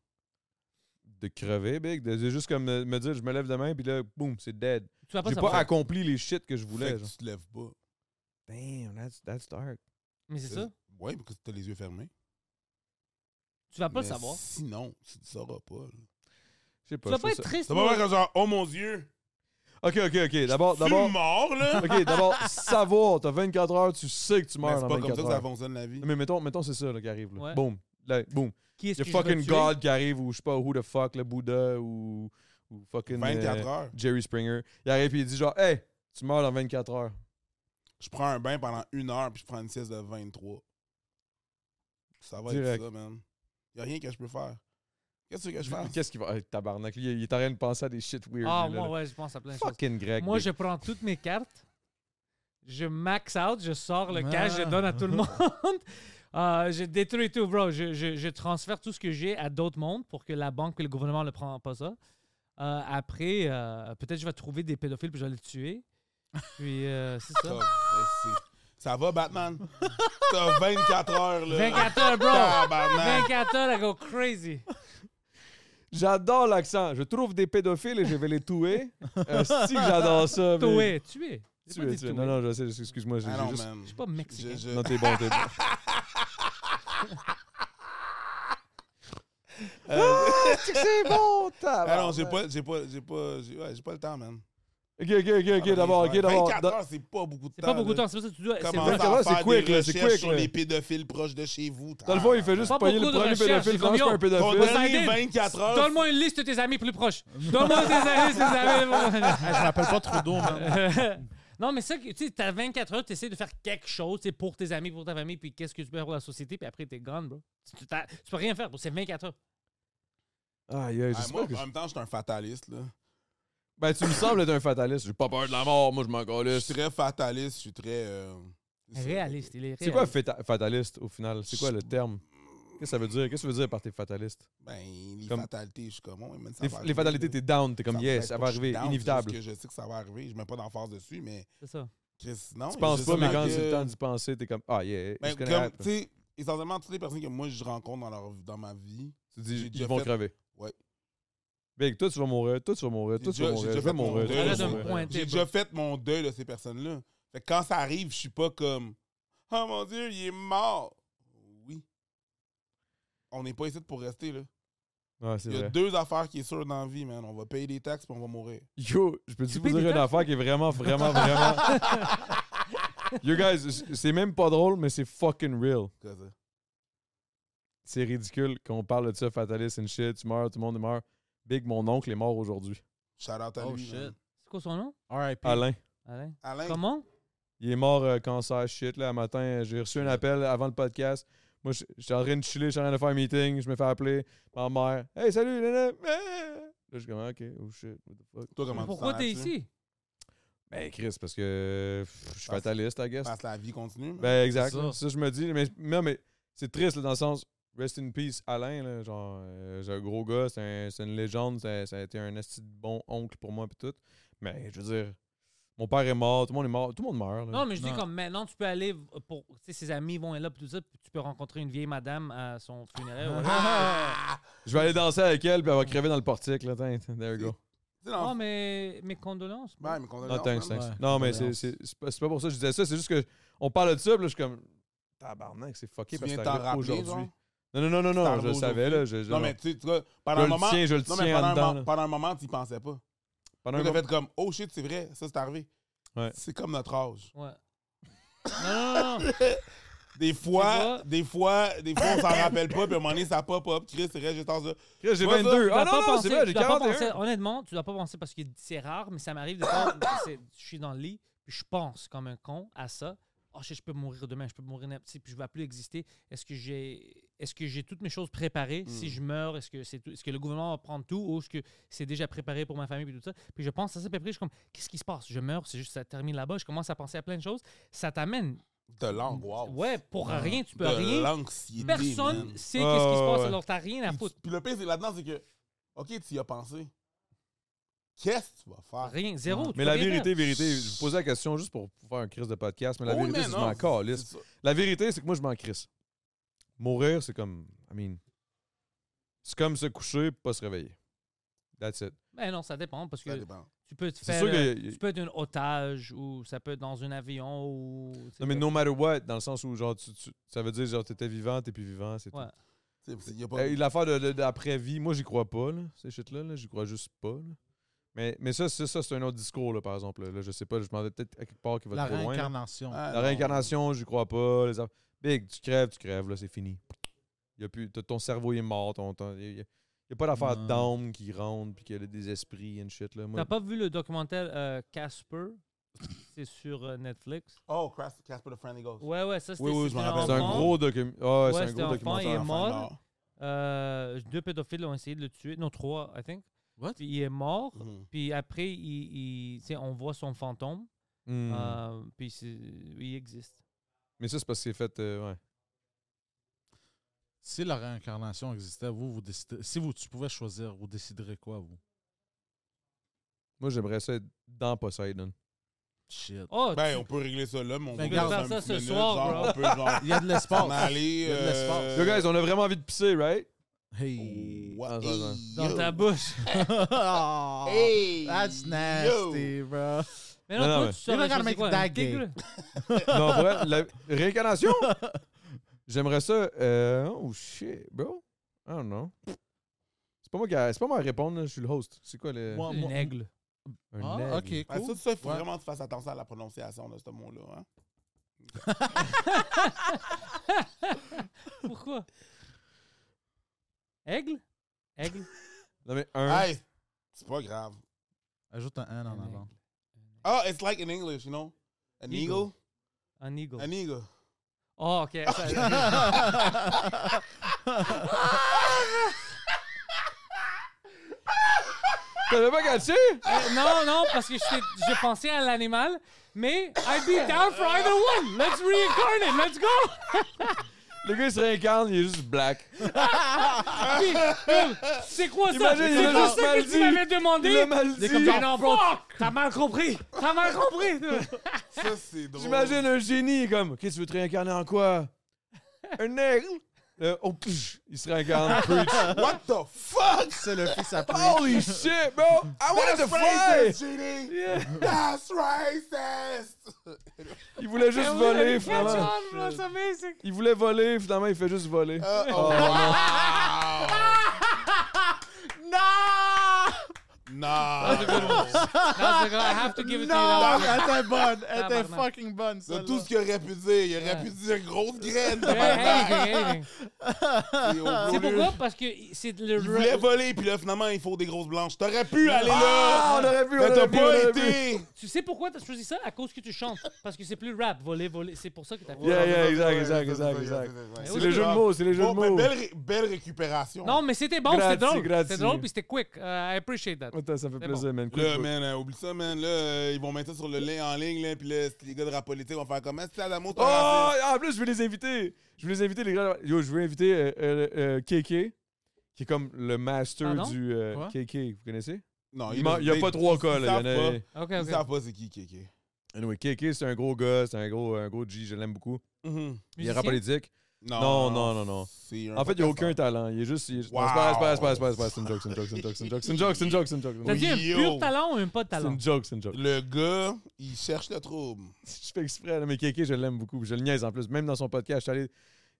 A: De crever, big. De, de juste comme me, me dire, je me lève demain, puis là, boum, c'est dead.
C: Tu vas pas
A: J'ai
C: savoir.
A: pas accompli les shit que je voulais.
B: Fait que
A: genre.
B: tu te lèves pas.
A: Damn, that's, that's dark.
C: Mais c'est ça.
B: Oui, parce que t'as les yeux fermés.
C: Tu vas pas le
B: Mais
C: savoir.
B: Sinon, tu ne sauras pas. là.
A: Je sais pas. je
C: Tu vas pas
A: trouve
C: être
A: ça-
C: triste.
B: C'est pas vrai
C: mais-
B: que genre, oh mon Dieu,
A: Ok, ok, ok. D'abord,
B: tu es
A: Oh, d'abord.
B: mort, là.
A: Ok, d'abord, savoir. T'as 24 heures, tu sais que tu
B: Mais
A: meurs
B: c'est
A: dans
B: pas comme ça
A: 24
B: que ça
A: heures.
B: fonctionne la vie.
A: Non, Mais mettons, mettons c'est ça là, qui arrive. Là.
C: Ouais.
A: Boom. Là, boom.
C: Qui est-ce
A: Le
C: que je vais
A: fucking
C: tuer?
A: God qui arrive ou je sais pas who the fuck, le Bouddha ou, ou fucking euh,
B: 24 heures.
A: Jerry Springer. Il arrive et il dit genre, hey, tu meurs dans 24 heures.
B: Je prends un bain pendant une heure puis je prends une sieste de 23. Ça va
A: Direct.
B: être ça, man. Y a rien que je peux faire. Qu'est-ce que tu veux que je fasse?
A: Qu'est-ce qu'il va. Hey, tabarnak, lui, il est en train de penser à des shit weird.
C: Ah,
A: lui, là,
C: moi,
A: là.
C: ouais, je pense à plein de choses.
A: Fucking grec.
C: Moi,
A: big.
C: je prends toutes mes cartes. Je max out, je sors le
D: Ah.
C: cash, je donne à tout le monde. <laughs> Euh, je détruis tout, bro. Je, je- je transfère tout ce que j'ai à d'autres mondes pour que la banque et le gouvernement ne prennent pas ça. Euh, après, euh, peut-être je vais trouver des pédophiles puis je vais les tuer. Puis, euh, c'est
B: Ça <laughs>
C: ça.
B: va, c'est- Ça va,
C: <laughs>
B: Batman? T'as 24 heures, là.
C: 24 heures,
B: Ah.
C: bro!
B: Tabarnak.
C: 24 heures, I go crazy.
A: J'adore l'accent. Je trouve des pédophiles et je vais les
C: <laughs>
A: tuer. si que j'adore ça. big.
C: Tuer, tuer. J'ai pas
A: Tuer,
C: dit
A: tuer.
C: tuer.
A: Non, non, je sais, excuse-moi. j'ai-
B: Ah
A: j'ai
B: non,
A: juste...
B: man.
C: Je suis pas mexicain.
B: Je- je-
A: Non, t'es bon, t'es bon.
B: Euh,
A: <laughs> C'est bon,
B: Ah non, j'ai pas, j'ai pas, j'ai pas, j'ai ouais, j'ai pas le temps, man.
A: Ok, ok, ok,
B: Ah,
A: ok, d'abord, ok, d'abord.
B: 24
A: Da-
B: heures, c'est pas beaucoup de temps.
C: C'est pas beaucoup de
B: là.
C: temps, c'est pour ça que tu dois. c'est
B: Commence
C: vrai.
A: Vingt-quatre heures,
B: à
A: c'est
B: faire
A: quick,
B: des
A: là, c'est
B: recherches
A: quick,
B: sur
A: là.
B: les pédophiles proches de chez vous.
A: Dans le fond, il fait juste
C: Pas
A: pogner le
C: beaucoup de
A: premier
C: recherche,
A: pédophile.
C: c'est
A: Comment
C: comme
A: je fais un
C: yo,
B: Ton
A: pédophile?
B: dernier
C: Poseidon.
B: 24 heures.
C: Donne-moi une liste de tes amis plus proches. Donne-moi tes amis, tes amis.
D: Ah, je m'appelle pas
C: <laughs>
D: Trudeau, man.
C: Euh, non, mais ça, que- tu sais, t'as 24 heures, t'essaies de faire quelque chose, tu sais, pour tes amis, pour ta famille, puis qu'est-ce que tu peux faire pour la société, puis après, t'es gone, bro. Tu, t'as- tu peux rien faire, bro. C'est 24 heures.
A: Aïe, aïe,
B: Ah,
A: je sais
B: moi,
A: pas que
B: en même temps, je suis un fataliste, là.
A: Ben, tu me sembles être un fataliste. J'ai pas peur de la mort, moi, je m'en
B: Je
A: calisse.
B: suis très fataliste, je suis très. euh,
C: Réaliste, il est réaliste.
A: C'est quoi fata- fataliste au final? C'est quoi le terme? Qu'est-ce que ça veut dire? Qu'est-ce que ça veut dire par tes fatalistes?
B: Ben, les
A: Comme-
B: fatalités, je suis comme. oh, man, ça
A: Les,
B: va
A: les
B: arriver,
A: fatalités,
B: là.
A: t'es down, t'es comme
B: me
A: yes,
B: presse
A: ça
B: pas,
A: va
B: je
A: arriver,
B: suis down, c'est juste
A: inévitable.
B: que je sais que ça va arriver, je mets pas d'emphase dessus, mais
C: C'est ça.
B: Chris, non.
A: Tu penses
B: je
A: pas,
B: sais
A: mais quand
B: que-
A: c'est le temps d'y penser, t'es comme ah yeah,
B: Ben,
A: je connais
B: comme,
A: hâte.
B: tu sais, essentiellement, toutes les personnes que moi je rencontre dans, leur, dans ma vie,
A: Tu dis,
B: j'ai
A: ils
B: déjà
A: vont
B: fait-
A: crever.
B: Ouais.
A: Big, toi, tu vas mourir, toi, tu vas mourir,
B: J'ai
A: toi, tu
B: déjà-
A: vas
B: j'ai
A: mourir, je
B: déjà
A: vais
B: fait mon
A: mourir.
B: deuil.
A: toi, tu
C: Arrête de
A: vas
C: me
A: mourir.
C: pointer,
B: j'ai
C: bro.
B: déjà fait mon deuil de ces personnes-là. Fait que quand ça arrive, je suis pas comme Oh mon Dieu, il est mort. Oui. On n'est pas ici pour rester, là.
A: Ouais, c'est
B: Il y a
A: vrai.
B: deux affaires qui sont sûres dans la vie, man. On va payer des taxes puis on va mourir.
A: Yo, je peux-tu
C: Tu
A: vous
C: payes
A: dire
C: des
A: une
C: taxes?
A: affaire qui est vraiment, vraiment,
B: <laughs>
A: vraiment. Yo, guys, c- c'est même pas drôle, mais c'est fucking real.
B: Qu'est-ce que
A: C'est ridicule qu'on parle de ça, fataliste and shit, tu meurs, tout le monde meurt. Big, mon oncle est mort aujourd'hui.
B: c'est? Shout out à
D: Oh
B: lui,
D: shit.
B: man.
C: C'est quoi son nom?
D: R.I.P.
A: Alain.
C: Alain.
B: Alain,
C: Comment?
A: Il est mort euh, cancer shit là un matin. euh, J'ai reçu un appel avant le podcast. Moi, j- j'étais en train de chiller, j'étais en train de faire un meeting, je me fais appeler. Ma mère. Hey, salut, nana. Ah! Là, je suis comme ok, oh shit, what the fuck.
B: toi, comment tu
C: Pourquoi
B: t'en
C: t'es
B: là-dessus?
C: ici?
A: Ben Chris, parce que pff, je suis
B: Parce-
A: fataliste, I guess.
B: Parce que la vie continue, man.
A: Ben exact.
D: C'est ça.
A: Ça. je me dis, mais non, mais c'est triste là, dans le sens. Rest in peace, Alain, là, genre, euh, c'est un gros gars, c'est un- c'est une légende, ça, ça a été un esti de bon oncle pour moi, pis tout. Mais je veux dire, Mon père est mort, tout le monde est mort, tout le monde meurt. là.
C: Non, mais je dis
D: Non.
C: comme maintenant, tu peux aller v- pour. Tu sais, ses amis vont être là, puis tout ça, puis tu peux rencontrer une vieille madame à son funéraire. ouais.
B: <laughs> Ah!
A: Je vais aller danser avec elle, puis elle va crever dans le portique. Là. Tiens, tiens, There you go.
B: Tu sais,
A: Ah,
C: Oh,
B: dans-
C: mais mes condoléances. bro.
B: Ouais, mais qu'on a-
A: Non, thanks,
D: ouais.
A: thanks.
D: Ouais.
A: Non, mais c'est
D: Condoléances.
A: c'est- c'est pas, c'est pas pour ça que je disais ça. C'est juste que on parle de ça, puis là, je suis comme. Tabarnak, c'est fucké
B: Tu
A: parce
B: viens
A: que
B: de
A: c'est
B: t'en
A: arrivé
B: rappeler,
A: aujourd'hui.
B: genre?
A: Non, non, non, non,
B: t'en
A: non, je
B: rappelles
A: le savais, là. Je, je-
B: Non, mais tu sais, tu vois,
A: je
B: pendant un
A: le
B: moment.
A: tiens, je le
B: Non, mais
A: tiens
B: pendant
A: en
B: un
A: dedans.
B: moment-
A: là.
B: pendant un moment, tu y pensais pas.
A: Pendant
B: Tu
A: un
B: as
A: moment-
B: fait comme, oh shit, c'est vrai, ça c'est arrivé.
A: Ouais.
B: C'est comme notre âge.
C: Ouais. Non, non, non, non.
B: Des
C: Tu
B: fois,
C: vois?
B: des fois, des fois, on s'en rappelle pas, puis à un moment donné, ça pop up. Chris, c'est vrai, j'ai tendance de.
A: Chris, J'ai
B: Ouais, ça,
A: 22.
C: Tu
A: Ah
C: dois
A: non,
C: pas
A: non,
C: penser-
A: c'est vrai, j'ai
C: tu dois pas penser-
A: 41.
C: Honnêtement, tu dois pas penser parce que c'est rare, mais ça m'arrive de faire. <coughs> c'est- Je suis dans le lit, puis je pense comme un con à ça. Oh shit, je peux mourir demain, je peux mourir n'importe- tu sais, puis je vais plus exister. Est-ce que j'ai est-ce que j'ai toutes mes choses préparées
A: Hmm.
C: si
B: Mm.
C: je meurs Est-ce que c'est tout- est-ce que le gouvernement va prendre tout ou est-ce que c'est déjà préparé pour ma famille puis tout ça Puis je pense à ça puis après je suis comme qu'est-ce qui se passe Je meurs, c'est juste ça termine là-bas, je commence à penser à plein de choses, ça t'amène
B: De
A: Oh,
B: l'angoisse.
C: ouais, pour
D: Ah.
C: rien, tu peux
B: De
C: rien.
B: l'anxiété.
C: Personne
B: man.
C: sait
A: Ouais,
C: qu'est-ce qui se
A: ouais,
C: passe
A: Ah ouais.
C: alors t'as rien à
B: Puis,
C: foutre.
B: tu- puis le pire, c'est là-dedans, c'est que, OK, tu y as pensé. Qu'est-ce que tu vas faire?
C: Rien, zéro. tu
A: Ah. Mais
C: peux
A: la
C: rien faire.
A: vérité, vérité, je vous posais la question juste pour faire un crise de podcast, mais la
B: Oh,
A: vérité,
B: mais
A: c'est que je
B: non,
A: m'en calisse.
B: c'est ça.
A: La vérité, c'est que moi, je m'en crisse. Mourir, c'est comme. I mean. C'est comme se coucher et pas se réveiller. That's it.
C: Ben non, ça dépend parce
B: Ça
C: que
B: dépend.
C: tu peux te
A: C'est
C: faire.
A: sûr
C: euh,
A: que.
C: Tu peux être un otage ou ça peut être dans un avion ou.
A: Non, mais no matter what, dans le sens où, genre, tu- tu- ça veut dire, genre, t'étais vivant, t'es plus vivant, c'est
C: Ouais.
A: tout.
B: Tu sais, il y a pas-
A: Euh, L'affaire de, de- d'après-vie, moi, j'y crois pas, là, ces shit-là, là, j'y crois juste pas. là. Mais, mais ça, c'est, ça, c'est un autre discours, là, par exemple. Là, Là, je sais pas, je m'en vais peut-être à quelque part qui va
D: La
A: trop loin. là.
D: réincarnation.
B: Ah,
A: La
B: non.
A: réincarnation, j'y crois pas. Les aff- Big, tu crèves, tu crèves, là, c'est fini. Y a plus, t- ton cerveau il est mort, ton, ton- y, a, y a pas d'affaire
D: Non.
A: d'âme qui rentre, puis qu'il y a des esprits and shit, là. Moi,
C: T'as pas vu le documentaire euh, Casper C'est sur euh, Netflix.
B: Oh, Cras- Casper the Friendly Ghost.
C: Ouais, ouais, ça c'était.
B: Oui, oui, je
C: c'était
B: m'en
C: un
B: rappelle.
A: c'est un
C: enfant.
A: gros document. Ah, c'est
C: Ouais,
A: un
C: c'était
A: gros
C: enfant,
A: documentaire.
C: il est
B: Enfin,
C: mort.
B: mort.
C: Euh, deux pédophiles ont essayé de le tuer. Non, trois, I think.
D: What?
C: Puis il est mort.
A: Hmm.
B: Mhm.
C: Puis après, il, il- tu sais, on voit son fantôme.
A: Hmm.
C: Euh, puis c'est- il existe.
A: Mais ça, c'est parce que c'est fait. euh, ouais.
D: Si la réincarnation existait, vous, vous décidez. Si vous, tu pouvais choisir, vous déciderez quoi, vous?
A: Moi, j'aimerais ça être dans Poseidon.
D: Shit.
C: Oh,
B: Ben,
C: tu-
B: on peut régler ça là, mais on
D: Ben,
B: peut
D: regarde.
B: faire
C: Faire ça
B: un petit
C: ce
B: minute,
C: soir,
B: genre,
C: bro.
B: On peut,
C: <laughs>
B: genre,
D: Il y a de
B: <laughs>
D: l'espace.
B: s'en aller. euh,
D: Il y a de l'espace.
A: Yo, guys, on a vraiment envie de pisser, right?
D: Hey.
B: What?
A: Attends, attends.
B: Hey,
C: dans
B: yo.
C: ta bouche. <laughs>
D: <laughs> Oh,
B: Hey,
D: That's
B: yo.
D: nasty, bro.
C: Mais
A: Non, non,
C: non, toi,
A: mais-
C: tu saurais
D: You're not gonna
C: choisir
D: make
C: quoi,
D: that
C: un
D: gay.
C: dégueu?
A: non, pour vrai, la réincarnation. J'aimerais ça. euh, oh shit, bro. I don't know. C'est pas moi qui a- c'est pas moi à répondre, là, je suis le host. C'est quoi le.
D: Moi-
C: Un aigle.
A: un
D: Ah,
A: aigle.
D: ok,
B: Ah, ça,
D: cool.
B: ça, il faut
D: Ouais.
B: vraiment que tu fasses attention à la prononciation de ce mot-là. Hein?
C: Pourquoi? Aigle? Aigle?
A: Non, mais un.
B: Hey, c'est pas grave.
D: Ajoute un N en
C: Un
D: avant.
B: Oh, it's like in English, you know? An eagle?
C: Eagle. Un eagle.
B: An
C: <laughs>
B: eagle.
C: Oh, OK.
A: T'avais pas catché?
C: Euh, non, non, parce que je, t'ai- je pensais à l'animal, mais I'd be down for either one. Let's reincarn it. Let's go.
A: Le gars, il se réincarne, il est juste black.
C: Puis, euh, C'est quoi ça?
A: Imagine, il
C: C'est
A: a
C: tout
A: juste
C: ça
A: mal
C: que
A: dit.
C: tu m'avais demandé.
A: Il a mal
C: C'est
A: dit.
C: comme genre, fuck, t'as mal compris. T'as mal compris. <laughs>
B: Ça, c'est drôle.
A: J'imagine un génie comme. Ok, tu veux te réincarner en quoi? Un aigle? Là, oh, pff, il se réincarne. Preach.
B: What the fuck?
D: C'est le fils à
A: <laughs> Holy shit, bro! I wanted to
B: That's
A: fly!
B: racist, GD! That's racist! <laughs>
A: Il voulait juste voler, finalement.
C: That's amazing.
A: Il voulait voler, finalement, il fait juste voler.
B: Uh-oh.
A: <laughs> Ah,
B: Non! Non!
C: That's a good- I have to give it to you. Ah, bah,
D: Non, elle était bonne. Elle était
C: Tabarnak.
D: fucking bonne,
B: C'est
D: ça.
B: tout ce qu'il aurait pu dire. Il aurait
C: Ouais.
B: pu dire grosse graine.
C: Yeah,
B: tabarnak.
C: anything, anything.
B: Et au
C: C'est
B: lieu-
C: pourquoi? Parce que c'est le...
B: Il voulait voler, puis là, finalement, il faut des grosses blanches. T'aurais pu aller
A: Ah,
B: là!
A: on aurait pu, on
B: Mais t'as
A: aurait pu, on
B: pas
A: aurait pu.
B: été!
C: Tu sais pourquoi t'as choisi ça? À cause que tu chantes. Parce que c'est plus rap, voler, voler. C'est pour ça que t'as fait
A: Yeah,
C: ça.
A: yeah,
B: Ouais,
A: exact,
B: ouais,
A: exact,
B: ouais,
A: exact,
B: ouais,
A: exact.
B: ouais, ouais, ouais.
A: C'est les jeux de mots, c'est les jeux de
B: Bon, mais
A: mots.
B: belle, ré- belle récupération.
C: Non, mais c'était bon,
A: Grazie,
C: c'était drôle.
A: grazie.
C: C'était drôle, puis c'était quick. Euh, I appreciate that.
A: Attends, ça fait
C: C'est
A: plaisir, man. Quick,
B: Là,
A: quick.
B: man, euh, oublie ça, man. Là, euh, ils vont mettre ça sur le lien en ligne, là, puis là, les gars de rap politique vont faire comment? C'est à l'amour,
A: Oh, en plus, je veux les inviter. Je veux les inviter, les gars. Yo, je veux inviter euh, euh, euh, KK, qui est comme le master
C: Pardon?
A: du euh,
D: Quoi?
A: KK. Vous connaissez?
B: Non,
A: Il n'y a
B: ils-
A: pas trois
B: ils
A: cas. Là.
B: savent
A: Il y en a-
B: pas.
C: Ok,
B: Ils savent
C: ok.
B: pas c'est qui Kéké.
A: Anyway, KK, c'est un gros gars, c'est un gros, un gros G, je l'aime beaucoup.
B: Mhm.
A: Il est rap politique.
B: Non,
A: Mm-hmm. Non, non, non, non.
B: c'est un
A: En fait, il n'y a
B: podcasteur.
A: aucun talent. Il est juste. il est-
B: Wow.
A: Non, c'est pas c'est pas- c'est pas- c'est pas- c'est pas- c'est une joke, c'est une joke, c'est une joke, c'est une joke, c'est une joke, c'est une joke, c'est une joke.
C: T'as
A: C'est
C: dit un
B: Yo.
C: pur talent ou un pas de talent?
A: une joke, c'est une joke.
B: Le gars, il cherche le trouble.
A: <laughs> Je fais exprès, là, mais KK, je l'aime beaucoup. Je le niaise en plus. Même dans son podcast, je suis allé.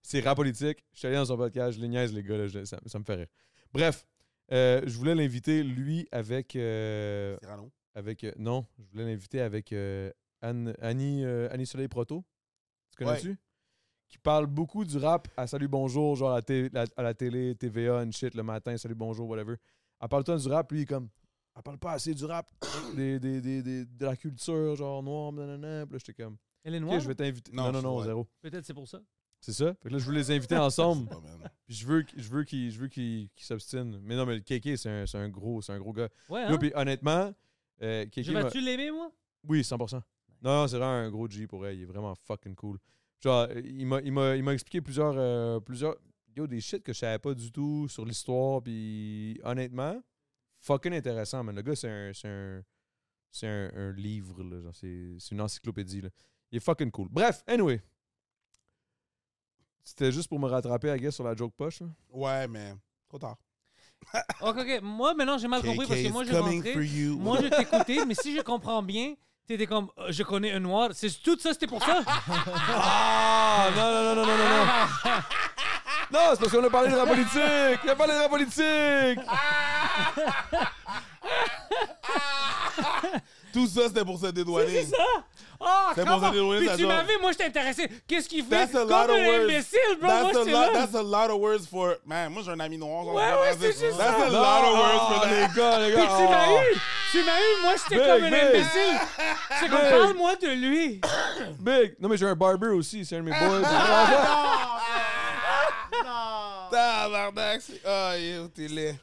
A: C'est rap politique. Je suis allé dans son podcast, je le niaise, les gars. là, je- ça, ça me fait rire. Bref, euh, je voulais l'inviter, lui, avec. euh,
B: Cyrano.
A: avec euh, non, je voulais l'inviter avec euh, Anne, Annie, euh, Annie Soleil Proto. Tu connais-tu? Qui parle beaucoup du rap à Salut Bonjour, genre à, té- la- à la télé, TVA, une shit le matin, Salut Bonjour, whatever. Elle parle tant du rap, lui, il est comme. Elle parle pas assez du rap, <coughs> des, des, des, des- de la culture, genre noir, nanana. Puis là, j'étais comme.
C: Elle est
A: Ok,
C: noire?
A: je vais t'inviter.
B: Non,
A: Non, non,
B: je-
A: non,
B: ouais.
A: zéro.
C: Peut-être c'est pour ça.
A: C'est ça? Fait que là, je veux les <laughs> inviter ensemble.
B: Oh, man.
A: Puis je veux, qu- je veux qu'ils je veux qu'ils- qu'ils s'obstinent. Mais non, mais le KK, c'est un, c'est un gros, c'est un gros gars.
C: Ouais,
A: Là,
C: hein?
A: puis honnêtement, euh, KK. m'a-
C: J'aurais-tu l'aimer, moi?
A: oui, 100%. Non, non, c'est vraiment un gros G pour elle. Il est vraiment fucking cool. Genre, euh, il m'a, il m'a, il m'a expliqué plusieurs, euh, plusieurs. Yo, des shit que je savais pas du tout sur l'histoire. Puis honnêtement, fucking intéressant, man. Le gars, c'est un. C'est un, c'est un, un livre, là. Genre, c'est, c'est une encyclopédie, là. Il est fucking cool. Bref, anyway. C'était juste pour me rattraper, I guess, sur la joke poche. là.
B: Ouais, mais trop tard.
C: Ok, ok. Moi, maintenant, j'ai mal compris parce que
B: KK
C: moi,
B: is
C: je
B: coming for
C: rentré.
B: you.
C: Moi, je t'écoutais, mais si je comprends bien, t'étais comme euh, je connais un noir. C'est tout ça, c'était
B: <laughs>
C: pour ça?
A: Ah! Non, non, non, non, non, non, non. Non, c'est parce qu'on a parlé de rap politique! On a parlé de rap politique!
B: Tout ça, c'était pour se dédouaner.
C: Ah,
B: C'est
C: comment?
B: pour ça que j'ai donné
C: Puis
B: la
C: tu
B: joke.
C: m'avais, moi, j'étais intéressé. Qu'est-ce qu'il fait?
B: That's a
C: Comme
B: lot of
C: un
B: words.
C: imbécile, bro. moi,
B: That's a,
C: j'étais
B: lot,
C: là.
B: that's a lot of words for. Man, moi j'ai un ami noir.
C: Ouais, ouais, c'est juste
B: That's
C: ça.
B: a lot of words for
A: Ah,
B: that.
A: les gars, les
C: Puis
A: gars!
C: tu m'as
A: oh.
C: eu. Tu m'as eu. Moi, j'étais
A: Big,
C: comme un
A: big.
C: imbécile. C'est comme,
A: Big.
C: parle-moi de lui.
A: Big! Non, mais j'ai un barber aussi, c'est un de mes
C: <laughs>
A: boys. Ah,
B: Tabarnak. c'est- Ah, yo, t'es laid.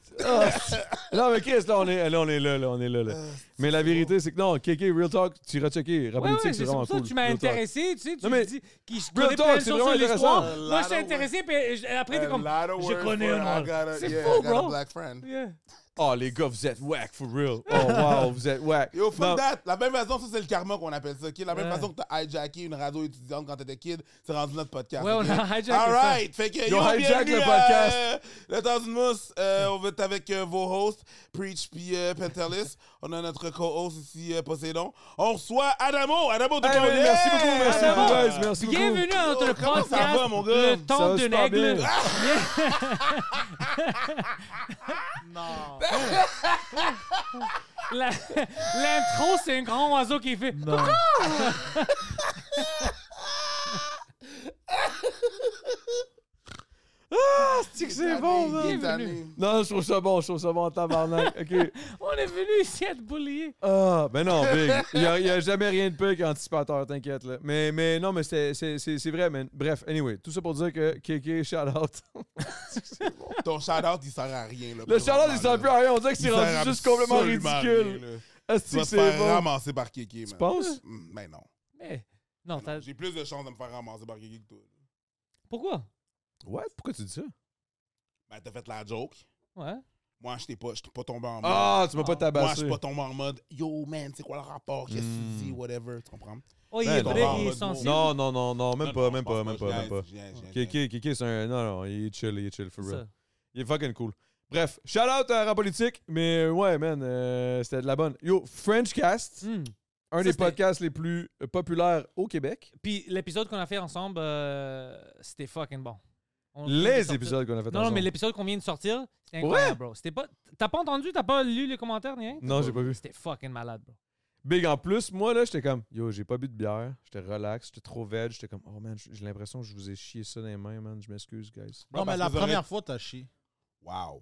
A: non, mais Chris, là, on est là, on est là, là, on est là. là. Mais la vérité, c'est que non, KK, Real Talk, tu iras checker. Rap
C: Ah, Ouais, ouais,
A: politique,
C: c'est
A: c'est vraiment
C: pour ça
A: cool.
C: que tu m'as
A: Real Talk.
C: intéressé, tu sais, tu
A: Non,
C: me
A: mais-
C: dis qu'il se
A: Real
C: connaît
A: Talk,
C: plein de
A: c'est
C: choses
A: vraiment
C: sur l'histoire.
A: intéressant.
C: Moi, j'étais
B: A lot of
C: intéressé, puis je- après, t'es
B: A
C: comme,
B: lot of
C: je
B: words
C: connais
B: for I
C: un noir.
B: got a-
C: C'est
B: yeah,
C: faux,
B: I got a
C: bro.
B: black friend.
C: Yeah.
A: Oh, les gars, vous êtes whack, for real.
C: <laughs>
A: Oh, wow, vous êtes whack.
B: Yo, fuck
A: Non,
B: that. La même façon, ça, c'est le karma qu'on appelle ça, OK? La même
C: Ouais.
B: façon que t'as hijacké une radio étudiante quand t'étais kid, c'est rendu notre podcast.
C: Ouais, on
B: OK?
C: a hijacké
B: All
C: ça.
B: right. Fait que, yo,
A: hijack
B: bienvenue
A: le
B: à, euh, le temps d'une mousse. Euh, on va être avec euh, vos hosts, Preach puis euh, Pentelis. on a notre co-host ici, euh, Poséidon. On reçoit Adamo. Adamo de
A: Hey, man,
B: Collier.
A: merci beaucoup, merci
B: Adamo.
A: beaucoup, guys, merci beaucoup.
C: Bienvenue à notre
B: Oh, comment
C: podcast,
B: ça va, mon gars?
C: le
A: Ça
C: temps
A: va
C: de
A: super
C: nègre. <laughs>
A: bien.
D: Non.
C: La- L'intro, c'est un grand oiseau qui fait.
D: Non.
A: Ah, c'est que c'est bon,
B: Bienvenue.
A: man. Non, je trouve ça bon, je trouve ça bon, tabarnak. OK.
C: On est venu ici à te boulier.
A: Ah, ben non, Big. Il n'y a, il y a jamais rien de pire qu'anticipateur, t'inquiète. Là. Mais, mais non, mais c'est- c'est c'est- c'est vrai, man. Bref, anyway, tout ça pour dire que KK, shout out.
B: Ton shout-out, il sert à rien. Là,
A: Le shout out, il
B: présentement,
A: sert plus à rien. On dirait que c'est
B: Il sert
A: rendu juste complètement
B: absolument
A: ridicule.
B: rien, là.
A: Est-ce
B: Tu vas
A: que
B: te
A: c'est
B: faire
A: bon?
B: ramasser par Kiki,
A: Tu
B: man.
A: penses?
B: Mm, Ben non.
C: Mais. Non, t'as-
B: J'ai plus de chances de me faire ramasser par Kiki que toi.
C: Pourquoi?
A: What? Pourquoi tu dis ça?
B: Ben, t'as fait la joke.
C: Ouais.
B: Moi, je t'ai pas, j'étais pas tombé en mode.
A: Ah, tu m'as pas
B: Moi, je
A: tabassé.
B: suis pas tombé en mode Yo, man, c'est quoi le rapport Qu'est-ce que
A: Hmm.
B: tu dis Whatever, tu comprends
C: Oh, il
A: Ben
C: est
A: non.
C: vrai, il est
B: Non,
C: sensible.
A: Non, non, non, non, même
B: Non,
A: pas,
B: non,
A: même
B: je pense
A: pas, même pas, même pas.
B: je niaise, je niaise, je niaise.
A: KK, KK, c'est un. Non, non, il est chill, il est chill, for
C: C'est
A: real.
C: ça.
A: Il est fucking cool. Bref, shout out à Rap Politique, mais ouais, man, euh, c'était de la bonne. Yo, Frenchcast,
C: Hmm.
A: un
C: Ça,
A: des
C: c'était-
A: podcasts les plus euh, populaires au Québec.
C: Puis l'épisode qu'on a fait ensemble, euh, c'était fucking bon. On vient de
A: Les
C: sortir-
A: épisodes qu'on a fait
C: Non, non, mais
A: ensemble.
C: l'épisode qu'on vient de sortir, c'était incroyable, bro. C'était pas. T'as pas entendu, t'as pas lu les commentaires ni rien?
A: Non, j'ai pas vu.
C: C'était fucking malade, bro.
A: Big en plus, moi là, j'étais comme yo, j'ai pas bu de bière, j'étais relax, j'étais trop veg, j'étais comme oh man, j- j'ai l'impression que je vous ai chié ça dans les mains, man, je m'excuse, guys.
D: Non, mais
B: Ah, parce
D: la
B: que vous aurez-
D: première fois, t'as chié.
B: Wow.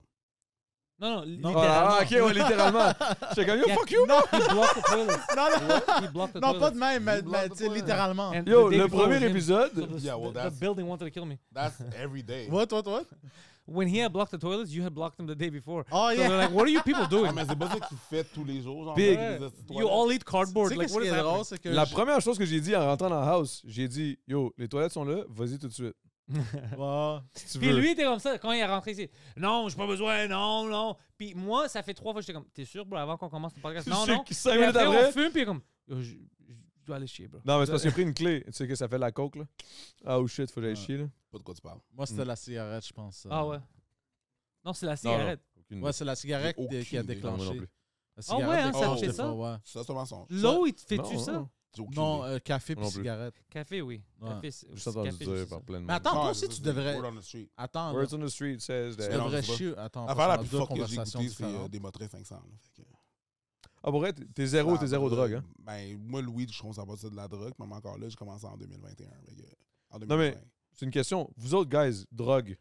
C: Non,
A: Oh,
C: non, littéralement.
A: là, là, ok, ouais,
C: <laughs>
A: littéralement. j'étais comme yo,
C: Yeah.
A: fuck you,
D: Non,
C: He blocked the toilet.
D: non, non.
C: He blocked the
D: Non, pas
C: toilet.
D: de même, mais,
B: Blanc
D: mais
B: de
D: tu sais,
B: poil.
D: littéralement.
C: And
A: Yo,
C: the day
A: le
C: before,
A: premier
C: him-
A: épisode,
C: So the,
B: Yeah, well,
C: the- the
B: that's-
C: building wanted to kill me.
B: That's every day.
D: What, what, what?
C: When he had blocked the toilets, you had blocked them the day before.
D: Oh,
C: So
D: yeah.
C: they're like,
A: <laughs>
C: what are you people
B: Ah,
C: doing?
B: mais c'est pas ça qu'il fait tous les jours, genre.
A: Big.
B: dans les petites
C: you
B: toilettes.
C: all eat
D: Tu
C: cardboard.
D: sais,
C: Like,
D: qu'est-ce
C: what
D: qui
C: is
D: est drôle,
C: happening?
D: c'est que.
A: la
D: je-
A: première chose que j'ai dit en rentrant dans la house, j'ai dit yo, les toilettes sont là, vas-y tout de suite.
D: Ouais.
A: Si tu
C: Puis
A: veux.
C: lui, était comme ça quand il est rentré ici. Non, j'ai pas besoin, non, non. Puis moi, ça fait trois fois que j'étais comme, t'es sûr, bro, avant qu'on commence le
A: <laughs>
C: podcast?
A: Tu
C: Non,
A: sais
C: non.
A: que cinq
C: Puis
A: minutes
C: après,
A: après-
C: on fume, puis il est comme, Yo, je je dois aller chier, bro.
A: Non, mais c'est parce qu'il a pris une clé. Tu sais que ça fait de la coke, là. Ah, oh shit, faut que j'aille chier, là.
B: Pas de quoi tu parles.
D: Moi, c'était
A: Mm.
D: la cigarette, je pense. euh.
C: Hmm. Ah ouais. Non, c'est la cigarette.
A: Aucune
D: Ouais, c'est la cigarette
B: J'ai
D: qui- qui a
B: aucune
A: Non,
B: idée.
A: moi non
D: déclenché.
A: plus.
D: La
C: Ah ouais,
D: cigarette
C: hein,
B: ça
D: déclenche
B: fait
D: des
C: ça?
D: fois, ouais.
B: Ça, c'est un mensonge.
C: L'eau, il te
A: Non,
C: fait-tu
A: non,
C: ça?
A: non.
B: J'ai aucune
D: Non,
B: idée.
D: euh, café puis
A: Non plus.
D: cigarette.
C: Café, oui.
D: Ouais.
C: Café, c'est-
A: Juste entendu
C: café, c'est
A: dire
C: ça.
A: par plein de
D: Mais
A: monde.
D: attends,
B: Ouais,
D: toi aussi,
B: c'est-
D: tu
B: c'est
D: devrais.
B: word on the street.
D: Attends, là,
A: Words
D: tu
A: on the street says that.
B: C'est Non,
D: devrais
B: c'est pas.
D: chier. Attends,
B: Affaire la
D: on
B: plus
D: deux
B: forte que j'ai
D: conversations
B: écoutée, c'est euh,
D: différentes.
B: des motrins 500. là. Fait que-
A: Ah, pour vrai, t'es- t'es zéro,
B: Ah,
A: t'es zéro
B: ben,
A: drogue, hein.
B: Ben, moi, Louis, je commence à passer de la drogue. Même encore là, j'ai commencé en 2021. fait que- en 2020.
A: Non, mais- C'est une question. Vous autres, guys, drogue.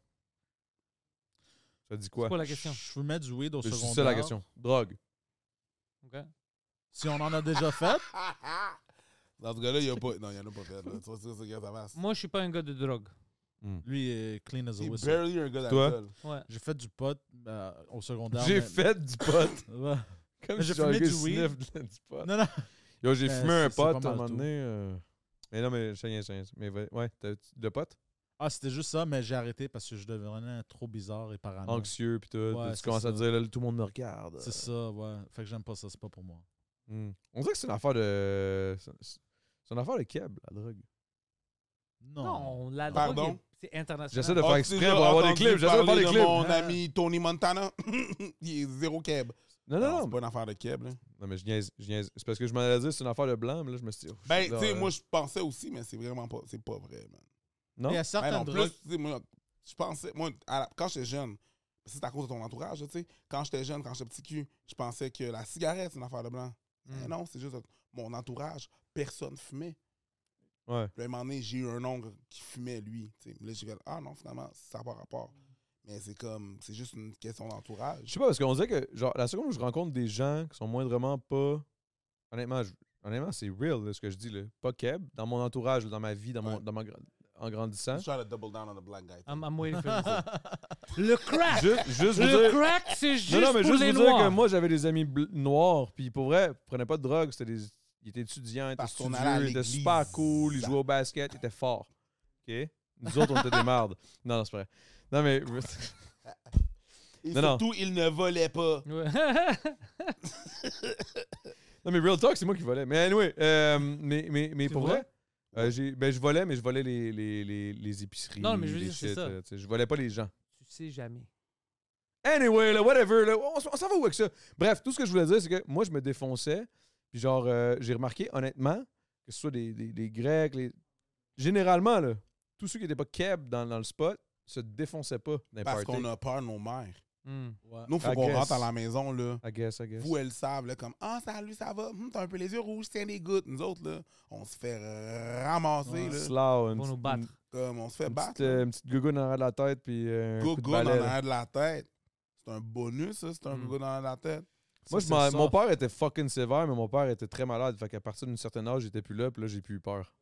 A: Ça dit
C: C'est
A: quoi?
C: quoi la question?
D: Je vous mets du weed au
A: C'est
D: secondaire.
A: ça la question. Drogue.
C: Ok.
D: Si on en a déjà fait,
B: <laughs> Dans ce cas-là, il n'y a pas. Non, il n'y en a pas fait. là. Tu vois, c'est ça que ça passe.
C: Moi, je suis pas un gars de drogue.
A: Hmm.
D: lui est clean as a
B: C'est
D: whistle.
B: barely un gars
A: Toi?
B: d'alcool.
C: Ouais.
D: J'ai fait du pot euh, au secondaire.
A: J'ai
D: mais-
A: fait du pot.
D: <laughs> Ouais.
A: Comme
D: Mais
A: si
D: j'ai fumé
A: j'avais
D: du weed.
A: sniff de- du pot.
D: Non, non.
A: Yo, j'ai
D: Ben,
A: fumé un
D: c'est- c'est pas
A: pot à un
D: mal
A: moment
D: tout.
A: donné. euh, Mais non, mais chien, chien. Mais va- ouais, t'as de pot?
D: Ah, c'était juste ça, mais j'ai arrêté parce que je devenais trop bizarre et parano.
A: Anxieux, puis tout.
D: Ah, Ouais,
A: tu
D: c'est
A: commences à
D: ça.
A: te dire, là, tout le monde me regarde.
D: C'est ça, ouais. Fait que j'aime pas ça, c'est pas pour moi.
A: Hmm. On dirait que c'est une affaire de. c'est- C'est une affaire de keb, la drogue.
D: Non.
C: Non, la
B: Pardon?
C: drogue, est- c'est international. Mm.
A: J'essaie de
B: Ah,
A: faire
B: tu
A: exprès
B: déjà
A: pour avoir des
B: entendu
A: clips. J'essaie de faire
B: parler
A: des clips.
B: mon
D: Ah.
B: ami Tony Montana. <laughs> il est zéro keb.
A: Non, non, non.
B: C'est pas une affaire de keb. là.
A: Non, mais je niaise. je niaise. C'est parce que je m'en allais dire, c'est une affaire de blanc, mais là, je me suis dit. oh,
B: Ben,
A: shit, là,
B: tu sais,
A: euh,
B: moi, je pensais aussi, mais c'est vraiment pas. C'est pas vrai, man.
A: Non?
D: Il y a
B: Ben,
D: certaines
B: non, plus,
D: drogues.
B: tu sais, moi, je pensais, moi, à la- quand j'étais jeune, c'est à cause de ton entourage, là, tu sais. Quand j'étais jeune, quand j'étais petit cul, je pensais que la cigarette, c'est une affaire de blanc.
C: Hmm.
A: Mm.
B: Mais non, c'est juste mon entourage, personne fumait.
A: Ouais.
B: Puis à un moment donné, j'ai eu un oncle qui fumait, lui. tu sais. Là, j'ai fait, ah non, finalement, ça n'a pas rapport. Mais c'est comme, c'est juste une question
A: Je
B: d'entourage.
A: sais pas, parce qu'on dirait que, genre, la seconde où je rencontre des gens qui sont moindrement pas. Honnêtement, je- honnêtement c'est real, là, ce que je dis, là. Pas keb, dans mon entourage, là, dans ma vie, dans mon,
B: Ouais.
A: dans ma gra- en grandissant.
B: Je try to double down on the black guy.
C: I'm, I'm waiting for you.
A: <laughs>
C: Le crack!
A: Juste, juste vous dire.
C: Le crack, c'est juste
A: non, non, mais
C: pour
A: juste
C: les
A: vous dire
C: noirs.
A: que moi, j'avais des amis bl- noirs, puis pour vrai, ils prenaient pas de drogue, c'était des. Ils étaient étudiants, ils étaient
B: Parce qu'on allait à
A: studieux, ils étaient
B: l'église.
A: super cool, ils jouaient au basket, ils étaient forts. OK? Nous autres, on était des mardes. Non, non, c'est pas vrai. Non, mais. <laughs>
B: <laughs> Et
A: Non, non.
B: surtout, il ne volait pas.
C: Ouais. <laughs>
A: Non, mais Real Talk, c'est moi qui volais. Mais anyway, euh, mais, mais, mais
C: Tu
A: pour
C: vois?
A: vrai, euh, j'ai- ben, je volais, mais je volais les, les, les, les épiceries.
C: Non, mais je veux
A: les
C: dire, c'est
A: shit,
C: ça.
A: euh, tu sais, je volais pas les gens.
C: tu sais jamais.
A: Anyway, là, whatever, là, on, s- on s'en va où avec ça? Bref, tout ce que je voulais dire, c'est que moi, je me défonçais. Puis genre, euh, j'ai remarqué, honnêtement, que ce soit des, des, des Grecs, les... généralement, là, tous ceux qui n'étaient pas keb dans, dans le spot se défonçaient pas dans les
B: Parce
A: parties.
B: qu'on a peur de nos mères.
C: Hmm.
D: Ouais.
B: Nous, faut
A: I
B: qu'on
A: guess.
B: rentre à la maison, là.
A: I guess, I guess.
B: Vous, elles le savent, là, comme Ah, salut, ça va, Hum, t'as un peu les yeux rouges, tiens des gouttes. Nous autres, là, on se fait euh, ramasser,
D: Ouais.
B: là,
A: Slow, une,
C: Pour nous
A: petite-
C: battre.
B: comme on se fait
A: Une, une petite,
B: battre.
A: euh, une petite gougoune en arrière de la tête, puis euh, un coup de
B: Gogo dans
A: balai, là. Hum.
B: l'arrière de la tête. C'est un bonus, ça, c'est un
C: Mm.
B: gogo dans l'arrière de la tête.
A: Moi,
D: Ça,
A: je
D: c'est
A: m'en-
D: ça.
A: mon père était fucking sévère, mais mon père était très malade. Fait qu'à partir d'un certain âge, j'étais plus là, puis là, j'ai plus eu peur.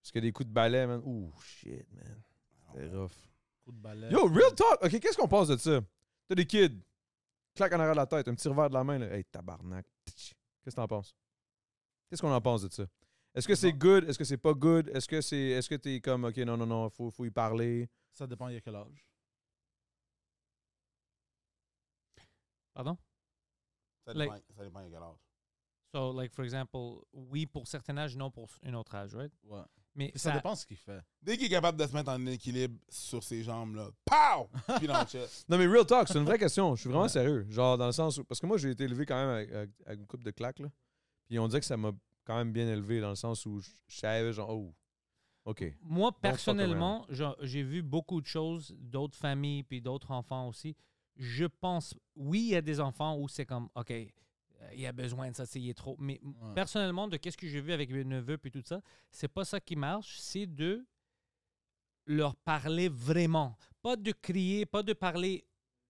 A: Parce que des coups de balai, man. Ouh, shit, man. C'était rough.
D: Coup de balai.
A: Yo, real talk. OK, qu'est-ce qu'on pense de ça? T'as des kids. Claque en arrière de la tête, un petit revers de la main, là. Hey, tabarnak. Tch. Qu'est-ce que t'en penses? Qu'est-ce qu'on en pense de ça? Est-ce que c'est good? Est-ce que c'est pas good? Est-ce que c'est. Est-ce que t'es comme OK, non, non, non, faut, faut y parler?
D: Ça dépend, il y a quel âge.
C: Pardon?
B: Ça
C: Like-
B: dépend, ça dépend de quel âge.
C: So, like, for example, oui pour certain âge, non pour un autre âge, right?
D: Ouais.
C: Mais
D: Ça,
C: ça,
D: dépend ce qu'il fait.
B: Dès qu'il est capable de se mettre en équilibre sur ses jambes, là, pow! Puis dans le <laughs> chest.
A: Non, mais real talk, c'est une
C: <laughs>
A: vraie question. Je suis vraiment sérieux. Genre, dans le sens où. Parce que moi, j'ai été élevé quand même avec, avec- avec une coupe de claques, là. Puis on dirait que ça m'a quand même bien élevé, dans le sens où je je savais, genre, oh, OK.
C: Moi,
A: fuck
C: personnellement, je- j'ai vu beaucoup de choses, d'autres familles, puis d'autres enfants aussi. Je pense, oui, il y a des enfants où c'est comme, OK, euh, il a besoin de ça, c'est- il est trop. Mais m-
D: Ouais.
C: personnellement, de qu'est-ce que j'ai vu avec mes neveux, puis tout ça, c'est pas ça qui marche, c'est de leur parler vraiment. Pas de crier, pas de parler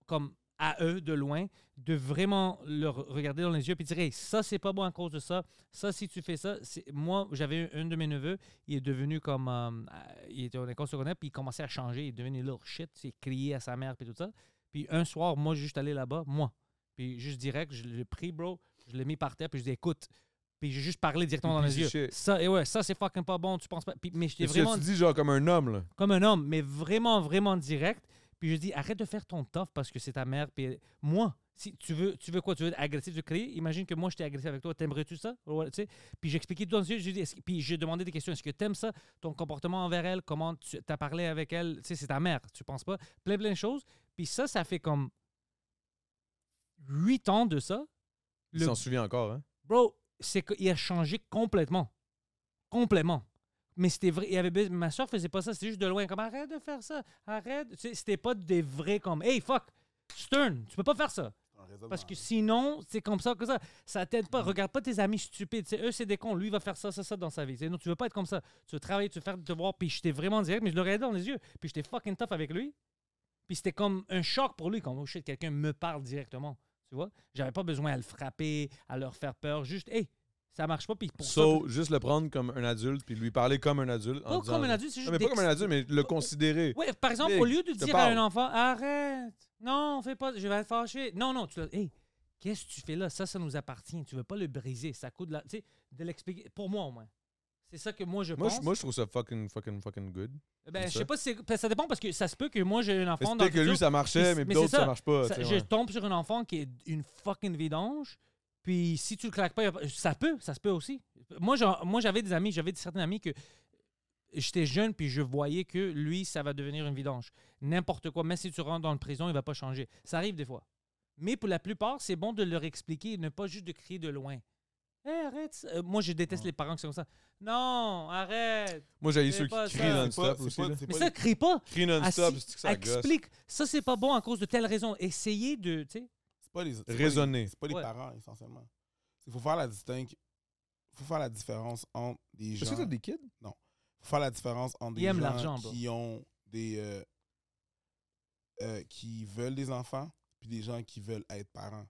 C: comme à eux de loin, de vraiment leur regarder dans les yeux puis dire Hey, ça c'est pas bon à cause de ça, ça si tu fais ça, c'est- moi j'avais un de mes neveux, il est devenu comme euh, euh, il était en école secondaire puis il commençait à changer, il devenait lourd shit, c'est crier à sa mère puis tout ça. Puis un soir, moi je suis juste allé là-bas, moi, puis juste direct, je l'ai pris bro, je l'ai mis par terre puis je dis écoute, Puis j'ai juste parlé directement dans
A: Puis
C: les
A: c'est
C: yeux.
A: shit.
C: Ça, et ouais, ça, c'est fucking pas bon, tu penses pas. Puis- mais j'étais
A: Parce que
C: vraiment
A: tu dis genre comme un homme, là.
C: comme un homme, mais vraiment, vraiment direct. Puis je dis, arrête de faire ton taf parce que c'est ta mère. Puis elle- moi, si tu veux, tu veux quoi, tu veux être agressif, tu veux crier. Imagine que moi, je t'ai agressé avec toi. T'aimerais-tu ça? Ou, tu sais, Puis j'expliquais tout dans le sujet. je dis, est-ce- Puis j'ai demandé des questions. Est-ce que t'aimes ça? Ton comportement envers elle? Comment tu as parlé avec elle? Tu sais, c'est ta mère. Tu penses pas? Plein, plein de choses. Puis ça, ça fait comme huit ans de ça.
A: Il
C: Le
A: s'en souvient encore, hein.
C: Bro, c'est qu'il a changé complètement. Complètement. Mais c'était vrai. Il y avait, bes- ma soeur faisait pas ça, c'était juste de loin. Comme arrête de faire ça, arrête. Tu sais, C'était pas des vrais comme hey fuck, Stern, tu peux pas faire ça. Parce que sinon, c'est comme ça que ça. Ça t'aide pas. Regarde pas tes amis stupides. Tu sais, eux, c'est des cons. Lui, il va faire ça, ça, ça dans sa vie. Tu sais, non, tu veux pas être comme ça. Tu veux travailler, tu veux faire des devoirs. Puis j'étais vraiment direct, mais je le regardais dans les yeux. Puis j'étais fucking tough avec lui. Puis c'était comme un choc pour lui, comme oh shit, quelqu'un me parle directement. Tu vois, j'avais pas besoin à le frapper, à leur faire peur. Juste, hey, ça marche pas. Puis pour
A: So, juste le prendre comme un adulte, puis lui parler comme un adulte.
C: ça, pas
A: en disant,
C: comme un adulte, c'est
A: Non,
C: juste.
A: mais pas
C: d'ex-
A: comme un adulte, mais le considérer.
C: Ouais, par exemple,
A: Big,
C: au lieu de
A: je te
C: dire à
A: parle.
C: un enfant, arrête, non, fais pas, je vais être fâché. Non, non, tu l'as. Hey, qu'est-ce que tu fais là? Ça, ça nous appartient. Tu veux pas le briser. Ça coûte de la. Tu sais, de l'expliquer. Pour moi, au moins. C'est ça que moi, je
A: Moi,
C: pense.
A: je, moi, je trouve ça fucking, fucking, fucking good.
C: ben,
A: c'est
C: je
A: ça.
C: sais pas si c'est- ben, ça dépend parce que ça se peut que moi, j'ai un enfant dans
A: Peut-être
C: le
A: que lui,
C: futur,
A: ça marchait,
C: mais
A: mais
C: c'est
A: d'autres, ça
C: ça.
A: marche pas.
C: ça-
A: tu sais,
C: je
A: ouais.
C: tombe sur un enfant qui est une fucking vidange. Puis si tu le claques pas, y a pas- ça peut, ça se peut aussi. Moi, j'en- moi j'avais des amis, j'avais certains amis que j'étais jeune, puis je voyais que lui, ça va devenir une vidange. N'importe quoi, même si tu rentres dans une prison, il va pas changer. Ça arrive des fois. Mais pour la plupart, c'est bon de leur expliquer et ne pas juste de crier de loin. Hey, arrête. ça. Euh, moi, je déteste les parents qui sont comme ça. Non, arrête.
A: Moi, j'ai
C: C'est
A: ceux qui
C: pas
A: crient
C: ça.
B: C'est pas-
A: non-stop
B: c'est
A: aussi.
B: pas-
A: là.
B: c'est
C: Mais
B: pas
C: ça, crie pas.
A: Crie non-stop,
C: Assis-
A: c'est que ça gosse.
C: explique. Ça, c'est pas bon à cause de telle raison. Essayez de. tu sais,
B: C'est pas les, c'est pas les-
A: Raisonner.
B: C'est pas les
C: Ouais.
B: parents, essentiellement. Il faut faire la distinct- faut faire la différence entre des gens.
A: Est-ce que t'as des kids?
B: faut faire la différence entre des
C: Ils aiment
B: gens
C: l'argent, bro.
B: qui ont des euh, euh, qui veulent des enfants puis des gens qui veulent être parents.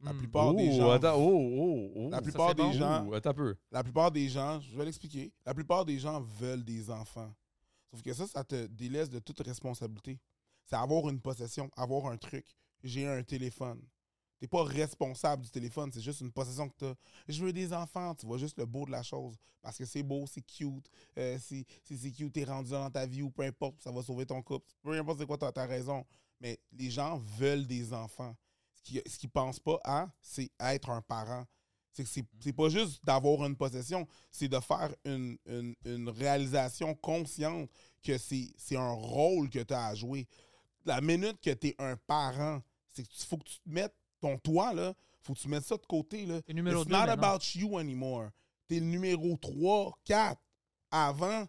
B: La
C: hmm.
B: plupart des gens
A: attends, oh, oh, oh.
B: La
A: ça
B: plupart
A: fait
B: des gens-
A: Ouh, attends un peu.
B: La plupart des gens, je vais l'expliquer, la plupart des gens veulent des enfants. Sauf que ça, ça te délaisse de toute responsabilité. C'est avoir une possession, avoir un truc. J'ai un téléphone. T'es pas responsable du téléphone, c'est juste une possession que t'as. Je veux des enfants, tu vois juste le beau de la chose. Parce que c'est beau, c'est cute. euh, si si c'est cute, t'es rendu dans ta vie ou peu importe, ça va sauver ton couple. Peu importe c'est quoi, t'as as raison. Mais les gens veulent des enfants. Ce qu'ils ce qu'ils pensent pas à, c'est être un parent. C'est que c'est
C: Mm.
B: c'est pas juste d'avoir une possession, c'est de faire une, une- une réalisation consciente que c'est c'est un rôle que tu as à jouer. La minute que tu es un parent, c'est que tu- faut que tu te mettes ton toit, là, faut que tu mettes ça de côté. Là.
C: T'es numéro
B: It's
C: deux
B: not
C: maintenant.
B: about you anymore. T'es le numéro 3, 4. Avant,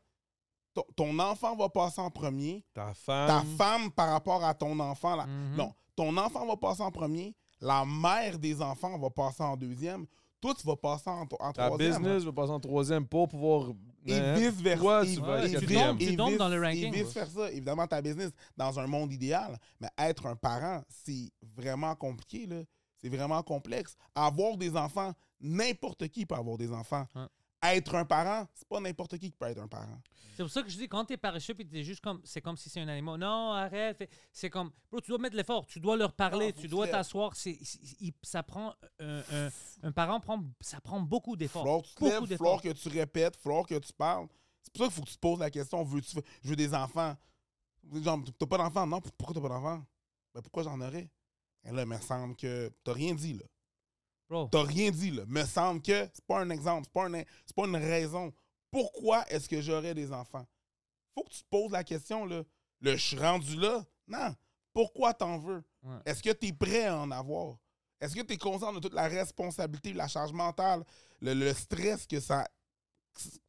B: ton, ton enfant va passer en premier.
A: Ta
B: Ta
C: Um.
A: femme.
B: femme par rapport à ton enfant, la,
C: Mhm.
A: Hmm.
B: non, ton enfant va passer en premier, la mère des enfants va passer en deuxième, toi, tu vas passer en, en
A: Ta
B: troisième. hein.
A: business va passer en troisième pour pouvoir.
B: Et
A: Hein?
B: vice
A: Toi,
B: versa.
A: tu
B: Et-
A: vas
B: et
A: être
B: vice-
A: quatrième.
C: Tu tombes-
B: et
C: tu tombes
B: vice-
C: dans le
B: Et
C: ranking.
B: vice versa. Évidemment, ta business, dans un monde idéal, mais être un parent, c'est vraiment compliqué. là. C'est vraiment complexe. Avoir des enfants, n'importe qui peut avoir des enfants.
C: Hein.
B: Être un parent, c'est pas n'importe qui qui peut être un parent.
C: C'est pour ça que je dis, quand t'es paresseux, puis t'es juste comme, c'est comme si c'est un animal. Non, arrête. Fait- C'est comme, bro, tu dois mettre de l'effort, tu dois leur
B: Non,
C: parler,
B: Ah, faut
C: tu
B: que
C: dois
B: tu
C: t'asseoir. C'est- c'est- il- Ça prend, un, un- un parent prend, ça prend beaucoup d'efforts.
B: Flore, tu te
C: Beaucoup
B: lèves, flore
C: d'efforts.
B: que tu répètes, flore que tu parles. C'est pour ça qu'il faut que tu te poses la question veux-tu, je veux des enfants. Genre, t'as pas d'enfants Non, pourquoi t'as pas d'enfants Ben pourquoi j'en aurais Et là, il me semble que t'as rien dit, là.
C: Bro,
B: T'as rien dit, là. Me semble que c'est pas un exemple, c'est pas, un- c'est pas une raison. Pourquoi est-ce que j'aurais des enfants? Faut que tu te poses la question, là. Le je suis rendu là? Non. Pourquoi t'en veux?
C: Ouais.
B: Est-ce que t'es prêt à en avoir? Est-ce que tu es conscient de toute la responsabilité, la charge mentale, le, le stress que ça.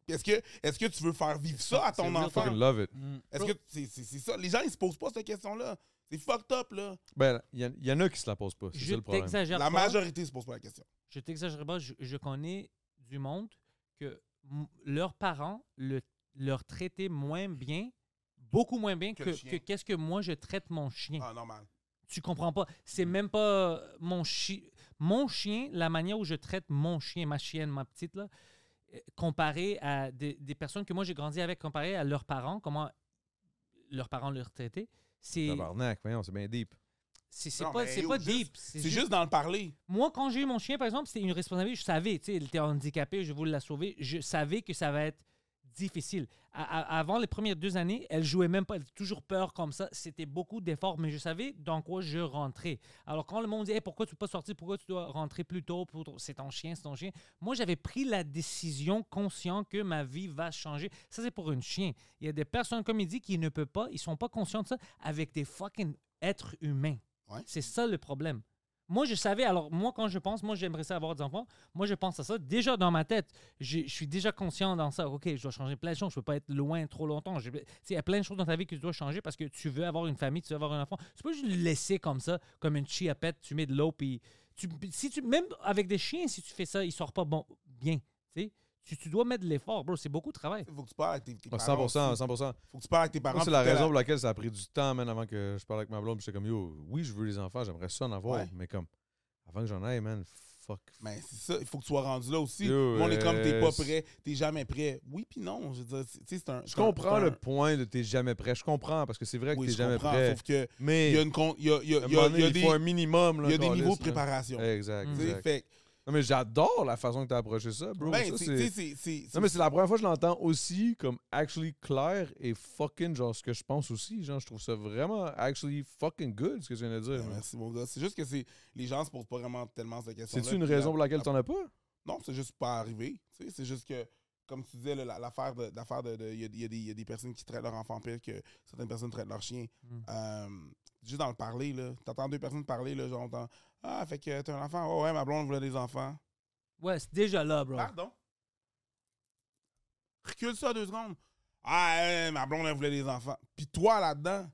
B: Est-ce que, est que tu veux faire vivre ça à ton
C: real
B: enfant?
A: Fucking love it.
C: Mm.
B: Est-ce que c'est c'est- c'est ça? Les gens, ils se posent pas cette question-là. C'est fucked up, là.
A: Ben, il y, en- y en a qui se la posent pas. C'est
C: je
A: ça le problème.
C: t'exagère
B: La
C: pas.
B: majorité se pose pas la question.
C: je t'exagère pas, je, je connais du monde que m- leurs parents le, leur traitaient moins bien, beaucoup moins bien
B: Que
C: que,
B: le
C: que
B: chien.
C: qu'est-ce que moi je traite mon chien.
B: Ah, normal.
C: Tu comprends pas. C'est même pas euh, mon chien. Mon chien, la manière où je traite mon chien, ma chienne, ma petite, là, euh, comparé à des, des personnes que moi j'ai grandi avec, comparé à leurs parents, comment leurs parents leur traitaient, c'est
A: Tabarnak, voyons, c'est bien deep.
C: C'est c'est
B: Non,
C: pas,
B: mais
C: c'est
B: yo,
C: pas
B: juste-
C: deep. C'est
B: C'est
C: juste-
B: juste dans le parler.
C: Moi, quand j'ai eu mon chien, par exemple, c'était une responsabilité. Je savais, tu sais, elle était handicapée, je voulais la sauver. Je savais que ça va être difficile. A- a- avant les premières deux années, elle jouait même pas, elle avait toujours peur comme ça. C'était beaucoup d'efforts, mais je savais dans quoi je rentrais. Alors quand le monde dit Hey, pourquoi tu peux pas sortir, pourquoi tu dois rentrer plus tôt, pour ton- c'est ton chien, c'est ton chien. Moi, j'avais pris la décision consciente que ma vie va changer. Ça, c'est pour une chien. Il y a des personnes, comme il dit, qui ne peuvent pas, ils sont pas conscients de ça avec des fucking êtres humains.
B: Ouais.
C: C'est ça le problème. Moi, je savais, alors moi, quand je pense, moi, j'aimerais ça avoir des enfants, moi, je pense à ça déjà dans ma tête. Je, je suis déjà conscient dans ça. OK, je dois changer plein de choses. Je ne peux pas être loin trop longtemps. Je- tu sais, Il y a plein de choses dans ta vie que tu dois changer parce que tu veux avoir une famille, tu veux avoir un enfant. Tu peux juste le laisser comme ça, comme une chiapette. Tu mets de l'eau, puis tu, si tu, même avec des chiens, si tu fais ça, ils ne sortent pas bon, bien. Tu, sais. tu, tu dois mettre de l'effort, bro. C'est beaucoup de travail.
B: Faut que tu parles avec tes, tes
A: Ah,
B: parents.
A: 100%,
B: aussi.
A: 100%.
B: Faut que tu parles avec tes
A: Moi,
B: parents.
A: c'est la
B: puis que t'as
A: raison pour laquelle ça a pris du temps, man, avant que je parle avec ma blonde. puis J'étais comme, yo, oui, je veux les enfants, j'aimerais ça en avoir,
B: Ouais.
A: mais comme, avant que j'en aille, man, fuck.
B: Mais Ben, c'est ça, il faut que tu sois rendu là aussi.
A: Yo,
B: Nous, on est comme, t'es pas
A: euh,
B: prêt, t'es jamais prêt. Oui, puis non, je veux dire, c'est- tu sais, c'est un.
A: Je
B: c'est un-
A: comprends
B: c'est
A: le
B: un-
A: point de t'es jamais prêt. Je comprends, parce que c'est vrai que
B: Oui,
A: t'es
B: je
A: jamais
B: comprends,
A: prêt.
B: sauf que
A: Mais
B: il y a une con- il y a- il y a-
A: à un
B: il y a-
A: moment
B: il
A: donné,
B: y a
A: il
B: des-
A: faut un minimum. là,
B: il y a des
A: calice,
B: niveaux de
A: là.
B: préparation.
A: Exact,
C: Mm.
B: Tu sais,
A: exact.
B: Fait que,
A: Non, mais j'adore la façon que t'as approché ça, bro.
B: ben,
A: Ça,
B: c'est-
A: c'est-
B: tu sais, c'est- c'est-
A: Non, mais c'est la première fois que je l'entends aussi comme actually clair et fucking genre ce que je pense aussi. Genre, je trouve ça vraiment actually fucking good ce que tu viens de
B: c'est-
A: dire. man.
B: Ben, Merci, mon gars. C'est juste que c'est- les gens se posent pas vraiment tellement cette question.
A: C'est-tu une raison pour laquelle t'en as pas?
B: Non, c'est juste pas arrivé. Tu sais, C'est juste que, comme tu disais, là, la- l'affaire de. l'affaire de- de- Il y a, il y a des- il y a des personnes qui traitent leur enfant pire que certaines personnes traitent leur chien.
C: Mm.
B: Euh, juste dans le parler, là. T'entends deux personnes parler, là, genre, t'entends, Ah, fait que t'as un enfant. Oh, ouais, ma blonde voulait des enfants.
C: Ouais, c'est déjà là, bro.
B: Pardon? Recule ça deux secondes. Ah, euh, ma blonde, elle voulait des enfants. Puis toi, là-dedans,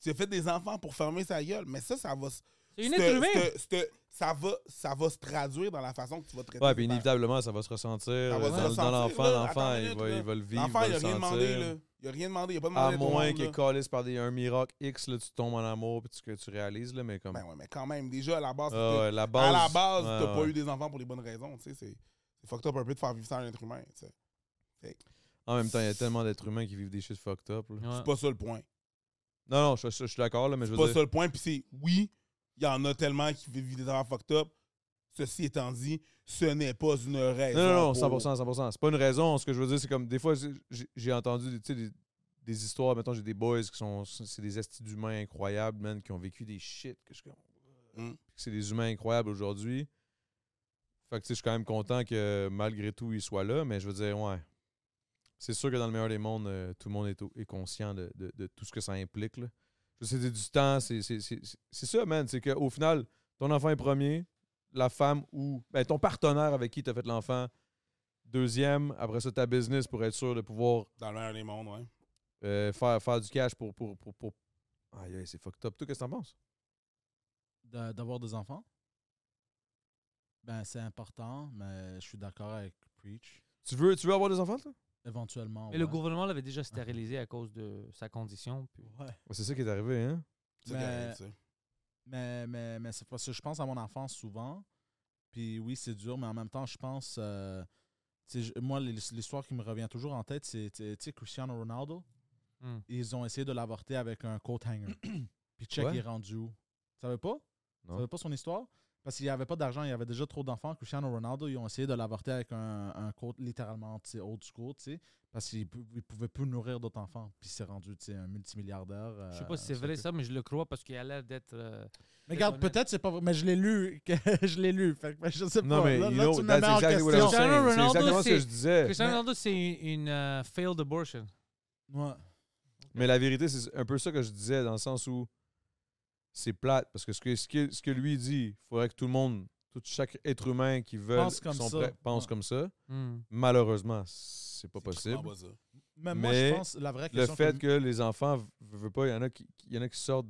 B: tu as fait des enfants pour fermer sa gueule. Mais ça, ça va. se-
C: C'est une
B: c'te-
C: être humain.
B: c'te- c'te- ça va, ça va se traduire dans la façon que tu vas traiter.
A: Ouais,
B: tes
A: puis
B: parents.
A: inévitablement, ça va se ressentir
B: Ça
A: dans,
B: va se
A: dans
B: ressentir,
A: l'enfant.
B: là.
A: L'enfant,
B: Attends une
A: il,
B: minute,
A: va-
B: là.
A: il va le vivre.
B: L'enfant,
A: il
B: il
A: va
B: a
A: le
B: rien demandé,
A: sentir.
B: là. Il a rien demandé. Il a pas demandé
A: À
B: à tout le
A: moins
B: monde,
A: qu'il
B: là.
A: calisse par des, un miracle X, là, tu tombes en amour puis tu- que tu réalises, là, mais comme.
B: Ben ouais, mais quand même, déjà, à la base,
A: Ah
B: t'as-
A: ouais, la base,
B: à la base,
A: ouais,
B: t'as pas
A: ouais.
B: eu des enfants pour les bonnes raisons. Tu sais, c'est c'est fucked up un peu de faire vivre ça à un être humain. tu sais.
A: En même temps, il y a tellement d'êtres humains qui vivent des shit fucked up. là.
C: Ouais.
B: C'est pas ça le point.
A: Non, non, je, je- je suis d'accord, là, mais je
B: C'est
A: veux
B: pas
A: dire.
B: ça le point. Puis c'est oui, il y en a tellement qui vivent des affaires fucked up. Ceci étant dit, ce n'est pas une raison.
A: Non, non, non,
B: pour-
A: 100%, 100%. C'est pas une raison. Ce que je veux dire, c'est comme des fois, j'ai- j'ai entendu des, tu sais, des, des histoires. Mettons, j'ai des boys qui sont. C'est des estis d'humains incroyables, man, qui ont vécu des shit. Que je suis comme,
B: Mm.
A: Puis C'est des humains incroyables aujourd'hui. Fait que, tu sais, je suis quand même content que malgré tout, ils soient là. Mais je veux dire, ouais. C'est sûr que dans le meilleur des mondes, euh, tout le monde est, au- est conscient de, de- de tout ce que ça implique. là. Je sais, c'est du temps. c'est- C'est c'est- c'est- c'est ça, man. C'est qu'au final, ton enfant est premier, la femme ou ben, ton partenaire avec qui tu as fait l'enfant, deuxième, après ça, ta business pour être sûr de pouvoir
B: Dans l'un des mondes, ouais.
A: euh, faire, faire du cash pour. pour, pour, pour... Aïe, aïe, c'est fucked up. Toi, qu'est-ce que t'en penses?
D: d'a- d'avoir des enfants? Ben, c'est important, mais je suis d'accord avec Preach.
A: Tu veux, tu veux avoir des enfants, toi?
D: Éventuellement.
C: Mais le
D: ouais.
C: gouvernement l'avait déjà stérilisé à cause de sa condition. puis-
D: Ouais.
A: Ouais, c'est ça qui est arrivé, hein?
B: C'est
D: Mais-
B: correct, ça.
D: Mais, mais, mais c'est parce que je pense à mon enfance souvent. Puis oui, c'est dur, mais en même temps, je pense. euh, tu sais, je- moi, l'his- l'histoire qui me revient toujours en tête, c'est tu sais, tu sais, Cristiano Ronaldo.
C: Hmm.
D: Ils ont essayé de l'avorter avec un coat
C: <coughs>
D: hanger. Puis check,
A: Ouais.
D: il est rendu où Tu savais pas Tu
A: Non.
D: savais pas son histoire Parce qu'il n'y avait pas d'argent, il y avait déjà trop d'enfants. Cristiano Ronaldo, ils ont essayé de l'avorter avec un, un coat littéralement tu sais, old school, tu sais, parce qu'il ne pouvait plus nourrir d'autres enfants. Puis c'est rendu tu sais, un multimilliardaire. euh,
C: Je sais pas si c'est vrai
A: Euh,
C: ça, mais je le crois parce qu'il a l'air d'être. euh,
D: Mais regarde,
C: honnête.
D: peut-être c'est pas vrai, mais je l'ai lu. que- <laughs> je l'ai lu. Fait que je sais pas.
A: Non, mais
D: là,
A: you
D: là,
A: know,
D: tu me
A: that's
D: mets en
A: exactly what I'm
D: question.
A: saying.
C: Cristiano
A: C'est exactement
C: Ronaldo,
A: ce que
C: c'est-
A: je disais.
C: Cristiano
D: mais-
C: Ronaldo, c'est une, une, euh, failed abortion.
D: Ouais.
A: Mais la vérité, c'est un peu ça que je disais, dans le sens où c'est plate, parce que ce que, ce que, ce que lui dit, il faudrait que tout le monde, tout chaque être humain qui veut,
D: Pense comme ça.
A: pense
D: Ouais.
A: comme ça.
C: Hmm.
A: Malheureusement, c'est pas possible.
B: Clairement pas ça.
D: Mais, moi,
A: Mais
D: je pense la vraie
A: le
D: question.
A: fait que les enfants v- veulent pas, il y en a qui il y en a qui sortent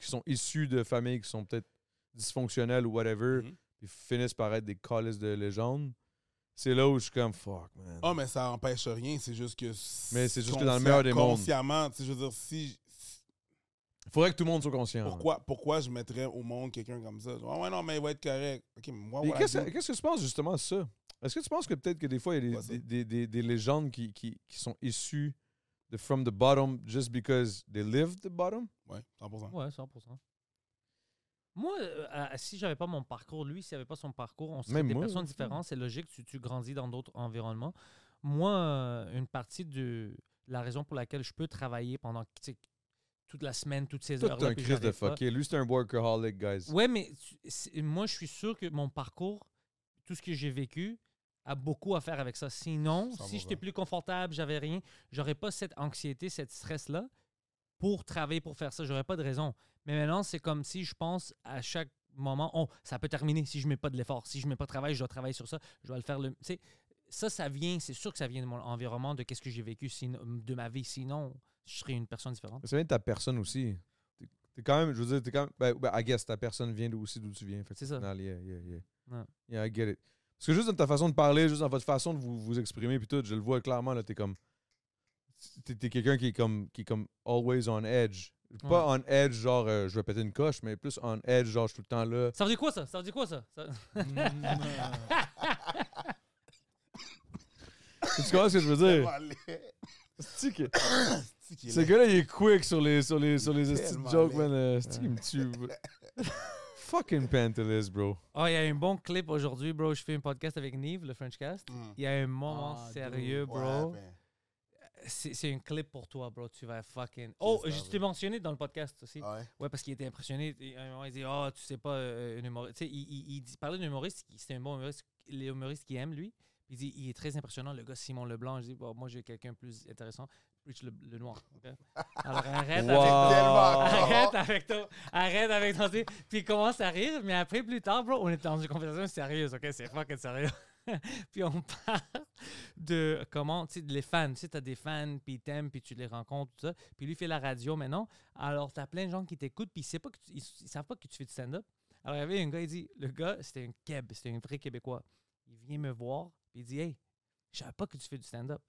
A: qui sont issus de familles qui sont peut-être dysfonctionnelles ou whatever,
B: Mhm.
A: puis finissent par être des calices de légende. C'est là où je suis comme fuck man.
B: Ah, mais ça empêche rien. C'est juste que.
A: Mais c'est juste que
B: conscient-
A: dans le meilleur des mondes.
B: Consciemment, tu sais, je veux dire, si.
A: Faudrait que tout le monde soit conscient.
B: Pourquoi, pourquoi je mettrais au monde quelqu'un comme ça? Ah ouais, non, mais il va être correct. OK, mais moi,
A: Et
B: what I
A: Qu'est-ce
B: do-
A: qu'est-ce que tu penses justement de ça? Est-ce que tu penses que peut-être que des fois, il y a
B: Pas ça.
A: des, des, des- des- des légendes qui, qui, qui sont issues de from the bottom just because they lived the bottom?
B: Ouais, 100%.
C: Ouais, 100%. Moi, euh, à- si j'avais pas mon parcours, lui, s'il avait pas son parcours, on serait
A: Même
C: des
A: moi,
C: personnes
A: oui.
C: différentes. C'est logique, tu, tu grandis dans d'autres environnements. Moi, euh, une partie de la raison pour laquelle je peux travailler pendant tu sais, toute la semaine, toutes ces
A: Tout
C: heures-là.
A: un
C: puis
A: Chris de
C: j'arrive pas.
A: fucké. Lui, c'est un workaholic, guys.
C: Ouais, mais tu- c'est- moi, je suis sûr que mon parcours, tout ce que j'ai vécu, a beaucoup à faire avec ça. Sinon,
B: 100%.
C: si j'étais plus confortable, j'avais rien, j'aurais pas cette anxiété, cette stress-là pour travailler, pour faire ça. J'aurais pas de raison. Mais maintenant, c'est comme si je pense à chaque moment, oh, ça peut terminer si je mets pas de l'effort, si je mets pas de travail, je dois travailler sur ça, je dois le faire le. Tu sais, ça, ça vient, c'est sûr que ça vient de mon environnement, de qu'est-ce que j'ai vécu, sinon- de ma vie. Sinon, je serais une personne différente.
A: Ça vient de ta personne aussi. T'es- T'es quand même, je veux dire, t'es quand même. Ben, ben, I guess, ta personne vient d'où- aussi d'où tu viens. Fait que
C: C'est ça.
A: au final, yeah, yeah, yeah.
C: Ouais.
A: Yeah, I get it. Parce que juste dans ta façon de parler, juste dans votre façon de vous, vous exprimer, puis tout, je le vois clairement, là, t'es comme. T'es t'es quelqu'un qui est comme qui est comme always on edge. Pas on edge, genre euh, je vais péter une coche, mais plus on edge, genre je suis tout le temps là.
C: Ça veut dire quoi, ça? Ça veut dire quoi, ça? Ça-
A: tu comprends ce que je veux
B: <laughs>
A: dire? C'est-tu que- Ce gars-là, il est quick sur les, sur les, sur les
B: est
A: esti de
B: tellement
A: jokes,
B: laid.
A: man. euh, esti, il me tue.
B: <laughs>
A: bro. Fucking pantalus, bro.
C: Oh, il y a un bon clip aujourd'hui, bro. Je fais un podcast avec Nive, le Frenchcast.
B: Hmm.
C: Il y a un moment
D: Ah,
C: sérieux, bro. C'est c'est un clip pour toi, bro. Tu vas fucking. Oh,
B: Qu'est-ce que
C: je
B: ça
C: t'ai mentionné dans le podcast aussi.
B: Ouais.
C: Ouais, parce qu'il était impressionné. Et À un moment, il dit Oh, tu sais pas, euh, un humoriste. Tu sais, il, il- il dit- parlait d'un humoriste. qui- C'est un bon humoriste. Les humoristes qui aiment, lui. Puis il dit Il est très impressionnant, le gars Simon Leblanc. Je dis Bon, Moi, j'ai quelqu'un plus intéressant. Preach le, le noir. ok? Alors, arrête avec
B: Ah.
A: Wow.
C: Arrête avec toi. Arrête avec ton. Puis il commence à rire, mais après, plus tard, bro, on était dans une conversation sérieuse, ok? C'est fucking sérieux. <laughs> puis on parle de comment, tu sais, de les fans. Tu sais, t'as des fans, puis ils t'aiment, puis tu les rencontres, tout ça. Puis lui il fait la radio maintenant. Alors, t'as plein de gens qui t'écoutent, puis ils, savent pas que tu- ils, ils savent pas que tu fais du stand-up. Alors, il y avait un gars, il dit Le gars, c'était un Keb, c'était un vrai Québécois. Il vient me voir, puis il dit Hey, je savais pas que tu fais du stand-up.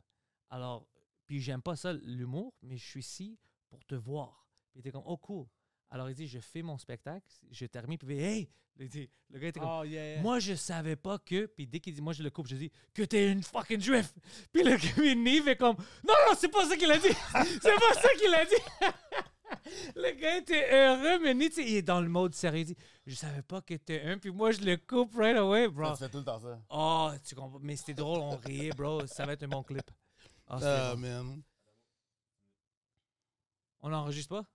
C: Alors, puis j'aime pas ça, l'humour, mais je suis ici pour te voir. Puis il était comme, oh cool. Alors il dit, je fais mon spectacle, je termine, puis il fait, hey! Il dit- le gars était comme,
D: <laughs> Oh, yeah, yeah.
C: moi je savais pas que, puis dès qu'il dit, moi je le coupe, je dis, que t'es une fucking juif. <laughs> Puis le gars, Nive est comme, non, non, c'est pas ça qu'il a dit, <laughs> c'est pas ça qu'il a dit. <laughs> le gars était heureux, mais Nive, tu sais, il est dans le mode sérieux, il dit, je savais pas que t'es un, puis moi je le coupe right away, bro.
B: Ça, C'est tout le temps ça.
C: Oh, tu comprends, mais c'était drôle, on riait, bro, ça va être un bon clip. Ah, c'était
B: Ah,
A: Euh,
C: bon.
B: man. <laughs>
C: On n'enregistre pas?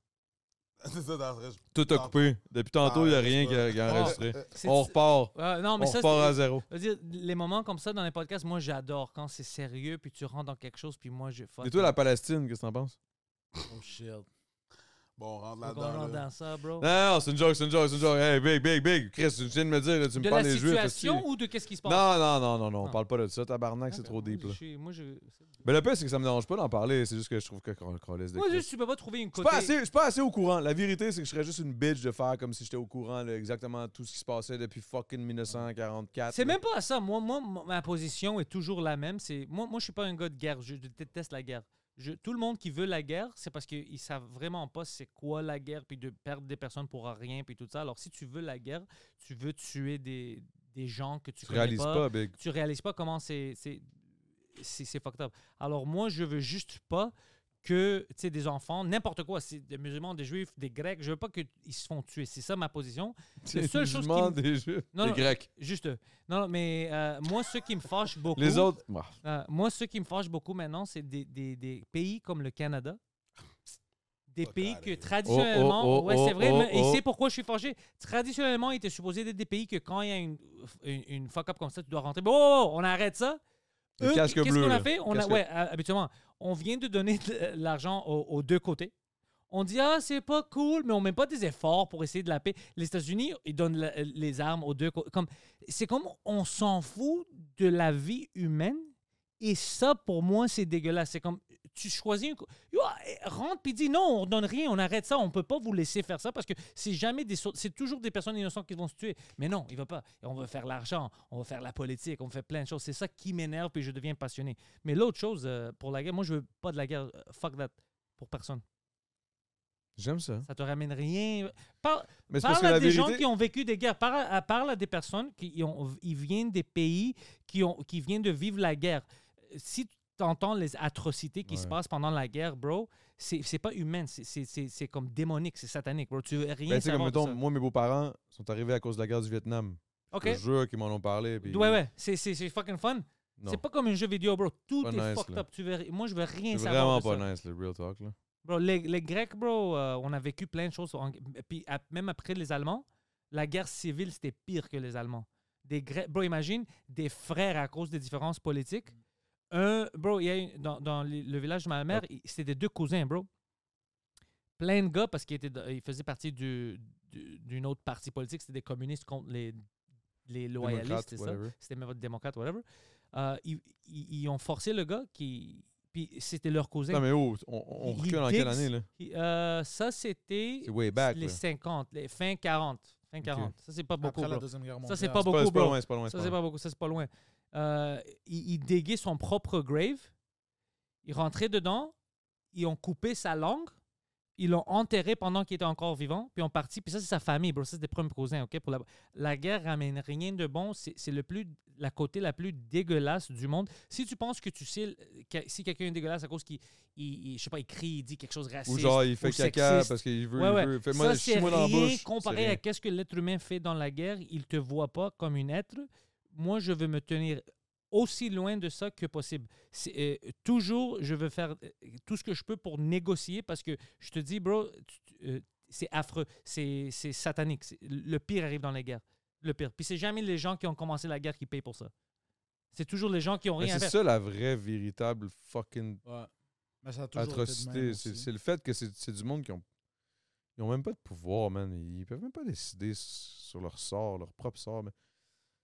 B: C'est ça, dans le
A: Tout a coupé. Depuis tantôt, il n'y a rien qui a, qui a
C: Ah.
A: enregistré.
B: euh,
C: C'est-
A: On repart.
C: Ouais, non, mais
A: on
C: ça,
A: repart
C: c'est-
A: à zéro.
C: Je veux dire, les moments comme ça dans les podcasts, moi j'adore quand c'est sérieux, puis tu rentres dans quelque chose, puis moi je fuck.
A: Et toi, la Palestine, qu'est-ce que t'en penses?
D: Oh, shit.
B: Bon, on rentre
C: Faut qu'on rentre
B: là-dedans. là.
C: dans ça, bro.
A: Non, non, c'est une joke, c'est une joke, c'est une joke. Hey, big, big, big. Chris, tu viens de me dire, tu me
C: de la
A: parles des juifs. esti.
C: situation
A: Non,
C: ou de qu'est-ce qui se passe?
A: non, non, non, non, on
C: Ah.
A: parle pas de ça. Tabarnak, c'est
C: Ah,
A: trop
C: ben,
A: deep.
C: moi,
A: Là.
C: je suis- Moi, je...
A: Mais le pire, c'est que ça me dérange pas d'en parler. C'est juste que je trouve que qu'on qu'on laisse de
C: moi
A: Chris.
C: juste, tu peux pas trouver une
A: Je suis
C: côté.
A: pas assez- je suis pas assez au courant. La vérité, c'est que je serais juste une bitch de faire comme si j'étais au courant de exactement tout ce qui se passait depuis fucking 1944.
C: C'est
A: là.
C: même pas à ça. Moi, moi, m- ma position est toujours la même. C'est moi, moi, je suis pas un gars de guerre. Je déteste la guerre. Je- tout le monde qui veut la guerre, c'est parce qu'ils savent vraiment pas c'est quoi la guerre, puis de perdre des personnes pour rien, puis tout ça. Alors, si tu veux la guerre, tu veux tuer des, des gens que tu,
A: Tu
C: connais
A: réalises pas, big.
C: tu réalises pas comment c'est c'est c'est c'est fucked up. Alors moi je veux juste pas que tu sais des enfants n'importe quoi, c'est des musulmans, des juifs, des grecs, je veux pas qu'ils se font tuer. C'est ça ma position.
A: C'est <laughs>
C: seule chose qui
A: musulmans,
C: me-
A: des Juifs,
C: Non,
A: des
C: non.
A: Grecs.
C: Juste euh, non non, mais euh, moi ce qui me fâche beaucoup
A: Les autres, bah,
C: euh, moi ce qui me fâche beaucoup maintenant c'est des, des, des pays comme le Canada. Des
B: Fuck
C: pays
B: outta
C: que
B: here.
C: traditionnellement,
A: Oh, oh, oh,
C: ouais, c'est
A: oh,
C: vrai,
A: oh,
C: mais-
A: oh.
C: et c'est pourquoi je suis fâché. Traditionnellement, ils étaient supposés être des pays que quand il y a une, une, une fuck-up comme ça, tu dois rentrer. Bon, oh, oh, on arrête ça.
A: le
C: Eux,
A: casque
C: qu'est-ce
A: bleu.
C: qu'on a
A: là.
C: fait? On a,
A: Casque-
C: ouais, euh, habituellement, on vient de donner de l'argent aux, aux deux côtés. On dit, ah, c'est pas cool, mais on met pas des efforts pour essayer de la paix. Les États-Unis, ils donnent la- euh, les armes aux deux côtés. Comme, c'est comme on s'en fout de la vie humaine. Et ça, pour moi, c'est dégueulasse. C'est comme, tu choisis une. co- Yo, eh, rentre puis dis non, on donne rien, on arrête ça, on peut pas vous laisser faire ça parce que c'est jamais des. sau- C'est toujours des personnes innocentes qui vont se tuer. Mais non, il va pas. Et on va faire l'argent, on va faire la politique, on fait plein de choses. C'est ça qui m'énerve puis je deviens passionné. Mais l'autre chose, euh, pour la guerre, moi je veux pas de la guerre. Euh, Fuck that. Pour personne.
A: J'aime ça.
C: Ça te ramène rien. Par-
A: Mais c'est parce
C: Parle
A: que
C: à
A: la
C: des gens
A: vérité.
C: qui ont vécu des guerres. Parle à, parle à des personnes qui ont, ils viennent des pays qui, ont, qui viennent de vivre la guerre. Euh, Si t'entends les atrocités qui se
A: Ouais.
C: passent pendant la guerre, bro, c'est c'est pas humain, c'est- c'est- c'est c'est comme démonique, c'est satanique, bro. Tu veux rien
A: Ben, tu sais, comme
C: savoir de
A: mettons,
C: ça.
A: moi, mes beaux-parents sont arrivés à cause de la guerre du Vietnam.
C: OK.
A: Je te jure qu'ils m'en ont parlé. puis-
C: Ouais, ouais, c'est- c'est c'est fucking fun.
A: Non.
C: C'est pas comme un jeu vidéo, bro. Tout
A: Pas
C: est
A: nice,
C: fucked
A: là.
C: up. Tu veux, moi, je veux rien
A: C'est
C: savoir.
A: vraiment
C: de ça.
A: pas nice, le real talk. Là.
C: Bro, les, les Grecs, bro, euh, on a vécu plein de choses. en- puis ap- même après les Allemands, la guerre civile, c'était pire que les Allemands. Des Grecs, bro, imagine des frères à cause des différences politiques. Un, bro, il y a une- dans, dans le le village de ma mère, il- c'était des deux cousins, bro. Plein de gars, parce qu'ils étaient dans- ils faisaient partie du- du- d'une autre partie politique, c'était des communistes contre les, les
A: Démocrate,
C: loyalistes, c'est ça?
A: whatever.
C: C'était même pas démocrate, whatever. Euh, ils, ils- ils ont forcé le gars qui. Puis c'était leur cousin.
A: Non, mais oh, on, on
C: He
A: recule dans quelle
C: digs.
A: année, là?
C: Puis, euh, ça, c'était
A: C'est way back,
C: les
A: là.
C: 50, les fin 40. Fin 40. Ça, c'est pas beaucoup,
D: Après la
C: bro.
D: Deuxième Guerre
C: Ça,
D: mondiale.
C: c'est pas beaucoup,
A: Pas- C'est pas
C: bro.
A: loin, c'est pas loin.
C: ça,
A: pas
C: c'est
A: loin.
C: pas beaucoup. Ça, c'est pas loin. Euh, il, il déguait son propre grave. Il rentrait dedans. Ils ont coupé sa langue. Ils l'ont enterré pendant qu'il était encore vivant. Puis ils ont parti. Puis ça, c'est sa famille, bro. Ça, c'est des premiers cousins, OK? Pour la... la guerre ramène rien de bon. C'est c'est le plus... la côté la plus dégueulasse du monde. Si tu penses que tu sais... euh, que- Si quelqu'un est dégueulasse à cause qu'il... il- il- je sais pas, il crie, il dit quelque chose de raciste.
A: Ou genre, il fait
C: ou
A: caca
C: sexiste.
A: parce qu'il veut.
C: Ouais,
A: il
C: ouais.
A: veut. Fais-moi
C: Ça, c'est
A: chie-moi dans la
C: rien
A: bouche.
C: comparé à qu'est-ce que l'être humain fait dans la guerre. Il te voit pas comme une être. Moi, je veux me tenir aussi loin de ça que possible. C'est, euh, toujours, je veux faire euh, tout ce que je peux pour négocier parce que je te dis, bro, tu- tu- euh, c'est affreux, c'est c'est satanique. C'est- Le pire arrive dans les guerres. Le pire. Puis c'est jamais les gens qui ont commencé la guerre qui payent pour ça. C'est toujours les gens qui ont
A: Mais
C: rien à
A: Ben, c'est
C: faire.
A: ça la vraie, véritable fucking
D: Ouais. Mais ça a toujours été de
A: atrocité.
D: même
A: C'est
D: aussi.
A: c'est le fait que c'est c'est du monde qui ont. Ils ont même pas de pouvoir, man. Ils peuvent même pas décider s- sur leur sort, leur propre sort. mais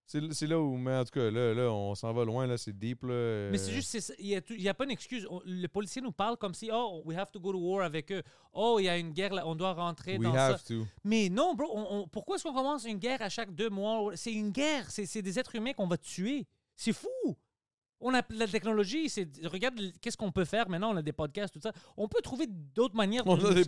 A: C'est l- c'est là où, mais en tout cas, là, là on s'en va loin, là, c'est deep. Là,
C: Mais c'est
A: euh,
C: juste, c'est ça, il n'y a, pas une excuse. On- le policier nous parle comme si, oh, we have to go to war avec eux. Oh, il y a une guerre, là, on doit rentrer
A: We
C: dans
A: have
C: ça.
A: to.
C: Mais non, bro, on- on- pourquoi est-ce qu'on commence une guerre à chaque deux mois? C'est une guerre, c'est c'est des êtres humains qu'on va tuer. C'est fou! On a la technologie, c'est regarde l- qu'est-ce qu'on peut faire maintenant, on a des podcasts, tout ça. On peut trouver d'autres manières de...
A: On, a des-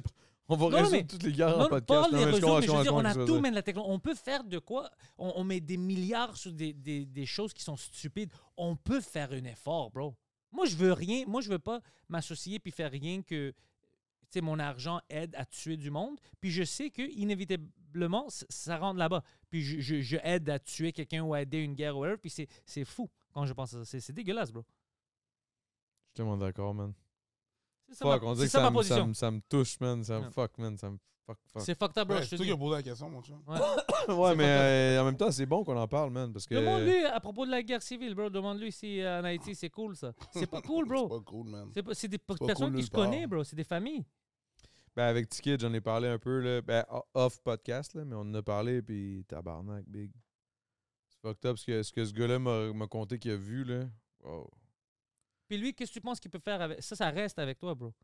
A: on va
C: Non,
A: résoudre
C: mais-
A: toutes les guerres
C: Non,
A: en podcast.
C: pas les
A: mais je
C: réseaux,
A: comprends,
C: mais je veux
A: comprends,
C: dire, on a
A: comprends ce que tu
C: tout,
A: veux dire.
C: mais la technologie. On peut faire de quoi? On, on met des milliards sur des, des- des choses qui sont stupides. On peut faire un effort, bro. Moi, je veux rien. Moi, je veux pas m'associer puis faire rien que, tu sais, mon argent aide à tuer du monde. Puis je sais que, inévitablement, c- ça rentre là-bas. Puis je, je- je aide à tuer quelqu'un ou à aider une guerre ou whatever. Puis c'est- c'est fou quand je pense à ça. C'est- C'est dégueulasse, bro.
A: Je suis tellement d'accord, man.
C: C'est ça,
A: Fuck,
C: ma-
A: on
C: c'est
A: dirait que
C: ça
A: ça
C: ma
A: me- ça
C: position.
A: me- ça me touche, man. Ça me
C: Ouais.
A: fuck, man. Ça me fuck, fuck.
C: C'est fucked up, bro.
B: Ouais,
C: je te
B: c'est toi
C: dis.
B: qui as posé la question, mon chum.
A: <gasps>
C: Ouais. <clears throat>
A: Ouais, mais
C: fucked up.
A: euh, en même temps, c'est bon qu'on en parle, man. Parce que.
C: Demande-lui à propos de la guerre civile, bro. Demande-lui si euh, en Haïti c'est cool ça. C'est pas
B: <laughs>
C: cool,
B: C'est
A: <laughs>
C: bro.
B: pas cool, man.
C: C'est pas- c'est des
B: pas
C: personnes
B: cool
C: qui
B: nulle
C: se connaissent,
B: part.
C: bro. C'est des familles.
A: Ben, avec Ticket, j'en ai parlé un peu, là. Ben, o- off podcast, là, mais on en a parlé, puis tabarnak, big. C'est fucked up ce que ce, que ce gars-là m'a m'a conté qu'il a vu, là. Wow.
C: Puis lui, qu'est-ce que tu penses qu'il peut faire avec ça Ça reste avec toi, bro.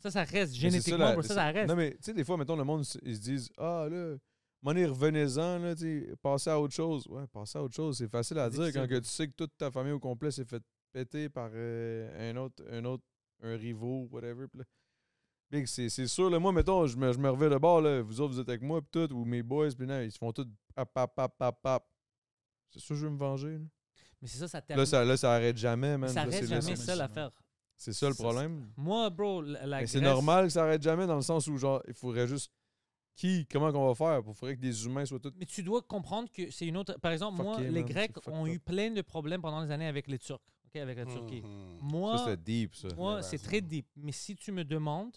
C: Ça, ça reste
A: Mm. Mais c'est
C: génétiquement,
A: la-
C: bro. Ça, ça reste.
A: Non, mais, tu sais, des fois, mettons, le monde, s- ils se disent, ah, là, monnaie, revenez-en, là, tu sais, passez à autre chose. Ouais, passez à autre chose, c'est facile à
D: C'est
A: dire quand
D: difficile.
A: que tu sais que toute ta famille au complet s'est fait péter par euh, un autre, un autre, un rivaux, whatever. pis là, Big, c'est c'est sûr, là, moi, mettons, je me, je me revais de bord, là, vous autres, vous êtes avec moi, pis tout, ou mes boys, pis là, ils se font tout pap, pap, pap, pap, pap. C'est sûr que je veux me venger, là.
C: Mais c'est ça, ça
A: Là,
C: termine. Ça,
A: ça, là, ça arrête jamais, man. Là,
C: reste
A: c'est- là,
C: jamais
A: c'est-
C: ça l'affaire.
A: C'est ça le
D: Ça,
A: problème.
C: Moi, bro, la, la
A: Mais c'est
C: Grèce-
A: normal que ça arrête jamais dans le sens où genre il faudrait juste qui comment qu'on va faire pour faudrait que des humains soient tous
C: Mais tu dois comprendre que c'est une autre. Par exemple,
A: Fuck
C: moi,
A: yeah,
C: les
A: man,
C: Grecs
A: c'est fucked
C: ont
A: up. Hmm.
C: eu plein de problèmes pendant les années avec les Turcs, ok, avec la Turquie.
B: Mhm.
C: Moi,
A: ça c'était deep ça.
C: Moi,
B: Ouais,
C: c'est
B: ben,
C: très
B: c'est-
C: deep. Mais si tu me demandes,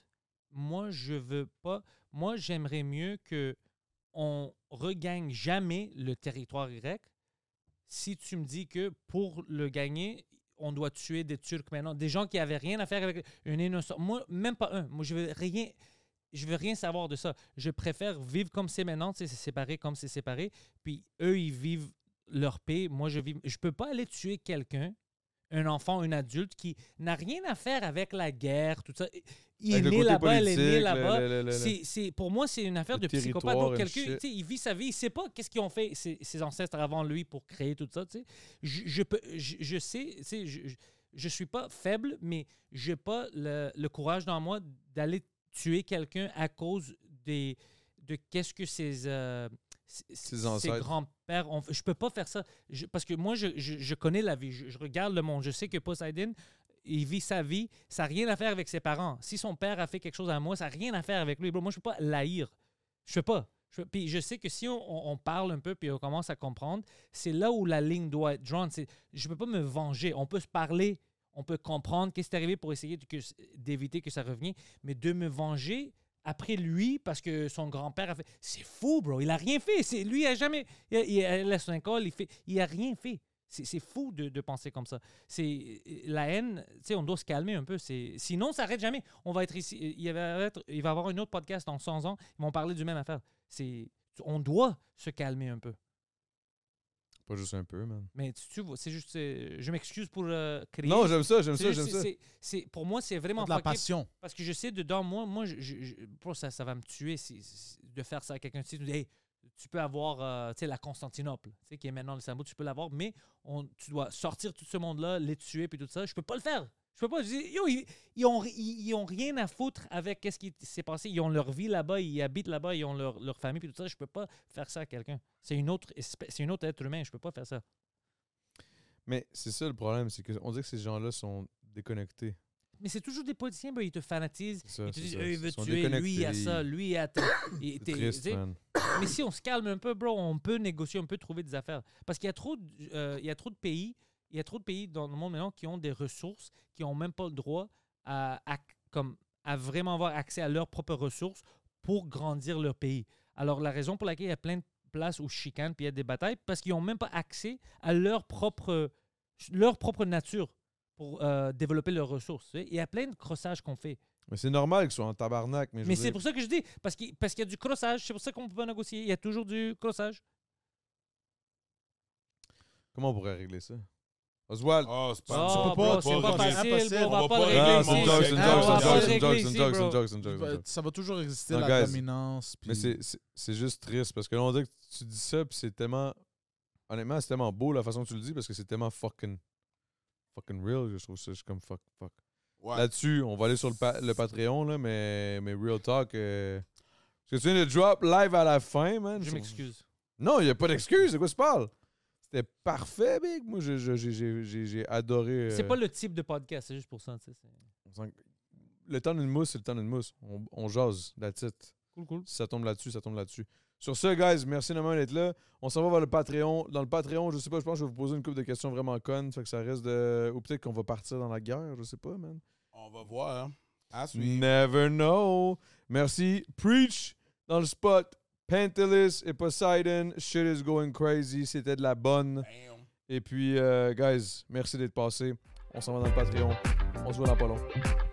C: moi, je veux pas. Moi, j'aimerais mieux que on regagne jamais le territoire grec. Si tu me dis que pour le gagner, on doit tuer des Turcs maintenant, des gens qui avaient rien à faire avec une innocent. Moi, même pas un. Moi, je veux rien. Je veux rien savoir de ça. Je préfère vivre comme c'est maintenant, tu sais, c'est séparé comme c'est séparé. Puis eux, ils vivent leur paix. Moi, je vis. Je peux pas aller tuer quelqu'un, un enfant, un adulte qui n'a rien à faire avec la guerre, tout ça. Il
A: Avec le
C: est né
A: côté
C: là-bas, elle est née
A: politique, le-
C: là-bas.
A: le- le- le- le-
C: C'est- c'est- pour moi, c'est une affaire
A: Le
C: de psychopathe.
A: territoire
C: Donc,
A: and
C: quelqu'un,
A: shit.
C: tu sais, il vit sa vie, il sait pas qu'est-ce qu'ils ont fait ses, ses ancêtres avant lui pour créer tout ça. tu sais. Je, je peux, je, je sais, tu sais, je, je- je suis pas faible, mais j'ai pas le, le courage dans moi d'aller tuer quelqu'un à cause des, de qu'est-ce que ses, euh, ses-
A: ancêtres.
C: grands-pères ont fait. Je peux pas faire ça Je- parce que moi, je, je- je connais la vie, je, je regarde le monde, je sais que Poseidon il vit sa vie, ça n'a rien à faire avec ses parents. Si son père a fait quelque chose à moi, ça n'a rien à faire avec lui. Bro, moi, je ne peux pas l'haïr. Je ne peux pas. Je, puis je sais que si on, on parle un peu puis on commence à comprendre, c'est là où la ligne doit être drawn. C'est- Je ne peux pas me venger. On peut se parler, on peut comprendre qu'est-ce qui est arrivé pour essayer de- que- d'éviter que ça revienne, mais de me venger après lui parce que son grand-père a fait. C'est fou, bro. Il a rien fait. C'est lui, il a jamais. Il, il- il a son école, il fait. Il a rien fait. C'est c'est fou de, de penser comme ça. C'est la haine. Tu sais, on doit se calmer un peu. C'est sinon, ça s'arrête jamais. On va être ici. Il va être. Il va y avoir un autre podcast dans 100 ans. Ils vont parler du même affaire. C'est. On doit se calmer un peu.
A: Pas juste un peu, man.
C: Mais tu, tu vois, c'est juste. c'est- Je m'excuse pour euh, crier.
A: Non, j'aime ça, j'aime ça,
C: C'est juste-
A: j'aime ça.
C: c'est- c'est- Pour moi, c'est vraiment
D: de la
C: fucké
D: passion.
C: parce que je sais dedans, moi, moi je, je- je- bro, ça, ça va me tuer si, si- de faire ça à quelqu'un. Tu, sais, tu dis, Hey, tu peux avoir euh, tu sais, la Constantinople, tu sais, qui est maintenant le symbole, tu peux l'avoir, mais on, tu dois sortir tout ce monde-là, les tuer, puis tout ça. Je peux pas le faire. Je peux pas. Je dis, Yo, ils, ils ont, ils, ils ont rien à foutre avec quest ce qui s'est passé. Ils ont leur vie là-bas, ils habitent là-bas, ils ont leur, leur famille, puis tout ça. Je peux pas faire ça à quelqu'un. C'est une autre espèce, c'est un autre être humain. Je peux pas faire ça.
A: Mais c'est ça le problème, c'est qu'on dirait que ces gens-là sont déconnectés.
C: Mais c'est toujours des politiciens, bro, ils te fanatisent.
A: C'est ça,
C: Ils te
A: c'est
C: disent,
A: ça.
C: Eux, ils veulent
A: sont
C: tuer, lui à
A: déconnectés.
C: ça, lui
A: <coughs>
C: à.
A: C'est
C: T'es- tu
A: triste,
C: sais,
A: man.
C: Mais si on se calme un peu, bro, on peut négocier, on peut trouver des affaires. Parce qu'il y a trop, de- euh, il y a trop de pays, il y a trop de pays dans le monde maintenant qui ont des ressources, qui ont même pas le droit à, à- comme, à vraiment avoir accès à leurs propres ressources pour grandir leur pays. Alors la raison pour laquelle il y a plein de places où chicane puis il y a des batailles, parce qu'ils n'ont même pas accès à leur propre, leur propre nature pour euh, développer leurs ressources. tu sais. Il y a plein de crossages qu'on fait.
A: Mais c'est normal qu'ils soient en tabarnak, mais, je
C: Mais
A: veux
C: c'est
A: dire-
C: pour ça que je dis, parce qu'il parce qu'il y a du crossage, c'est pour ça qu'on peut pas négocier. Il y a toujours du crossage.
A: comment on pourrait régler ça? Oswald,
B: Oh, c'est
A: Ah,
C: Oh,
B: pas,
D: bro,
B: on peut
D: c'est pas
B: régler.
D: facile. impossible.
C: bro, on va
B: On
C: pas
B: va
C: le
B: pas
A: Non,
C: régler
A: c'est une
C: ici.
A: joke, c'est une
C: On
A: joke,
C: va
A: c'est une
C: pas le
A: joke, c'est une joke,
C: régler
A: c'est une
C: ici,
A: joke, c'est une
C: bro.
A: joke, c'est une joke, c'est une joke.
D: Ça va toujours exister
A: Non,
D: la
A: guys.
D: dominance.
A: Mais
D: puis-
A: c'est- c'est c'est juste triste parce que là, on dirait que tu dis ça, puis c'est tellement. Honnêtement, c'est tellement beau la façon que tu le dis parce que c'est tellement fucking. Fucking real, je trouve ça. Je suis comme fuck, fuck.
B: Ouais.
A: Là-dessus, on va aller sur le, pa- le Patreon, là, mais, mais real talk. euh, Ce que tu viens de drop live à la fin, man.
C: Je
A: c'est-
C: m'excuse.
A: Non, il n'y a pas d'excuse. De quoi tu parles? C'était parfait, Big. Moi, je- je- j'ai- j'ai j'ai- j'ai adoré.
C: C'est
A: euh,
C: pas le type de podcast, c'est juste pour ça. tu sais, c'est-
A: on s'en- Le temps d'une mousse, c'est le temps d'une mousse. On, on jase, that's it.
C: Cool, cool.
A: Si ça tombe là-dessus, ça tombe là-dessus. Sur ce, guys, merci énormément d'être là. On s'en va vers le Patreon. Dans le Patreon, je sais pas, je pense que je vais vous poser une couple de questions vraiment connes. Fait que ça reste de. Ou peut-être qu'on va partir dans la guerre, je sais pas, man.
B: On va voir. hein. À suivre.
A: Never know. Merci. Preach dans le spot. Pantelis et Poseidon. Shit is going crazy. C'était de la bonne.
B: Damn.
A: Et puis, euh, guys, merci d'être passés. On s'en va dans le Patreon. On se voit dans pas long.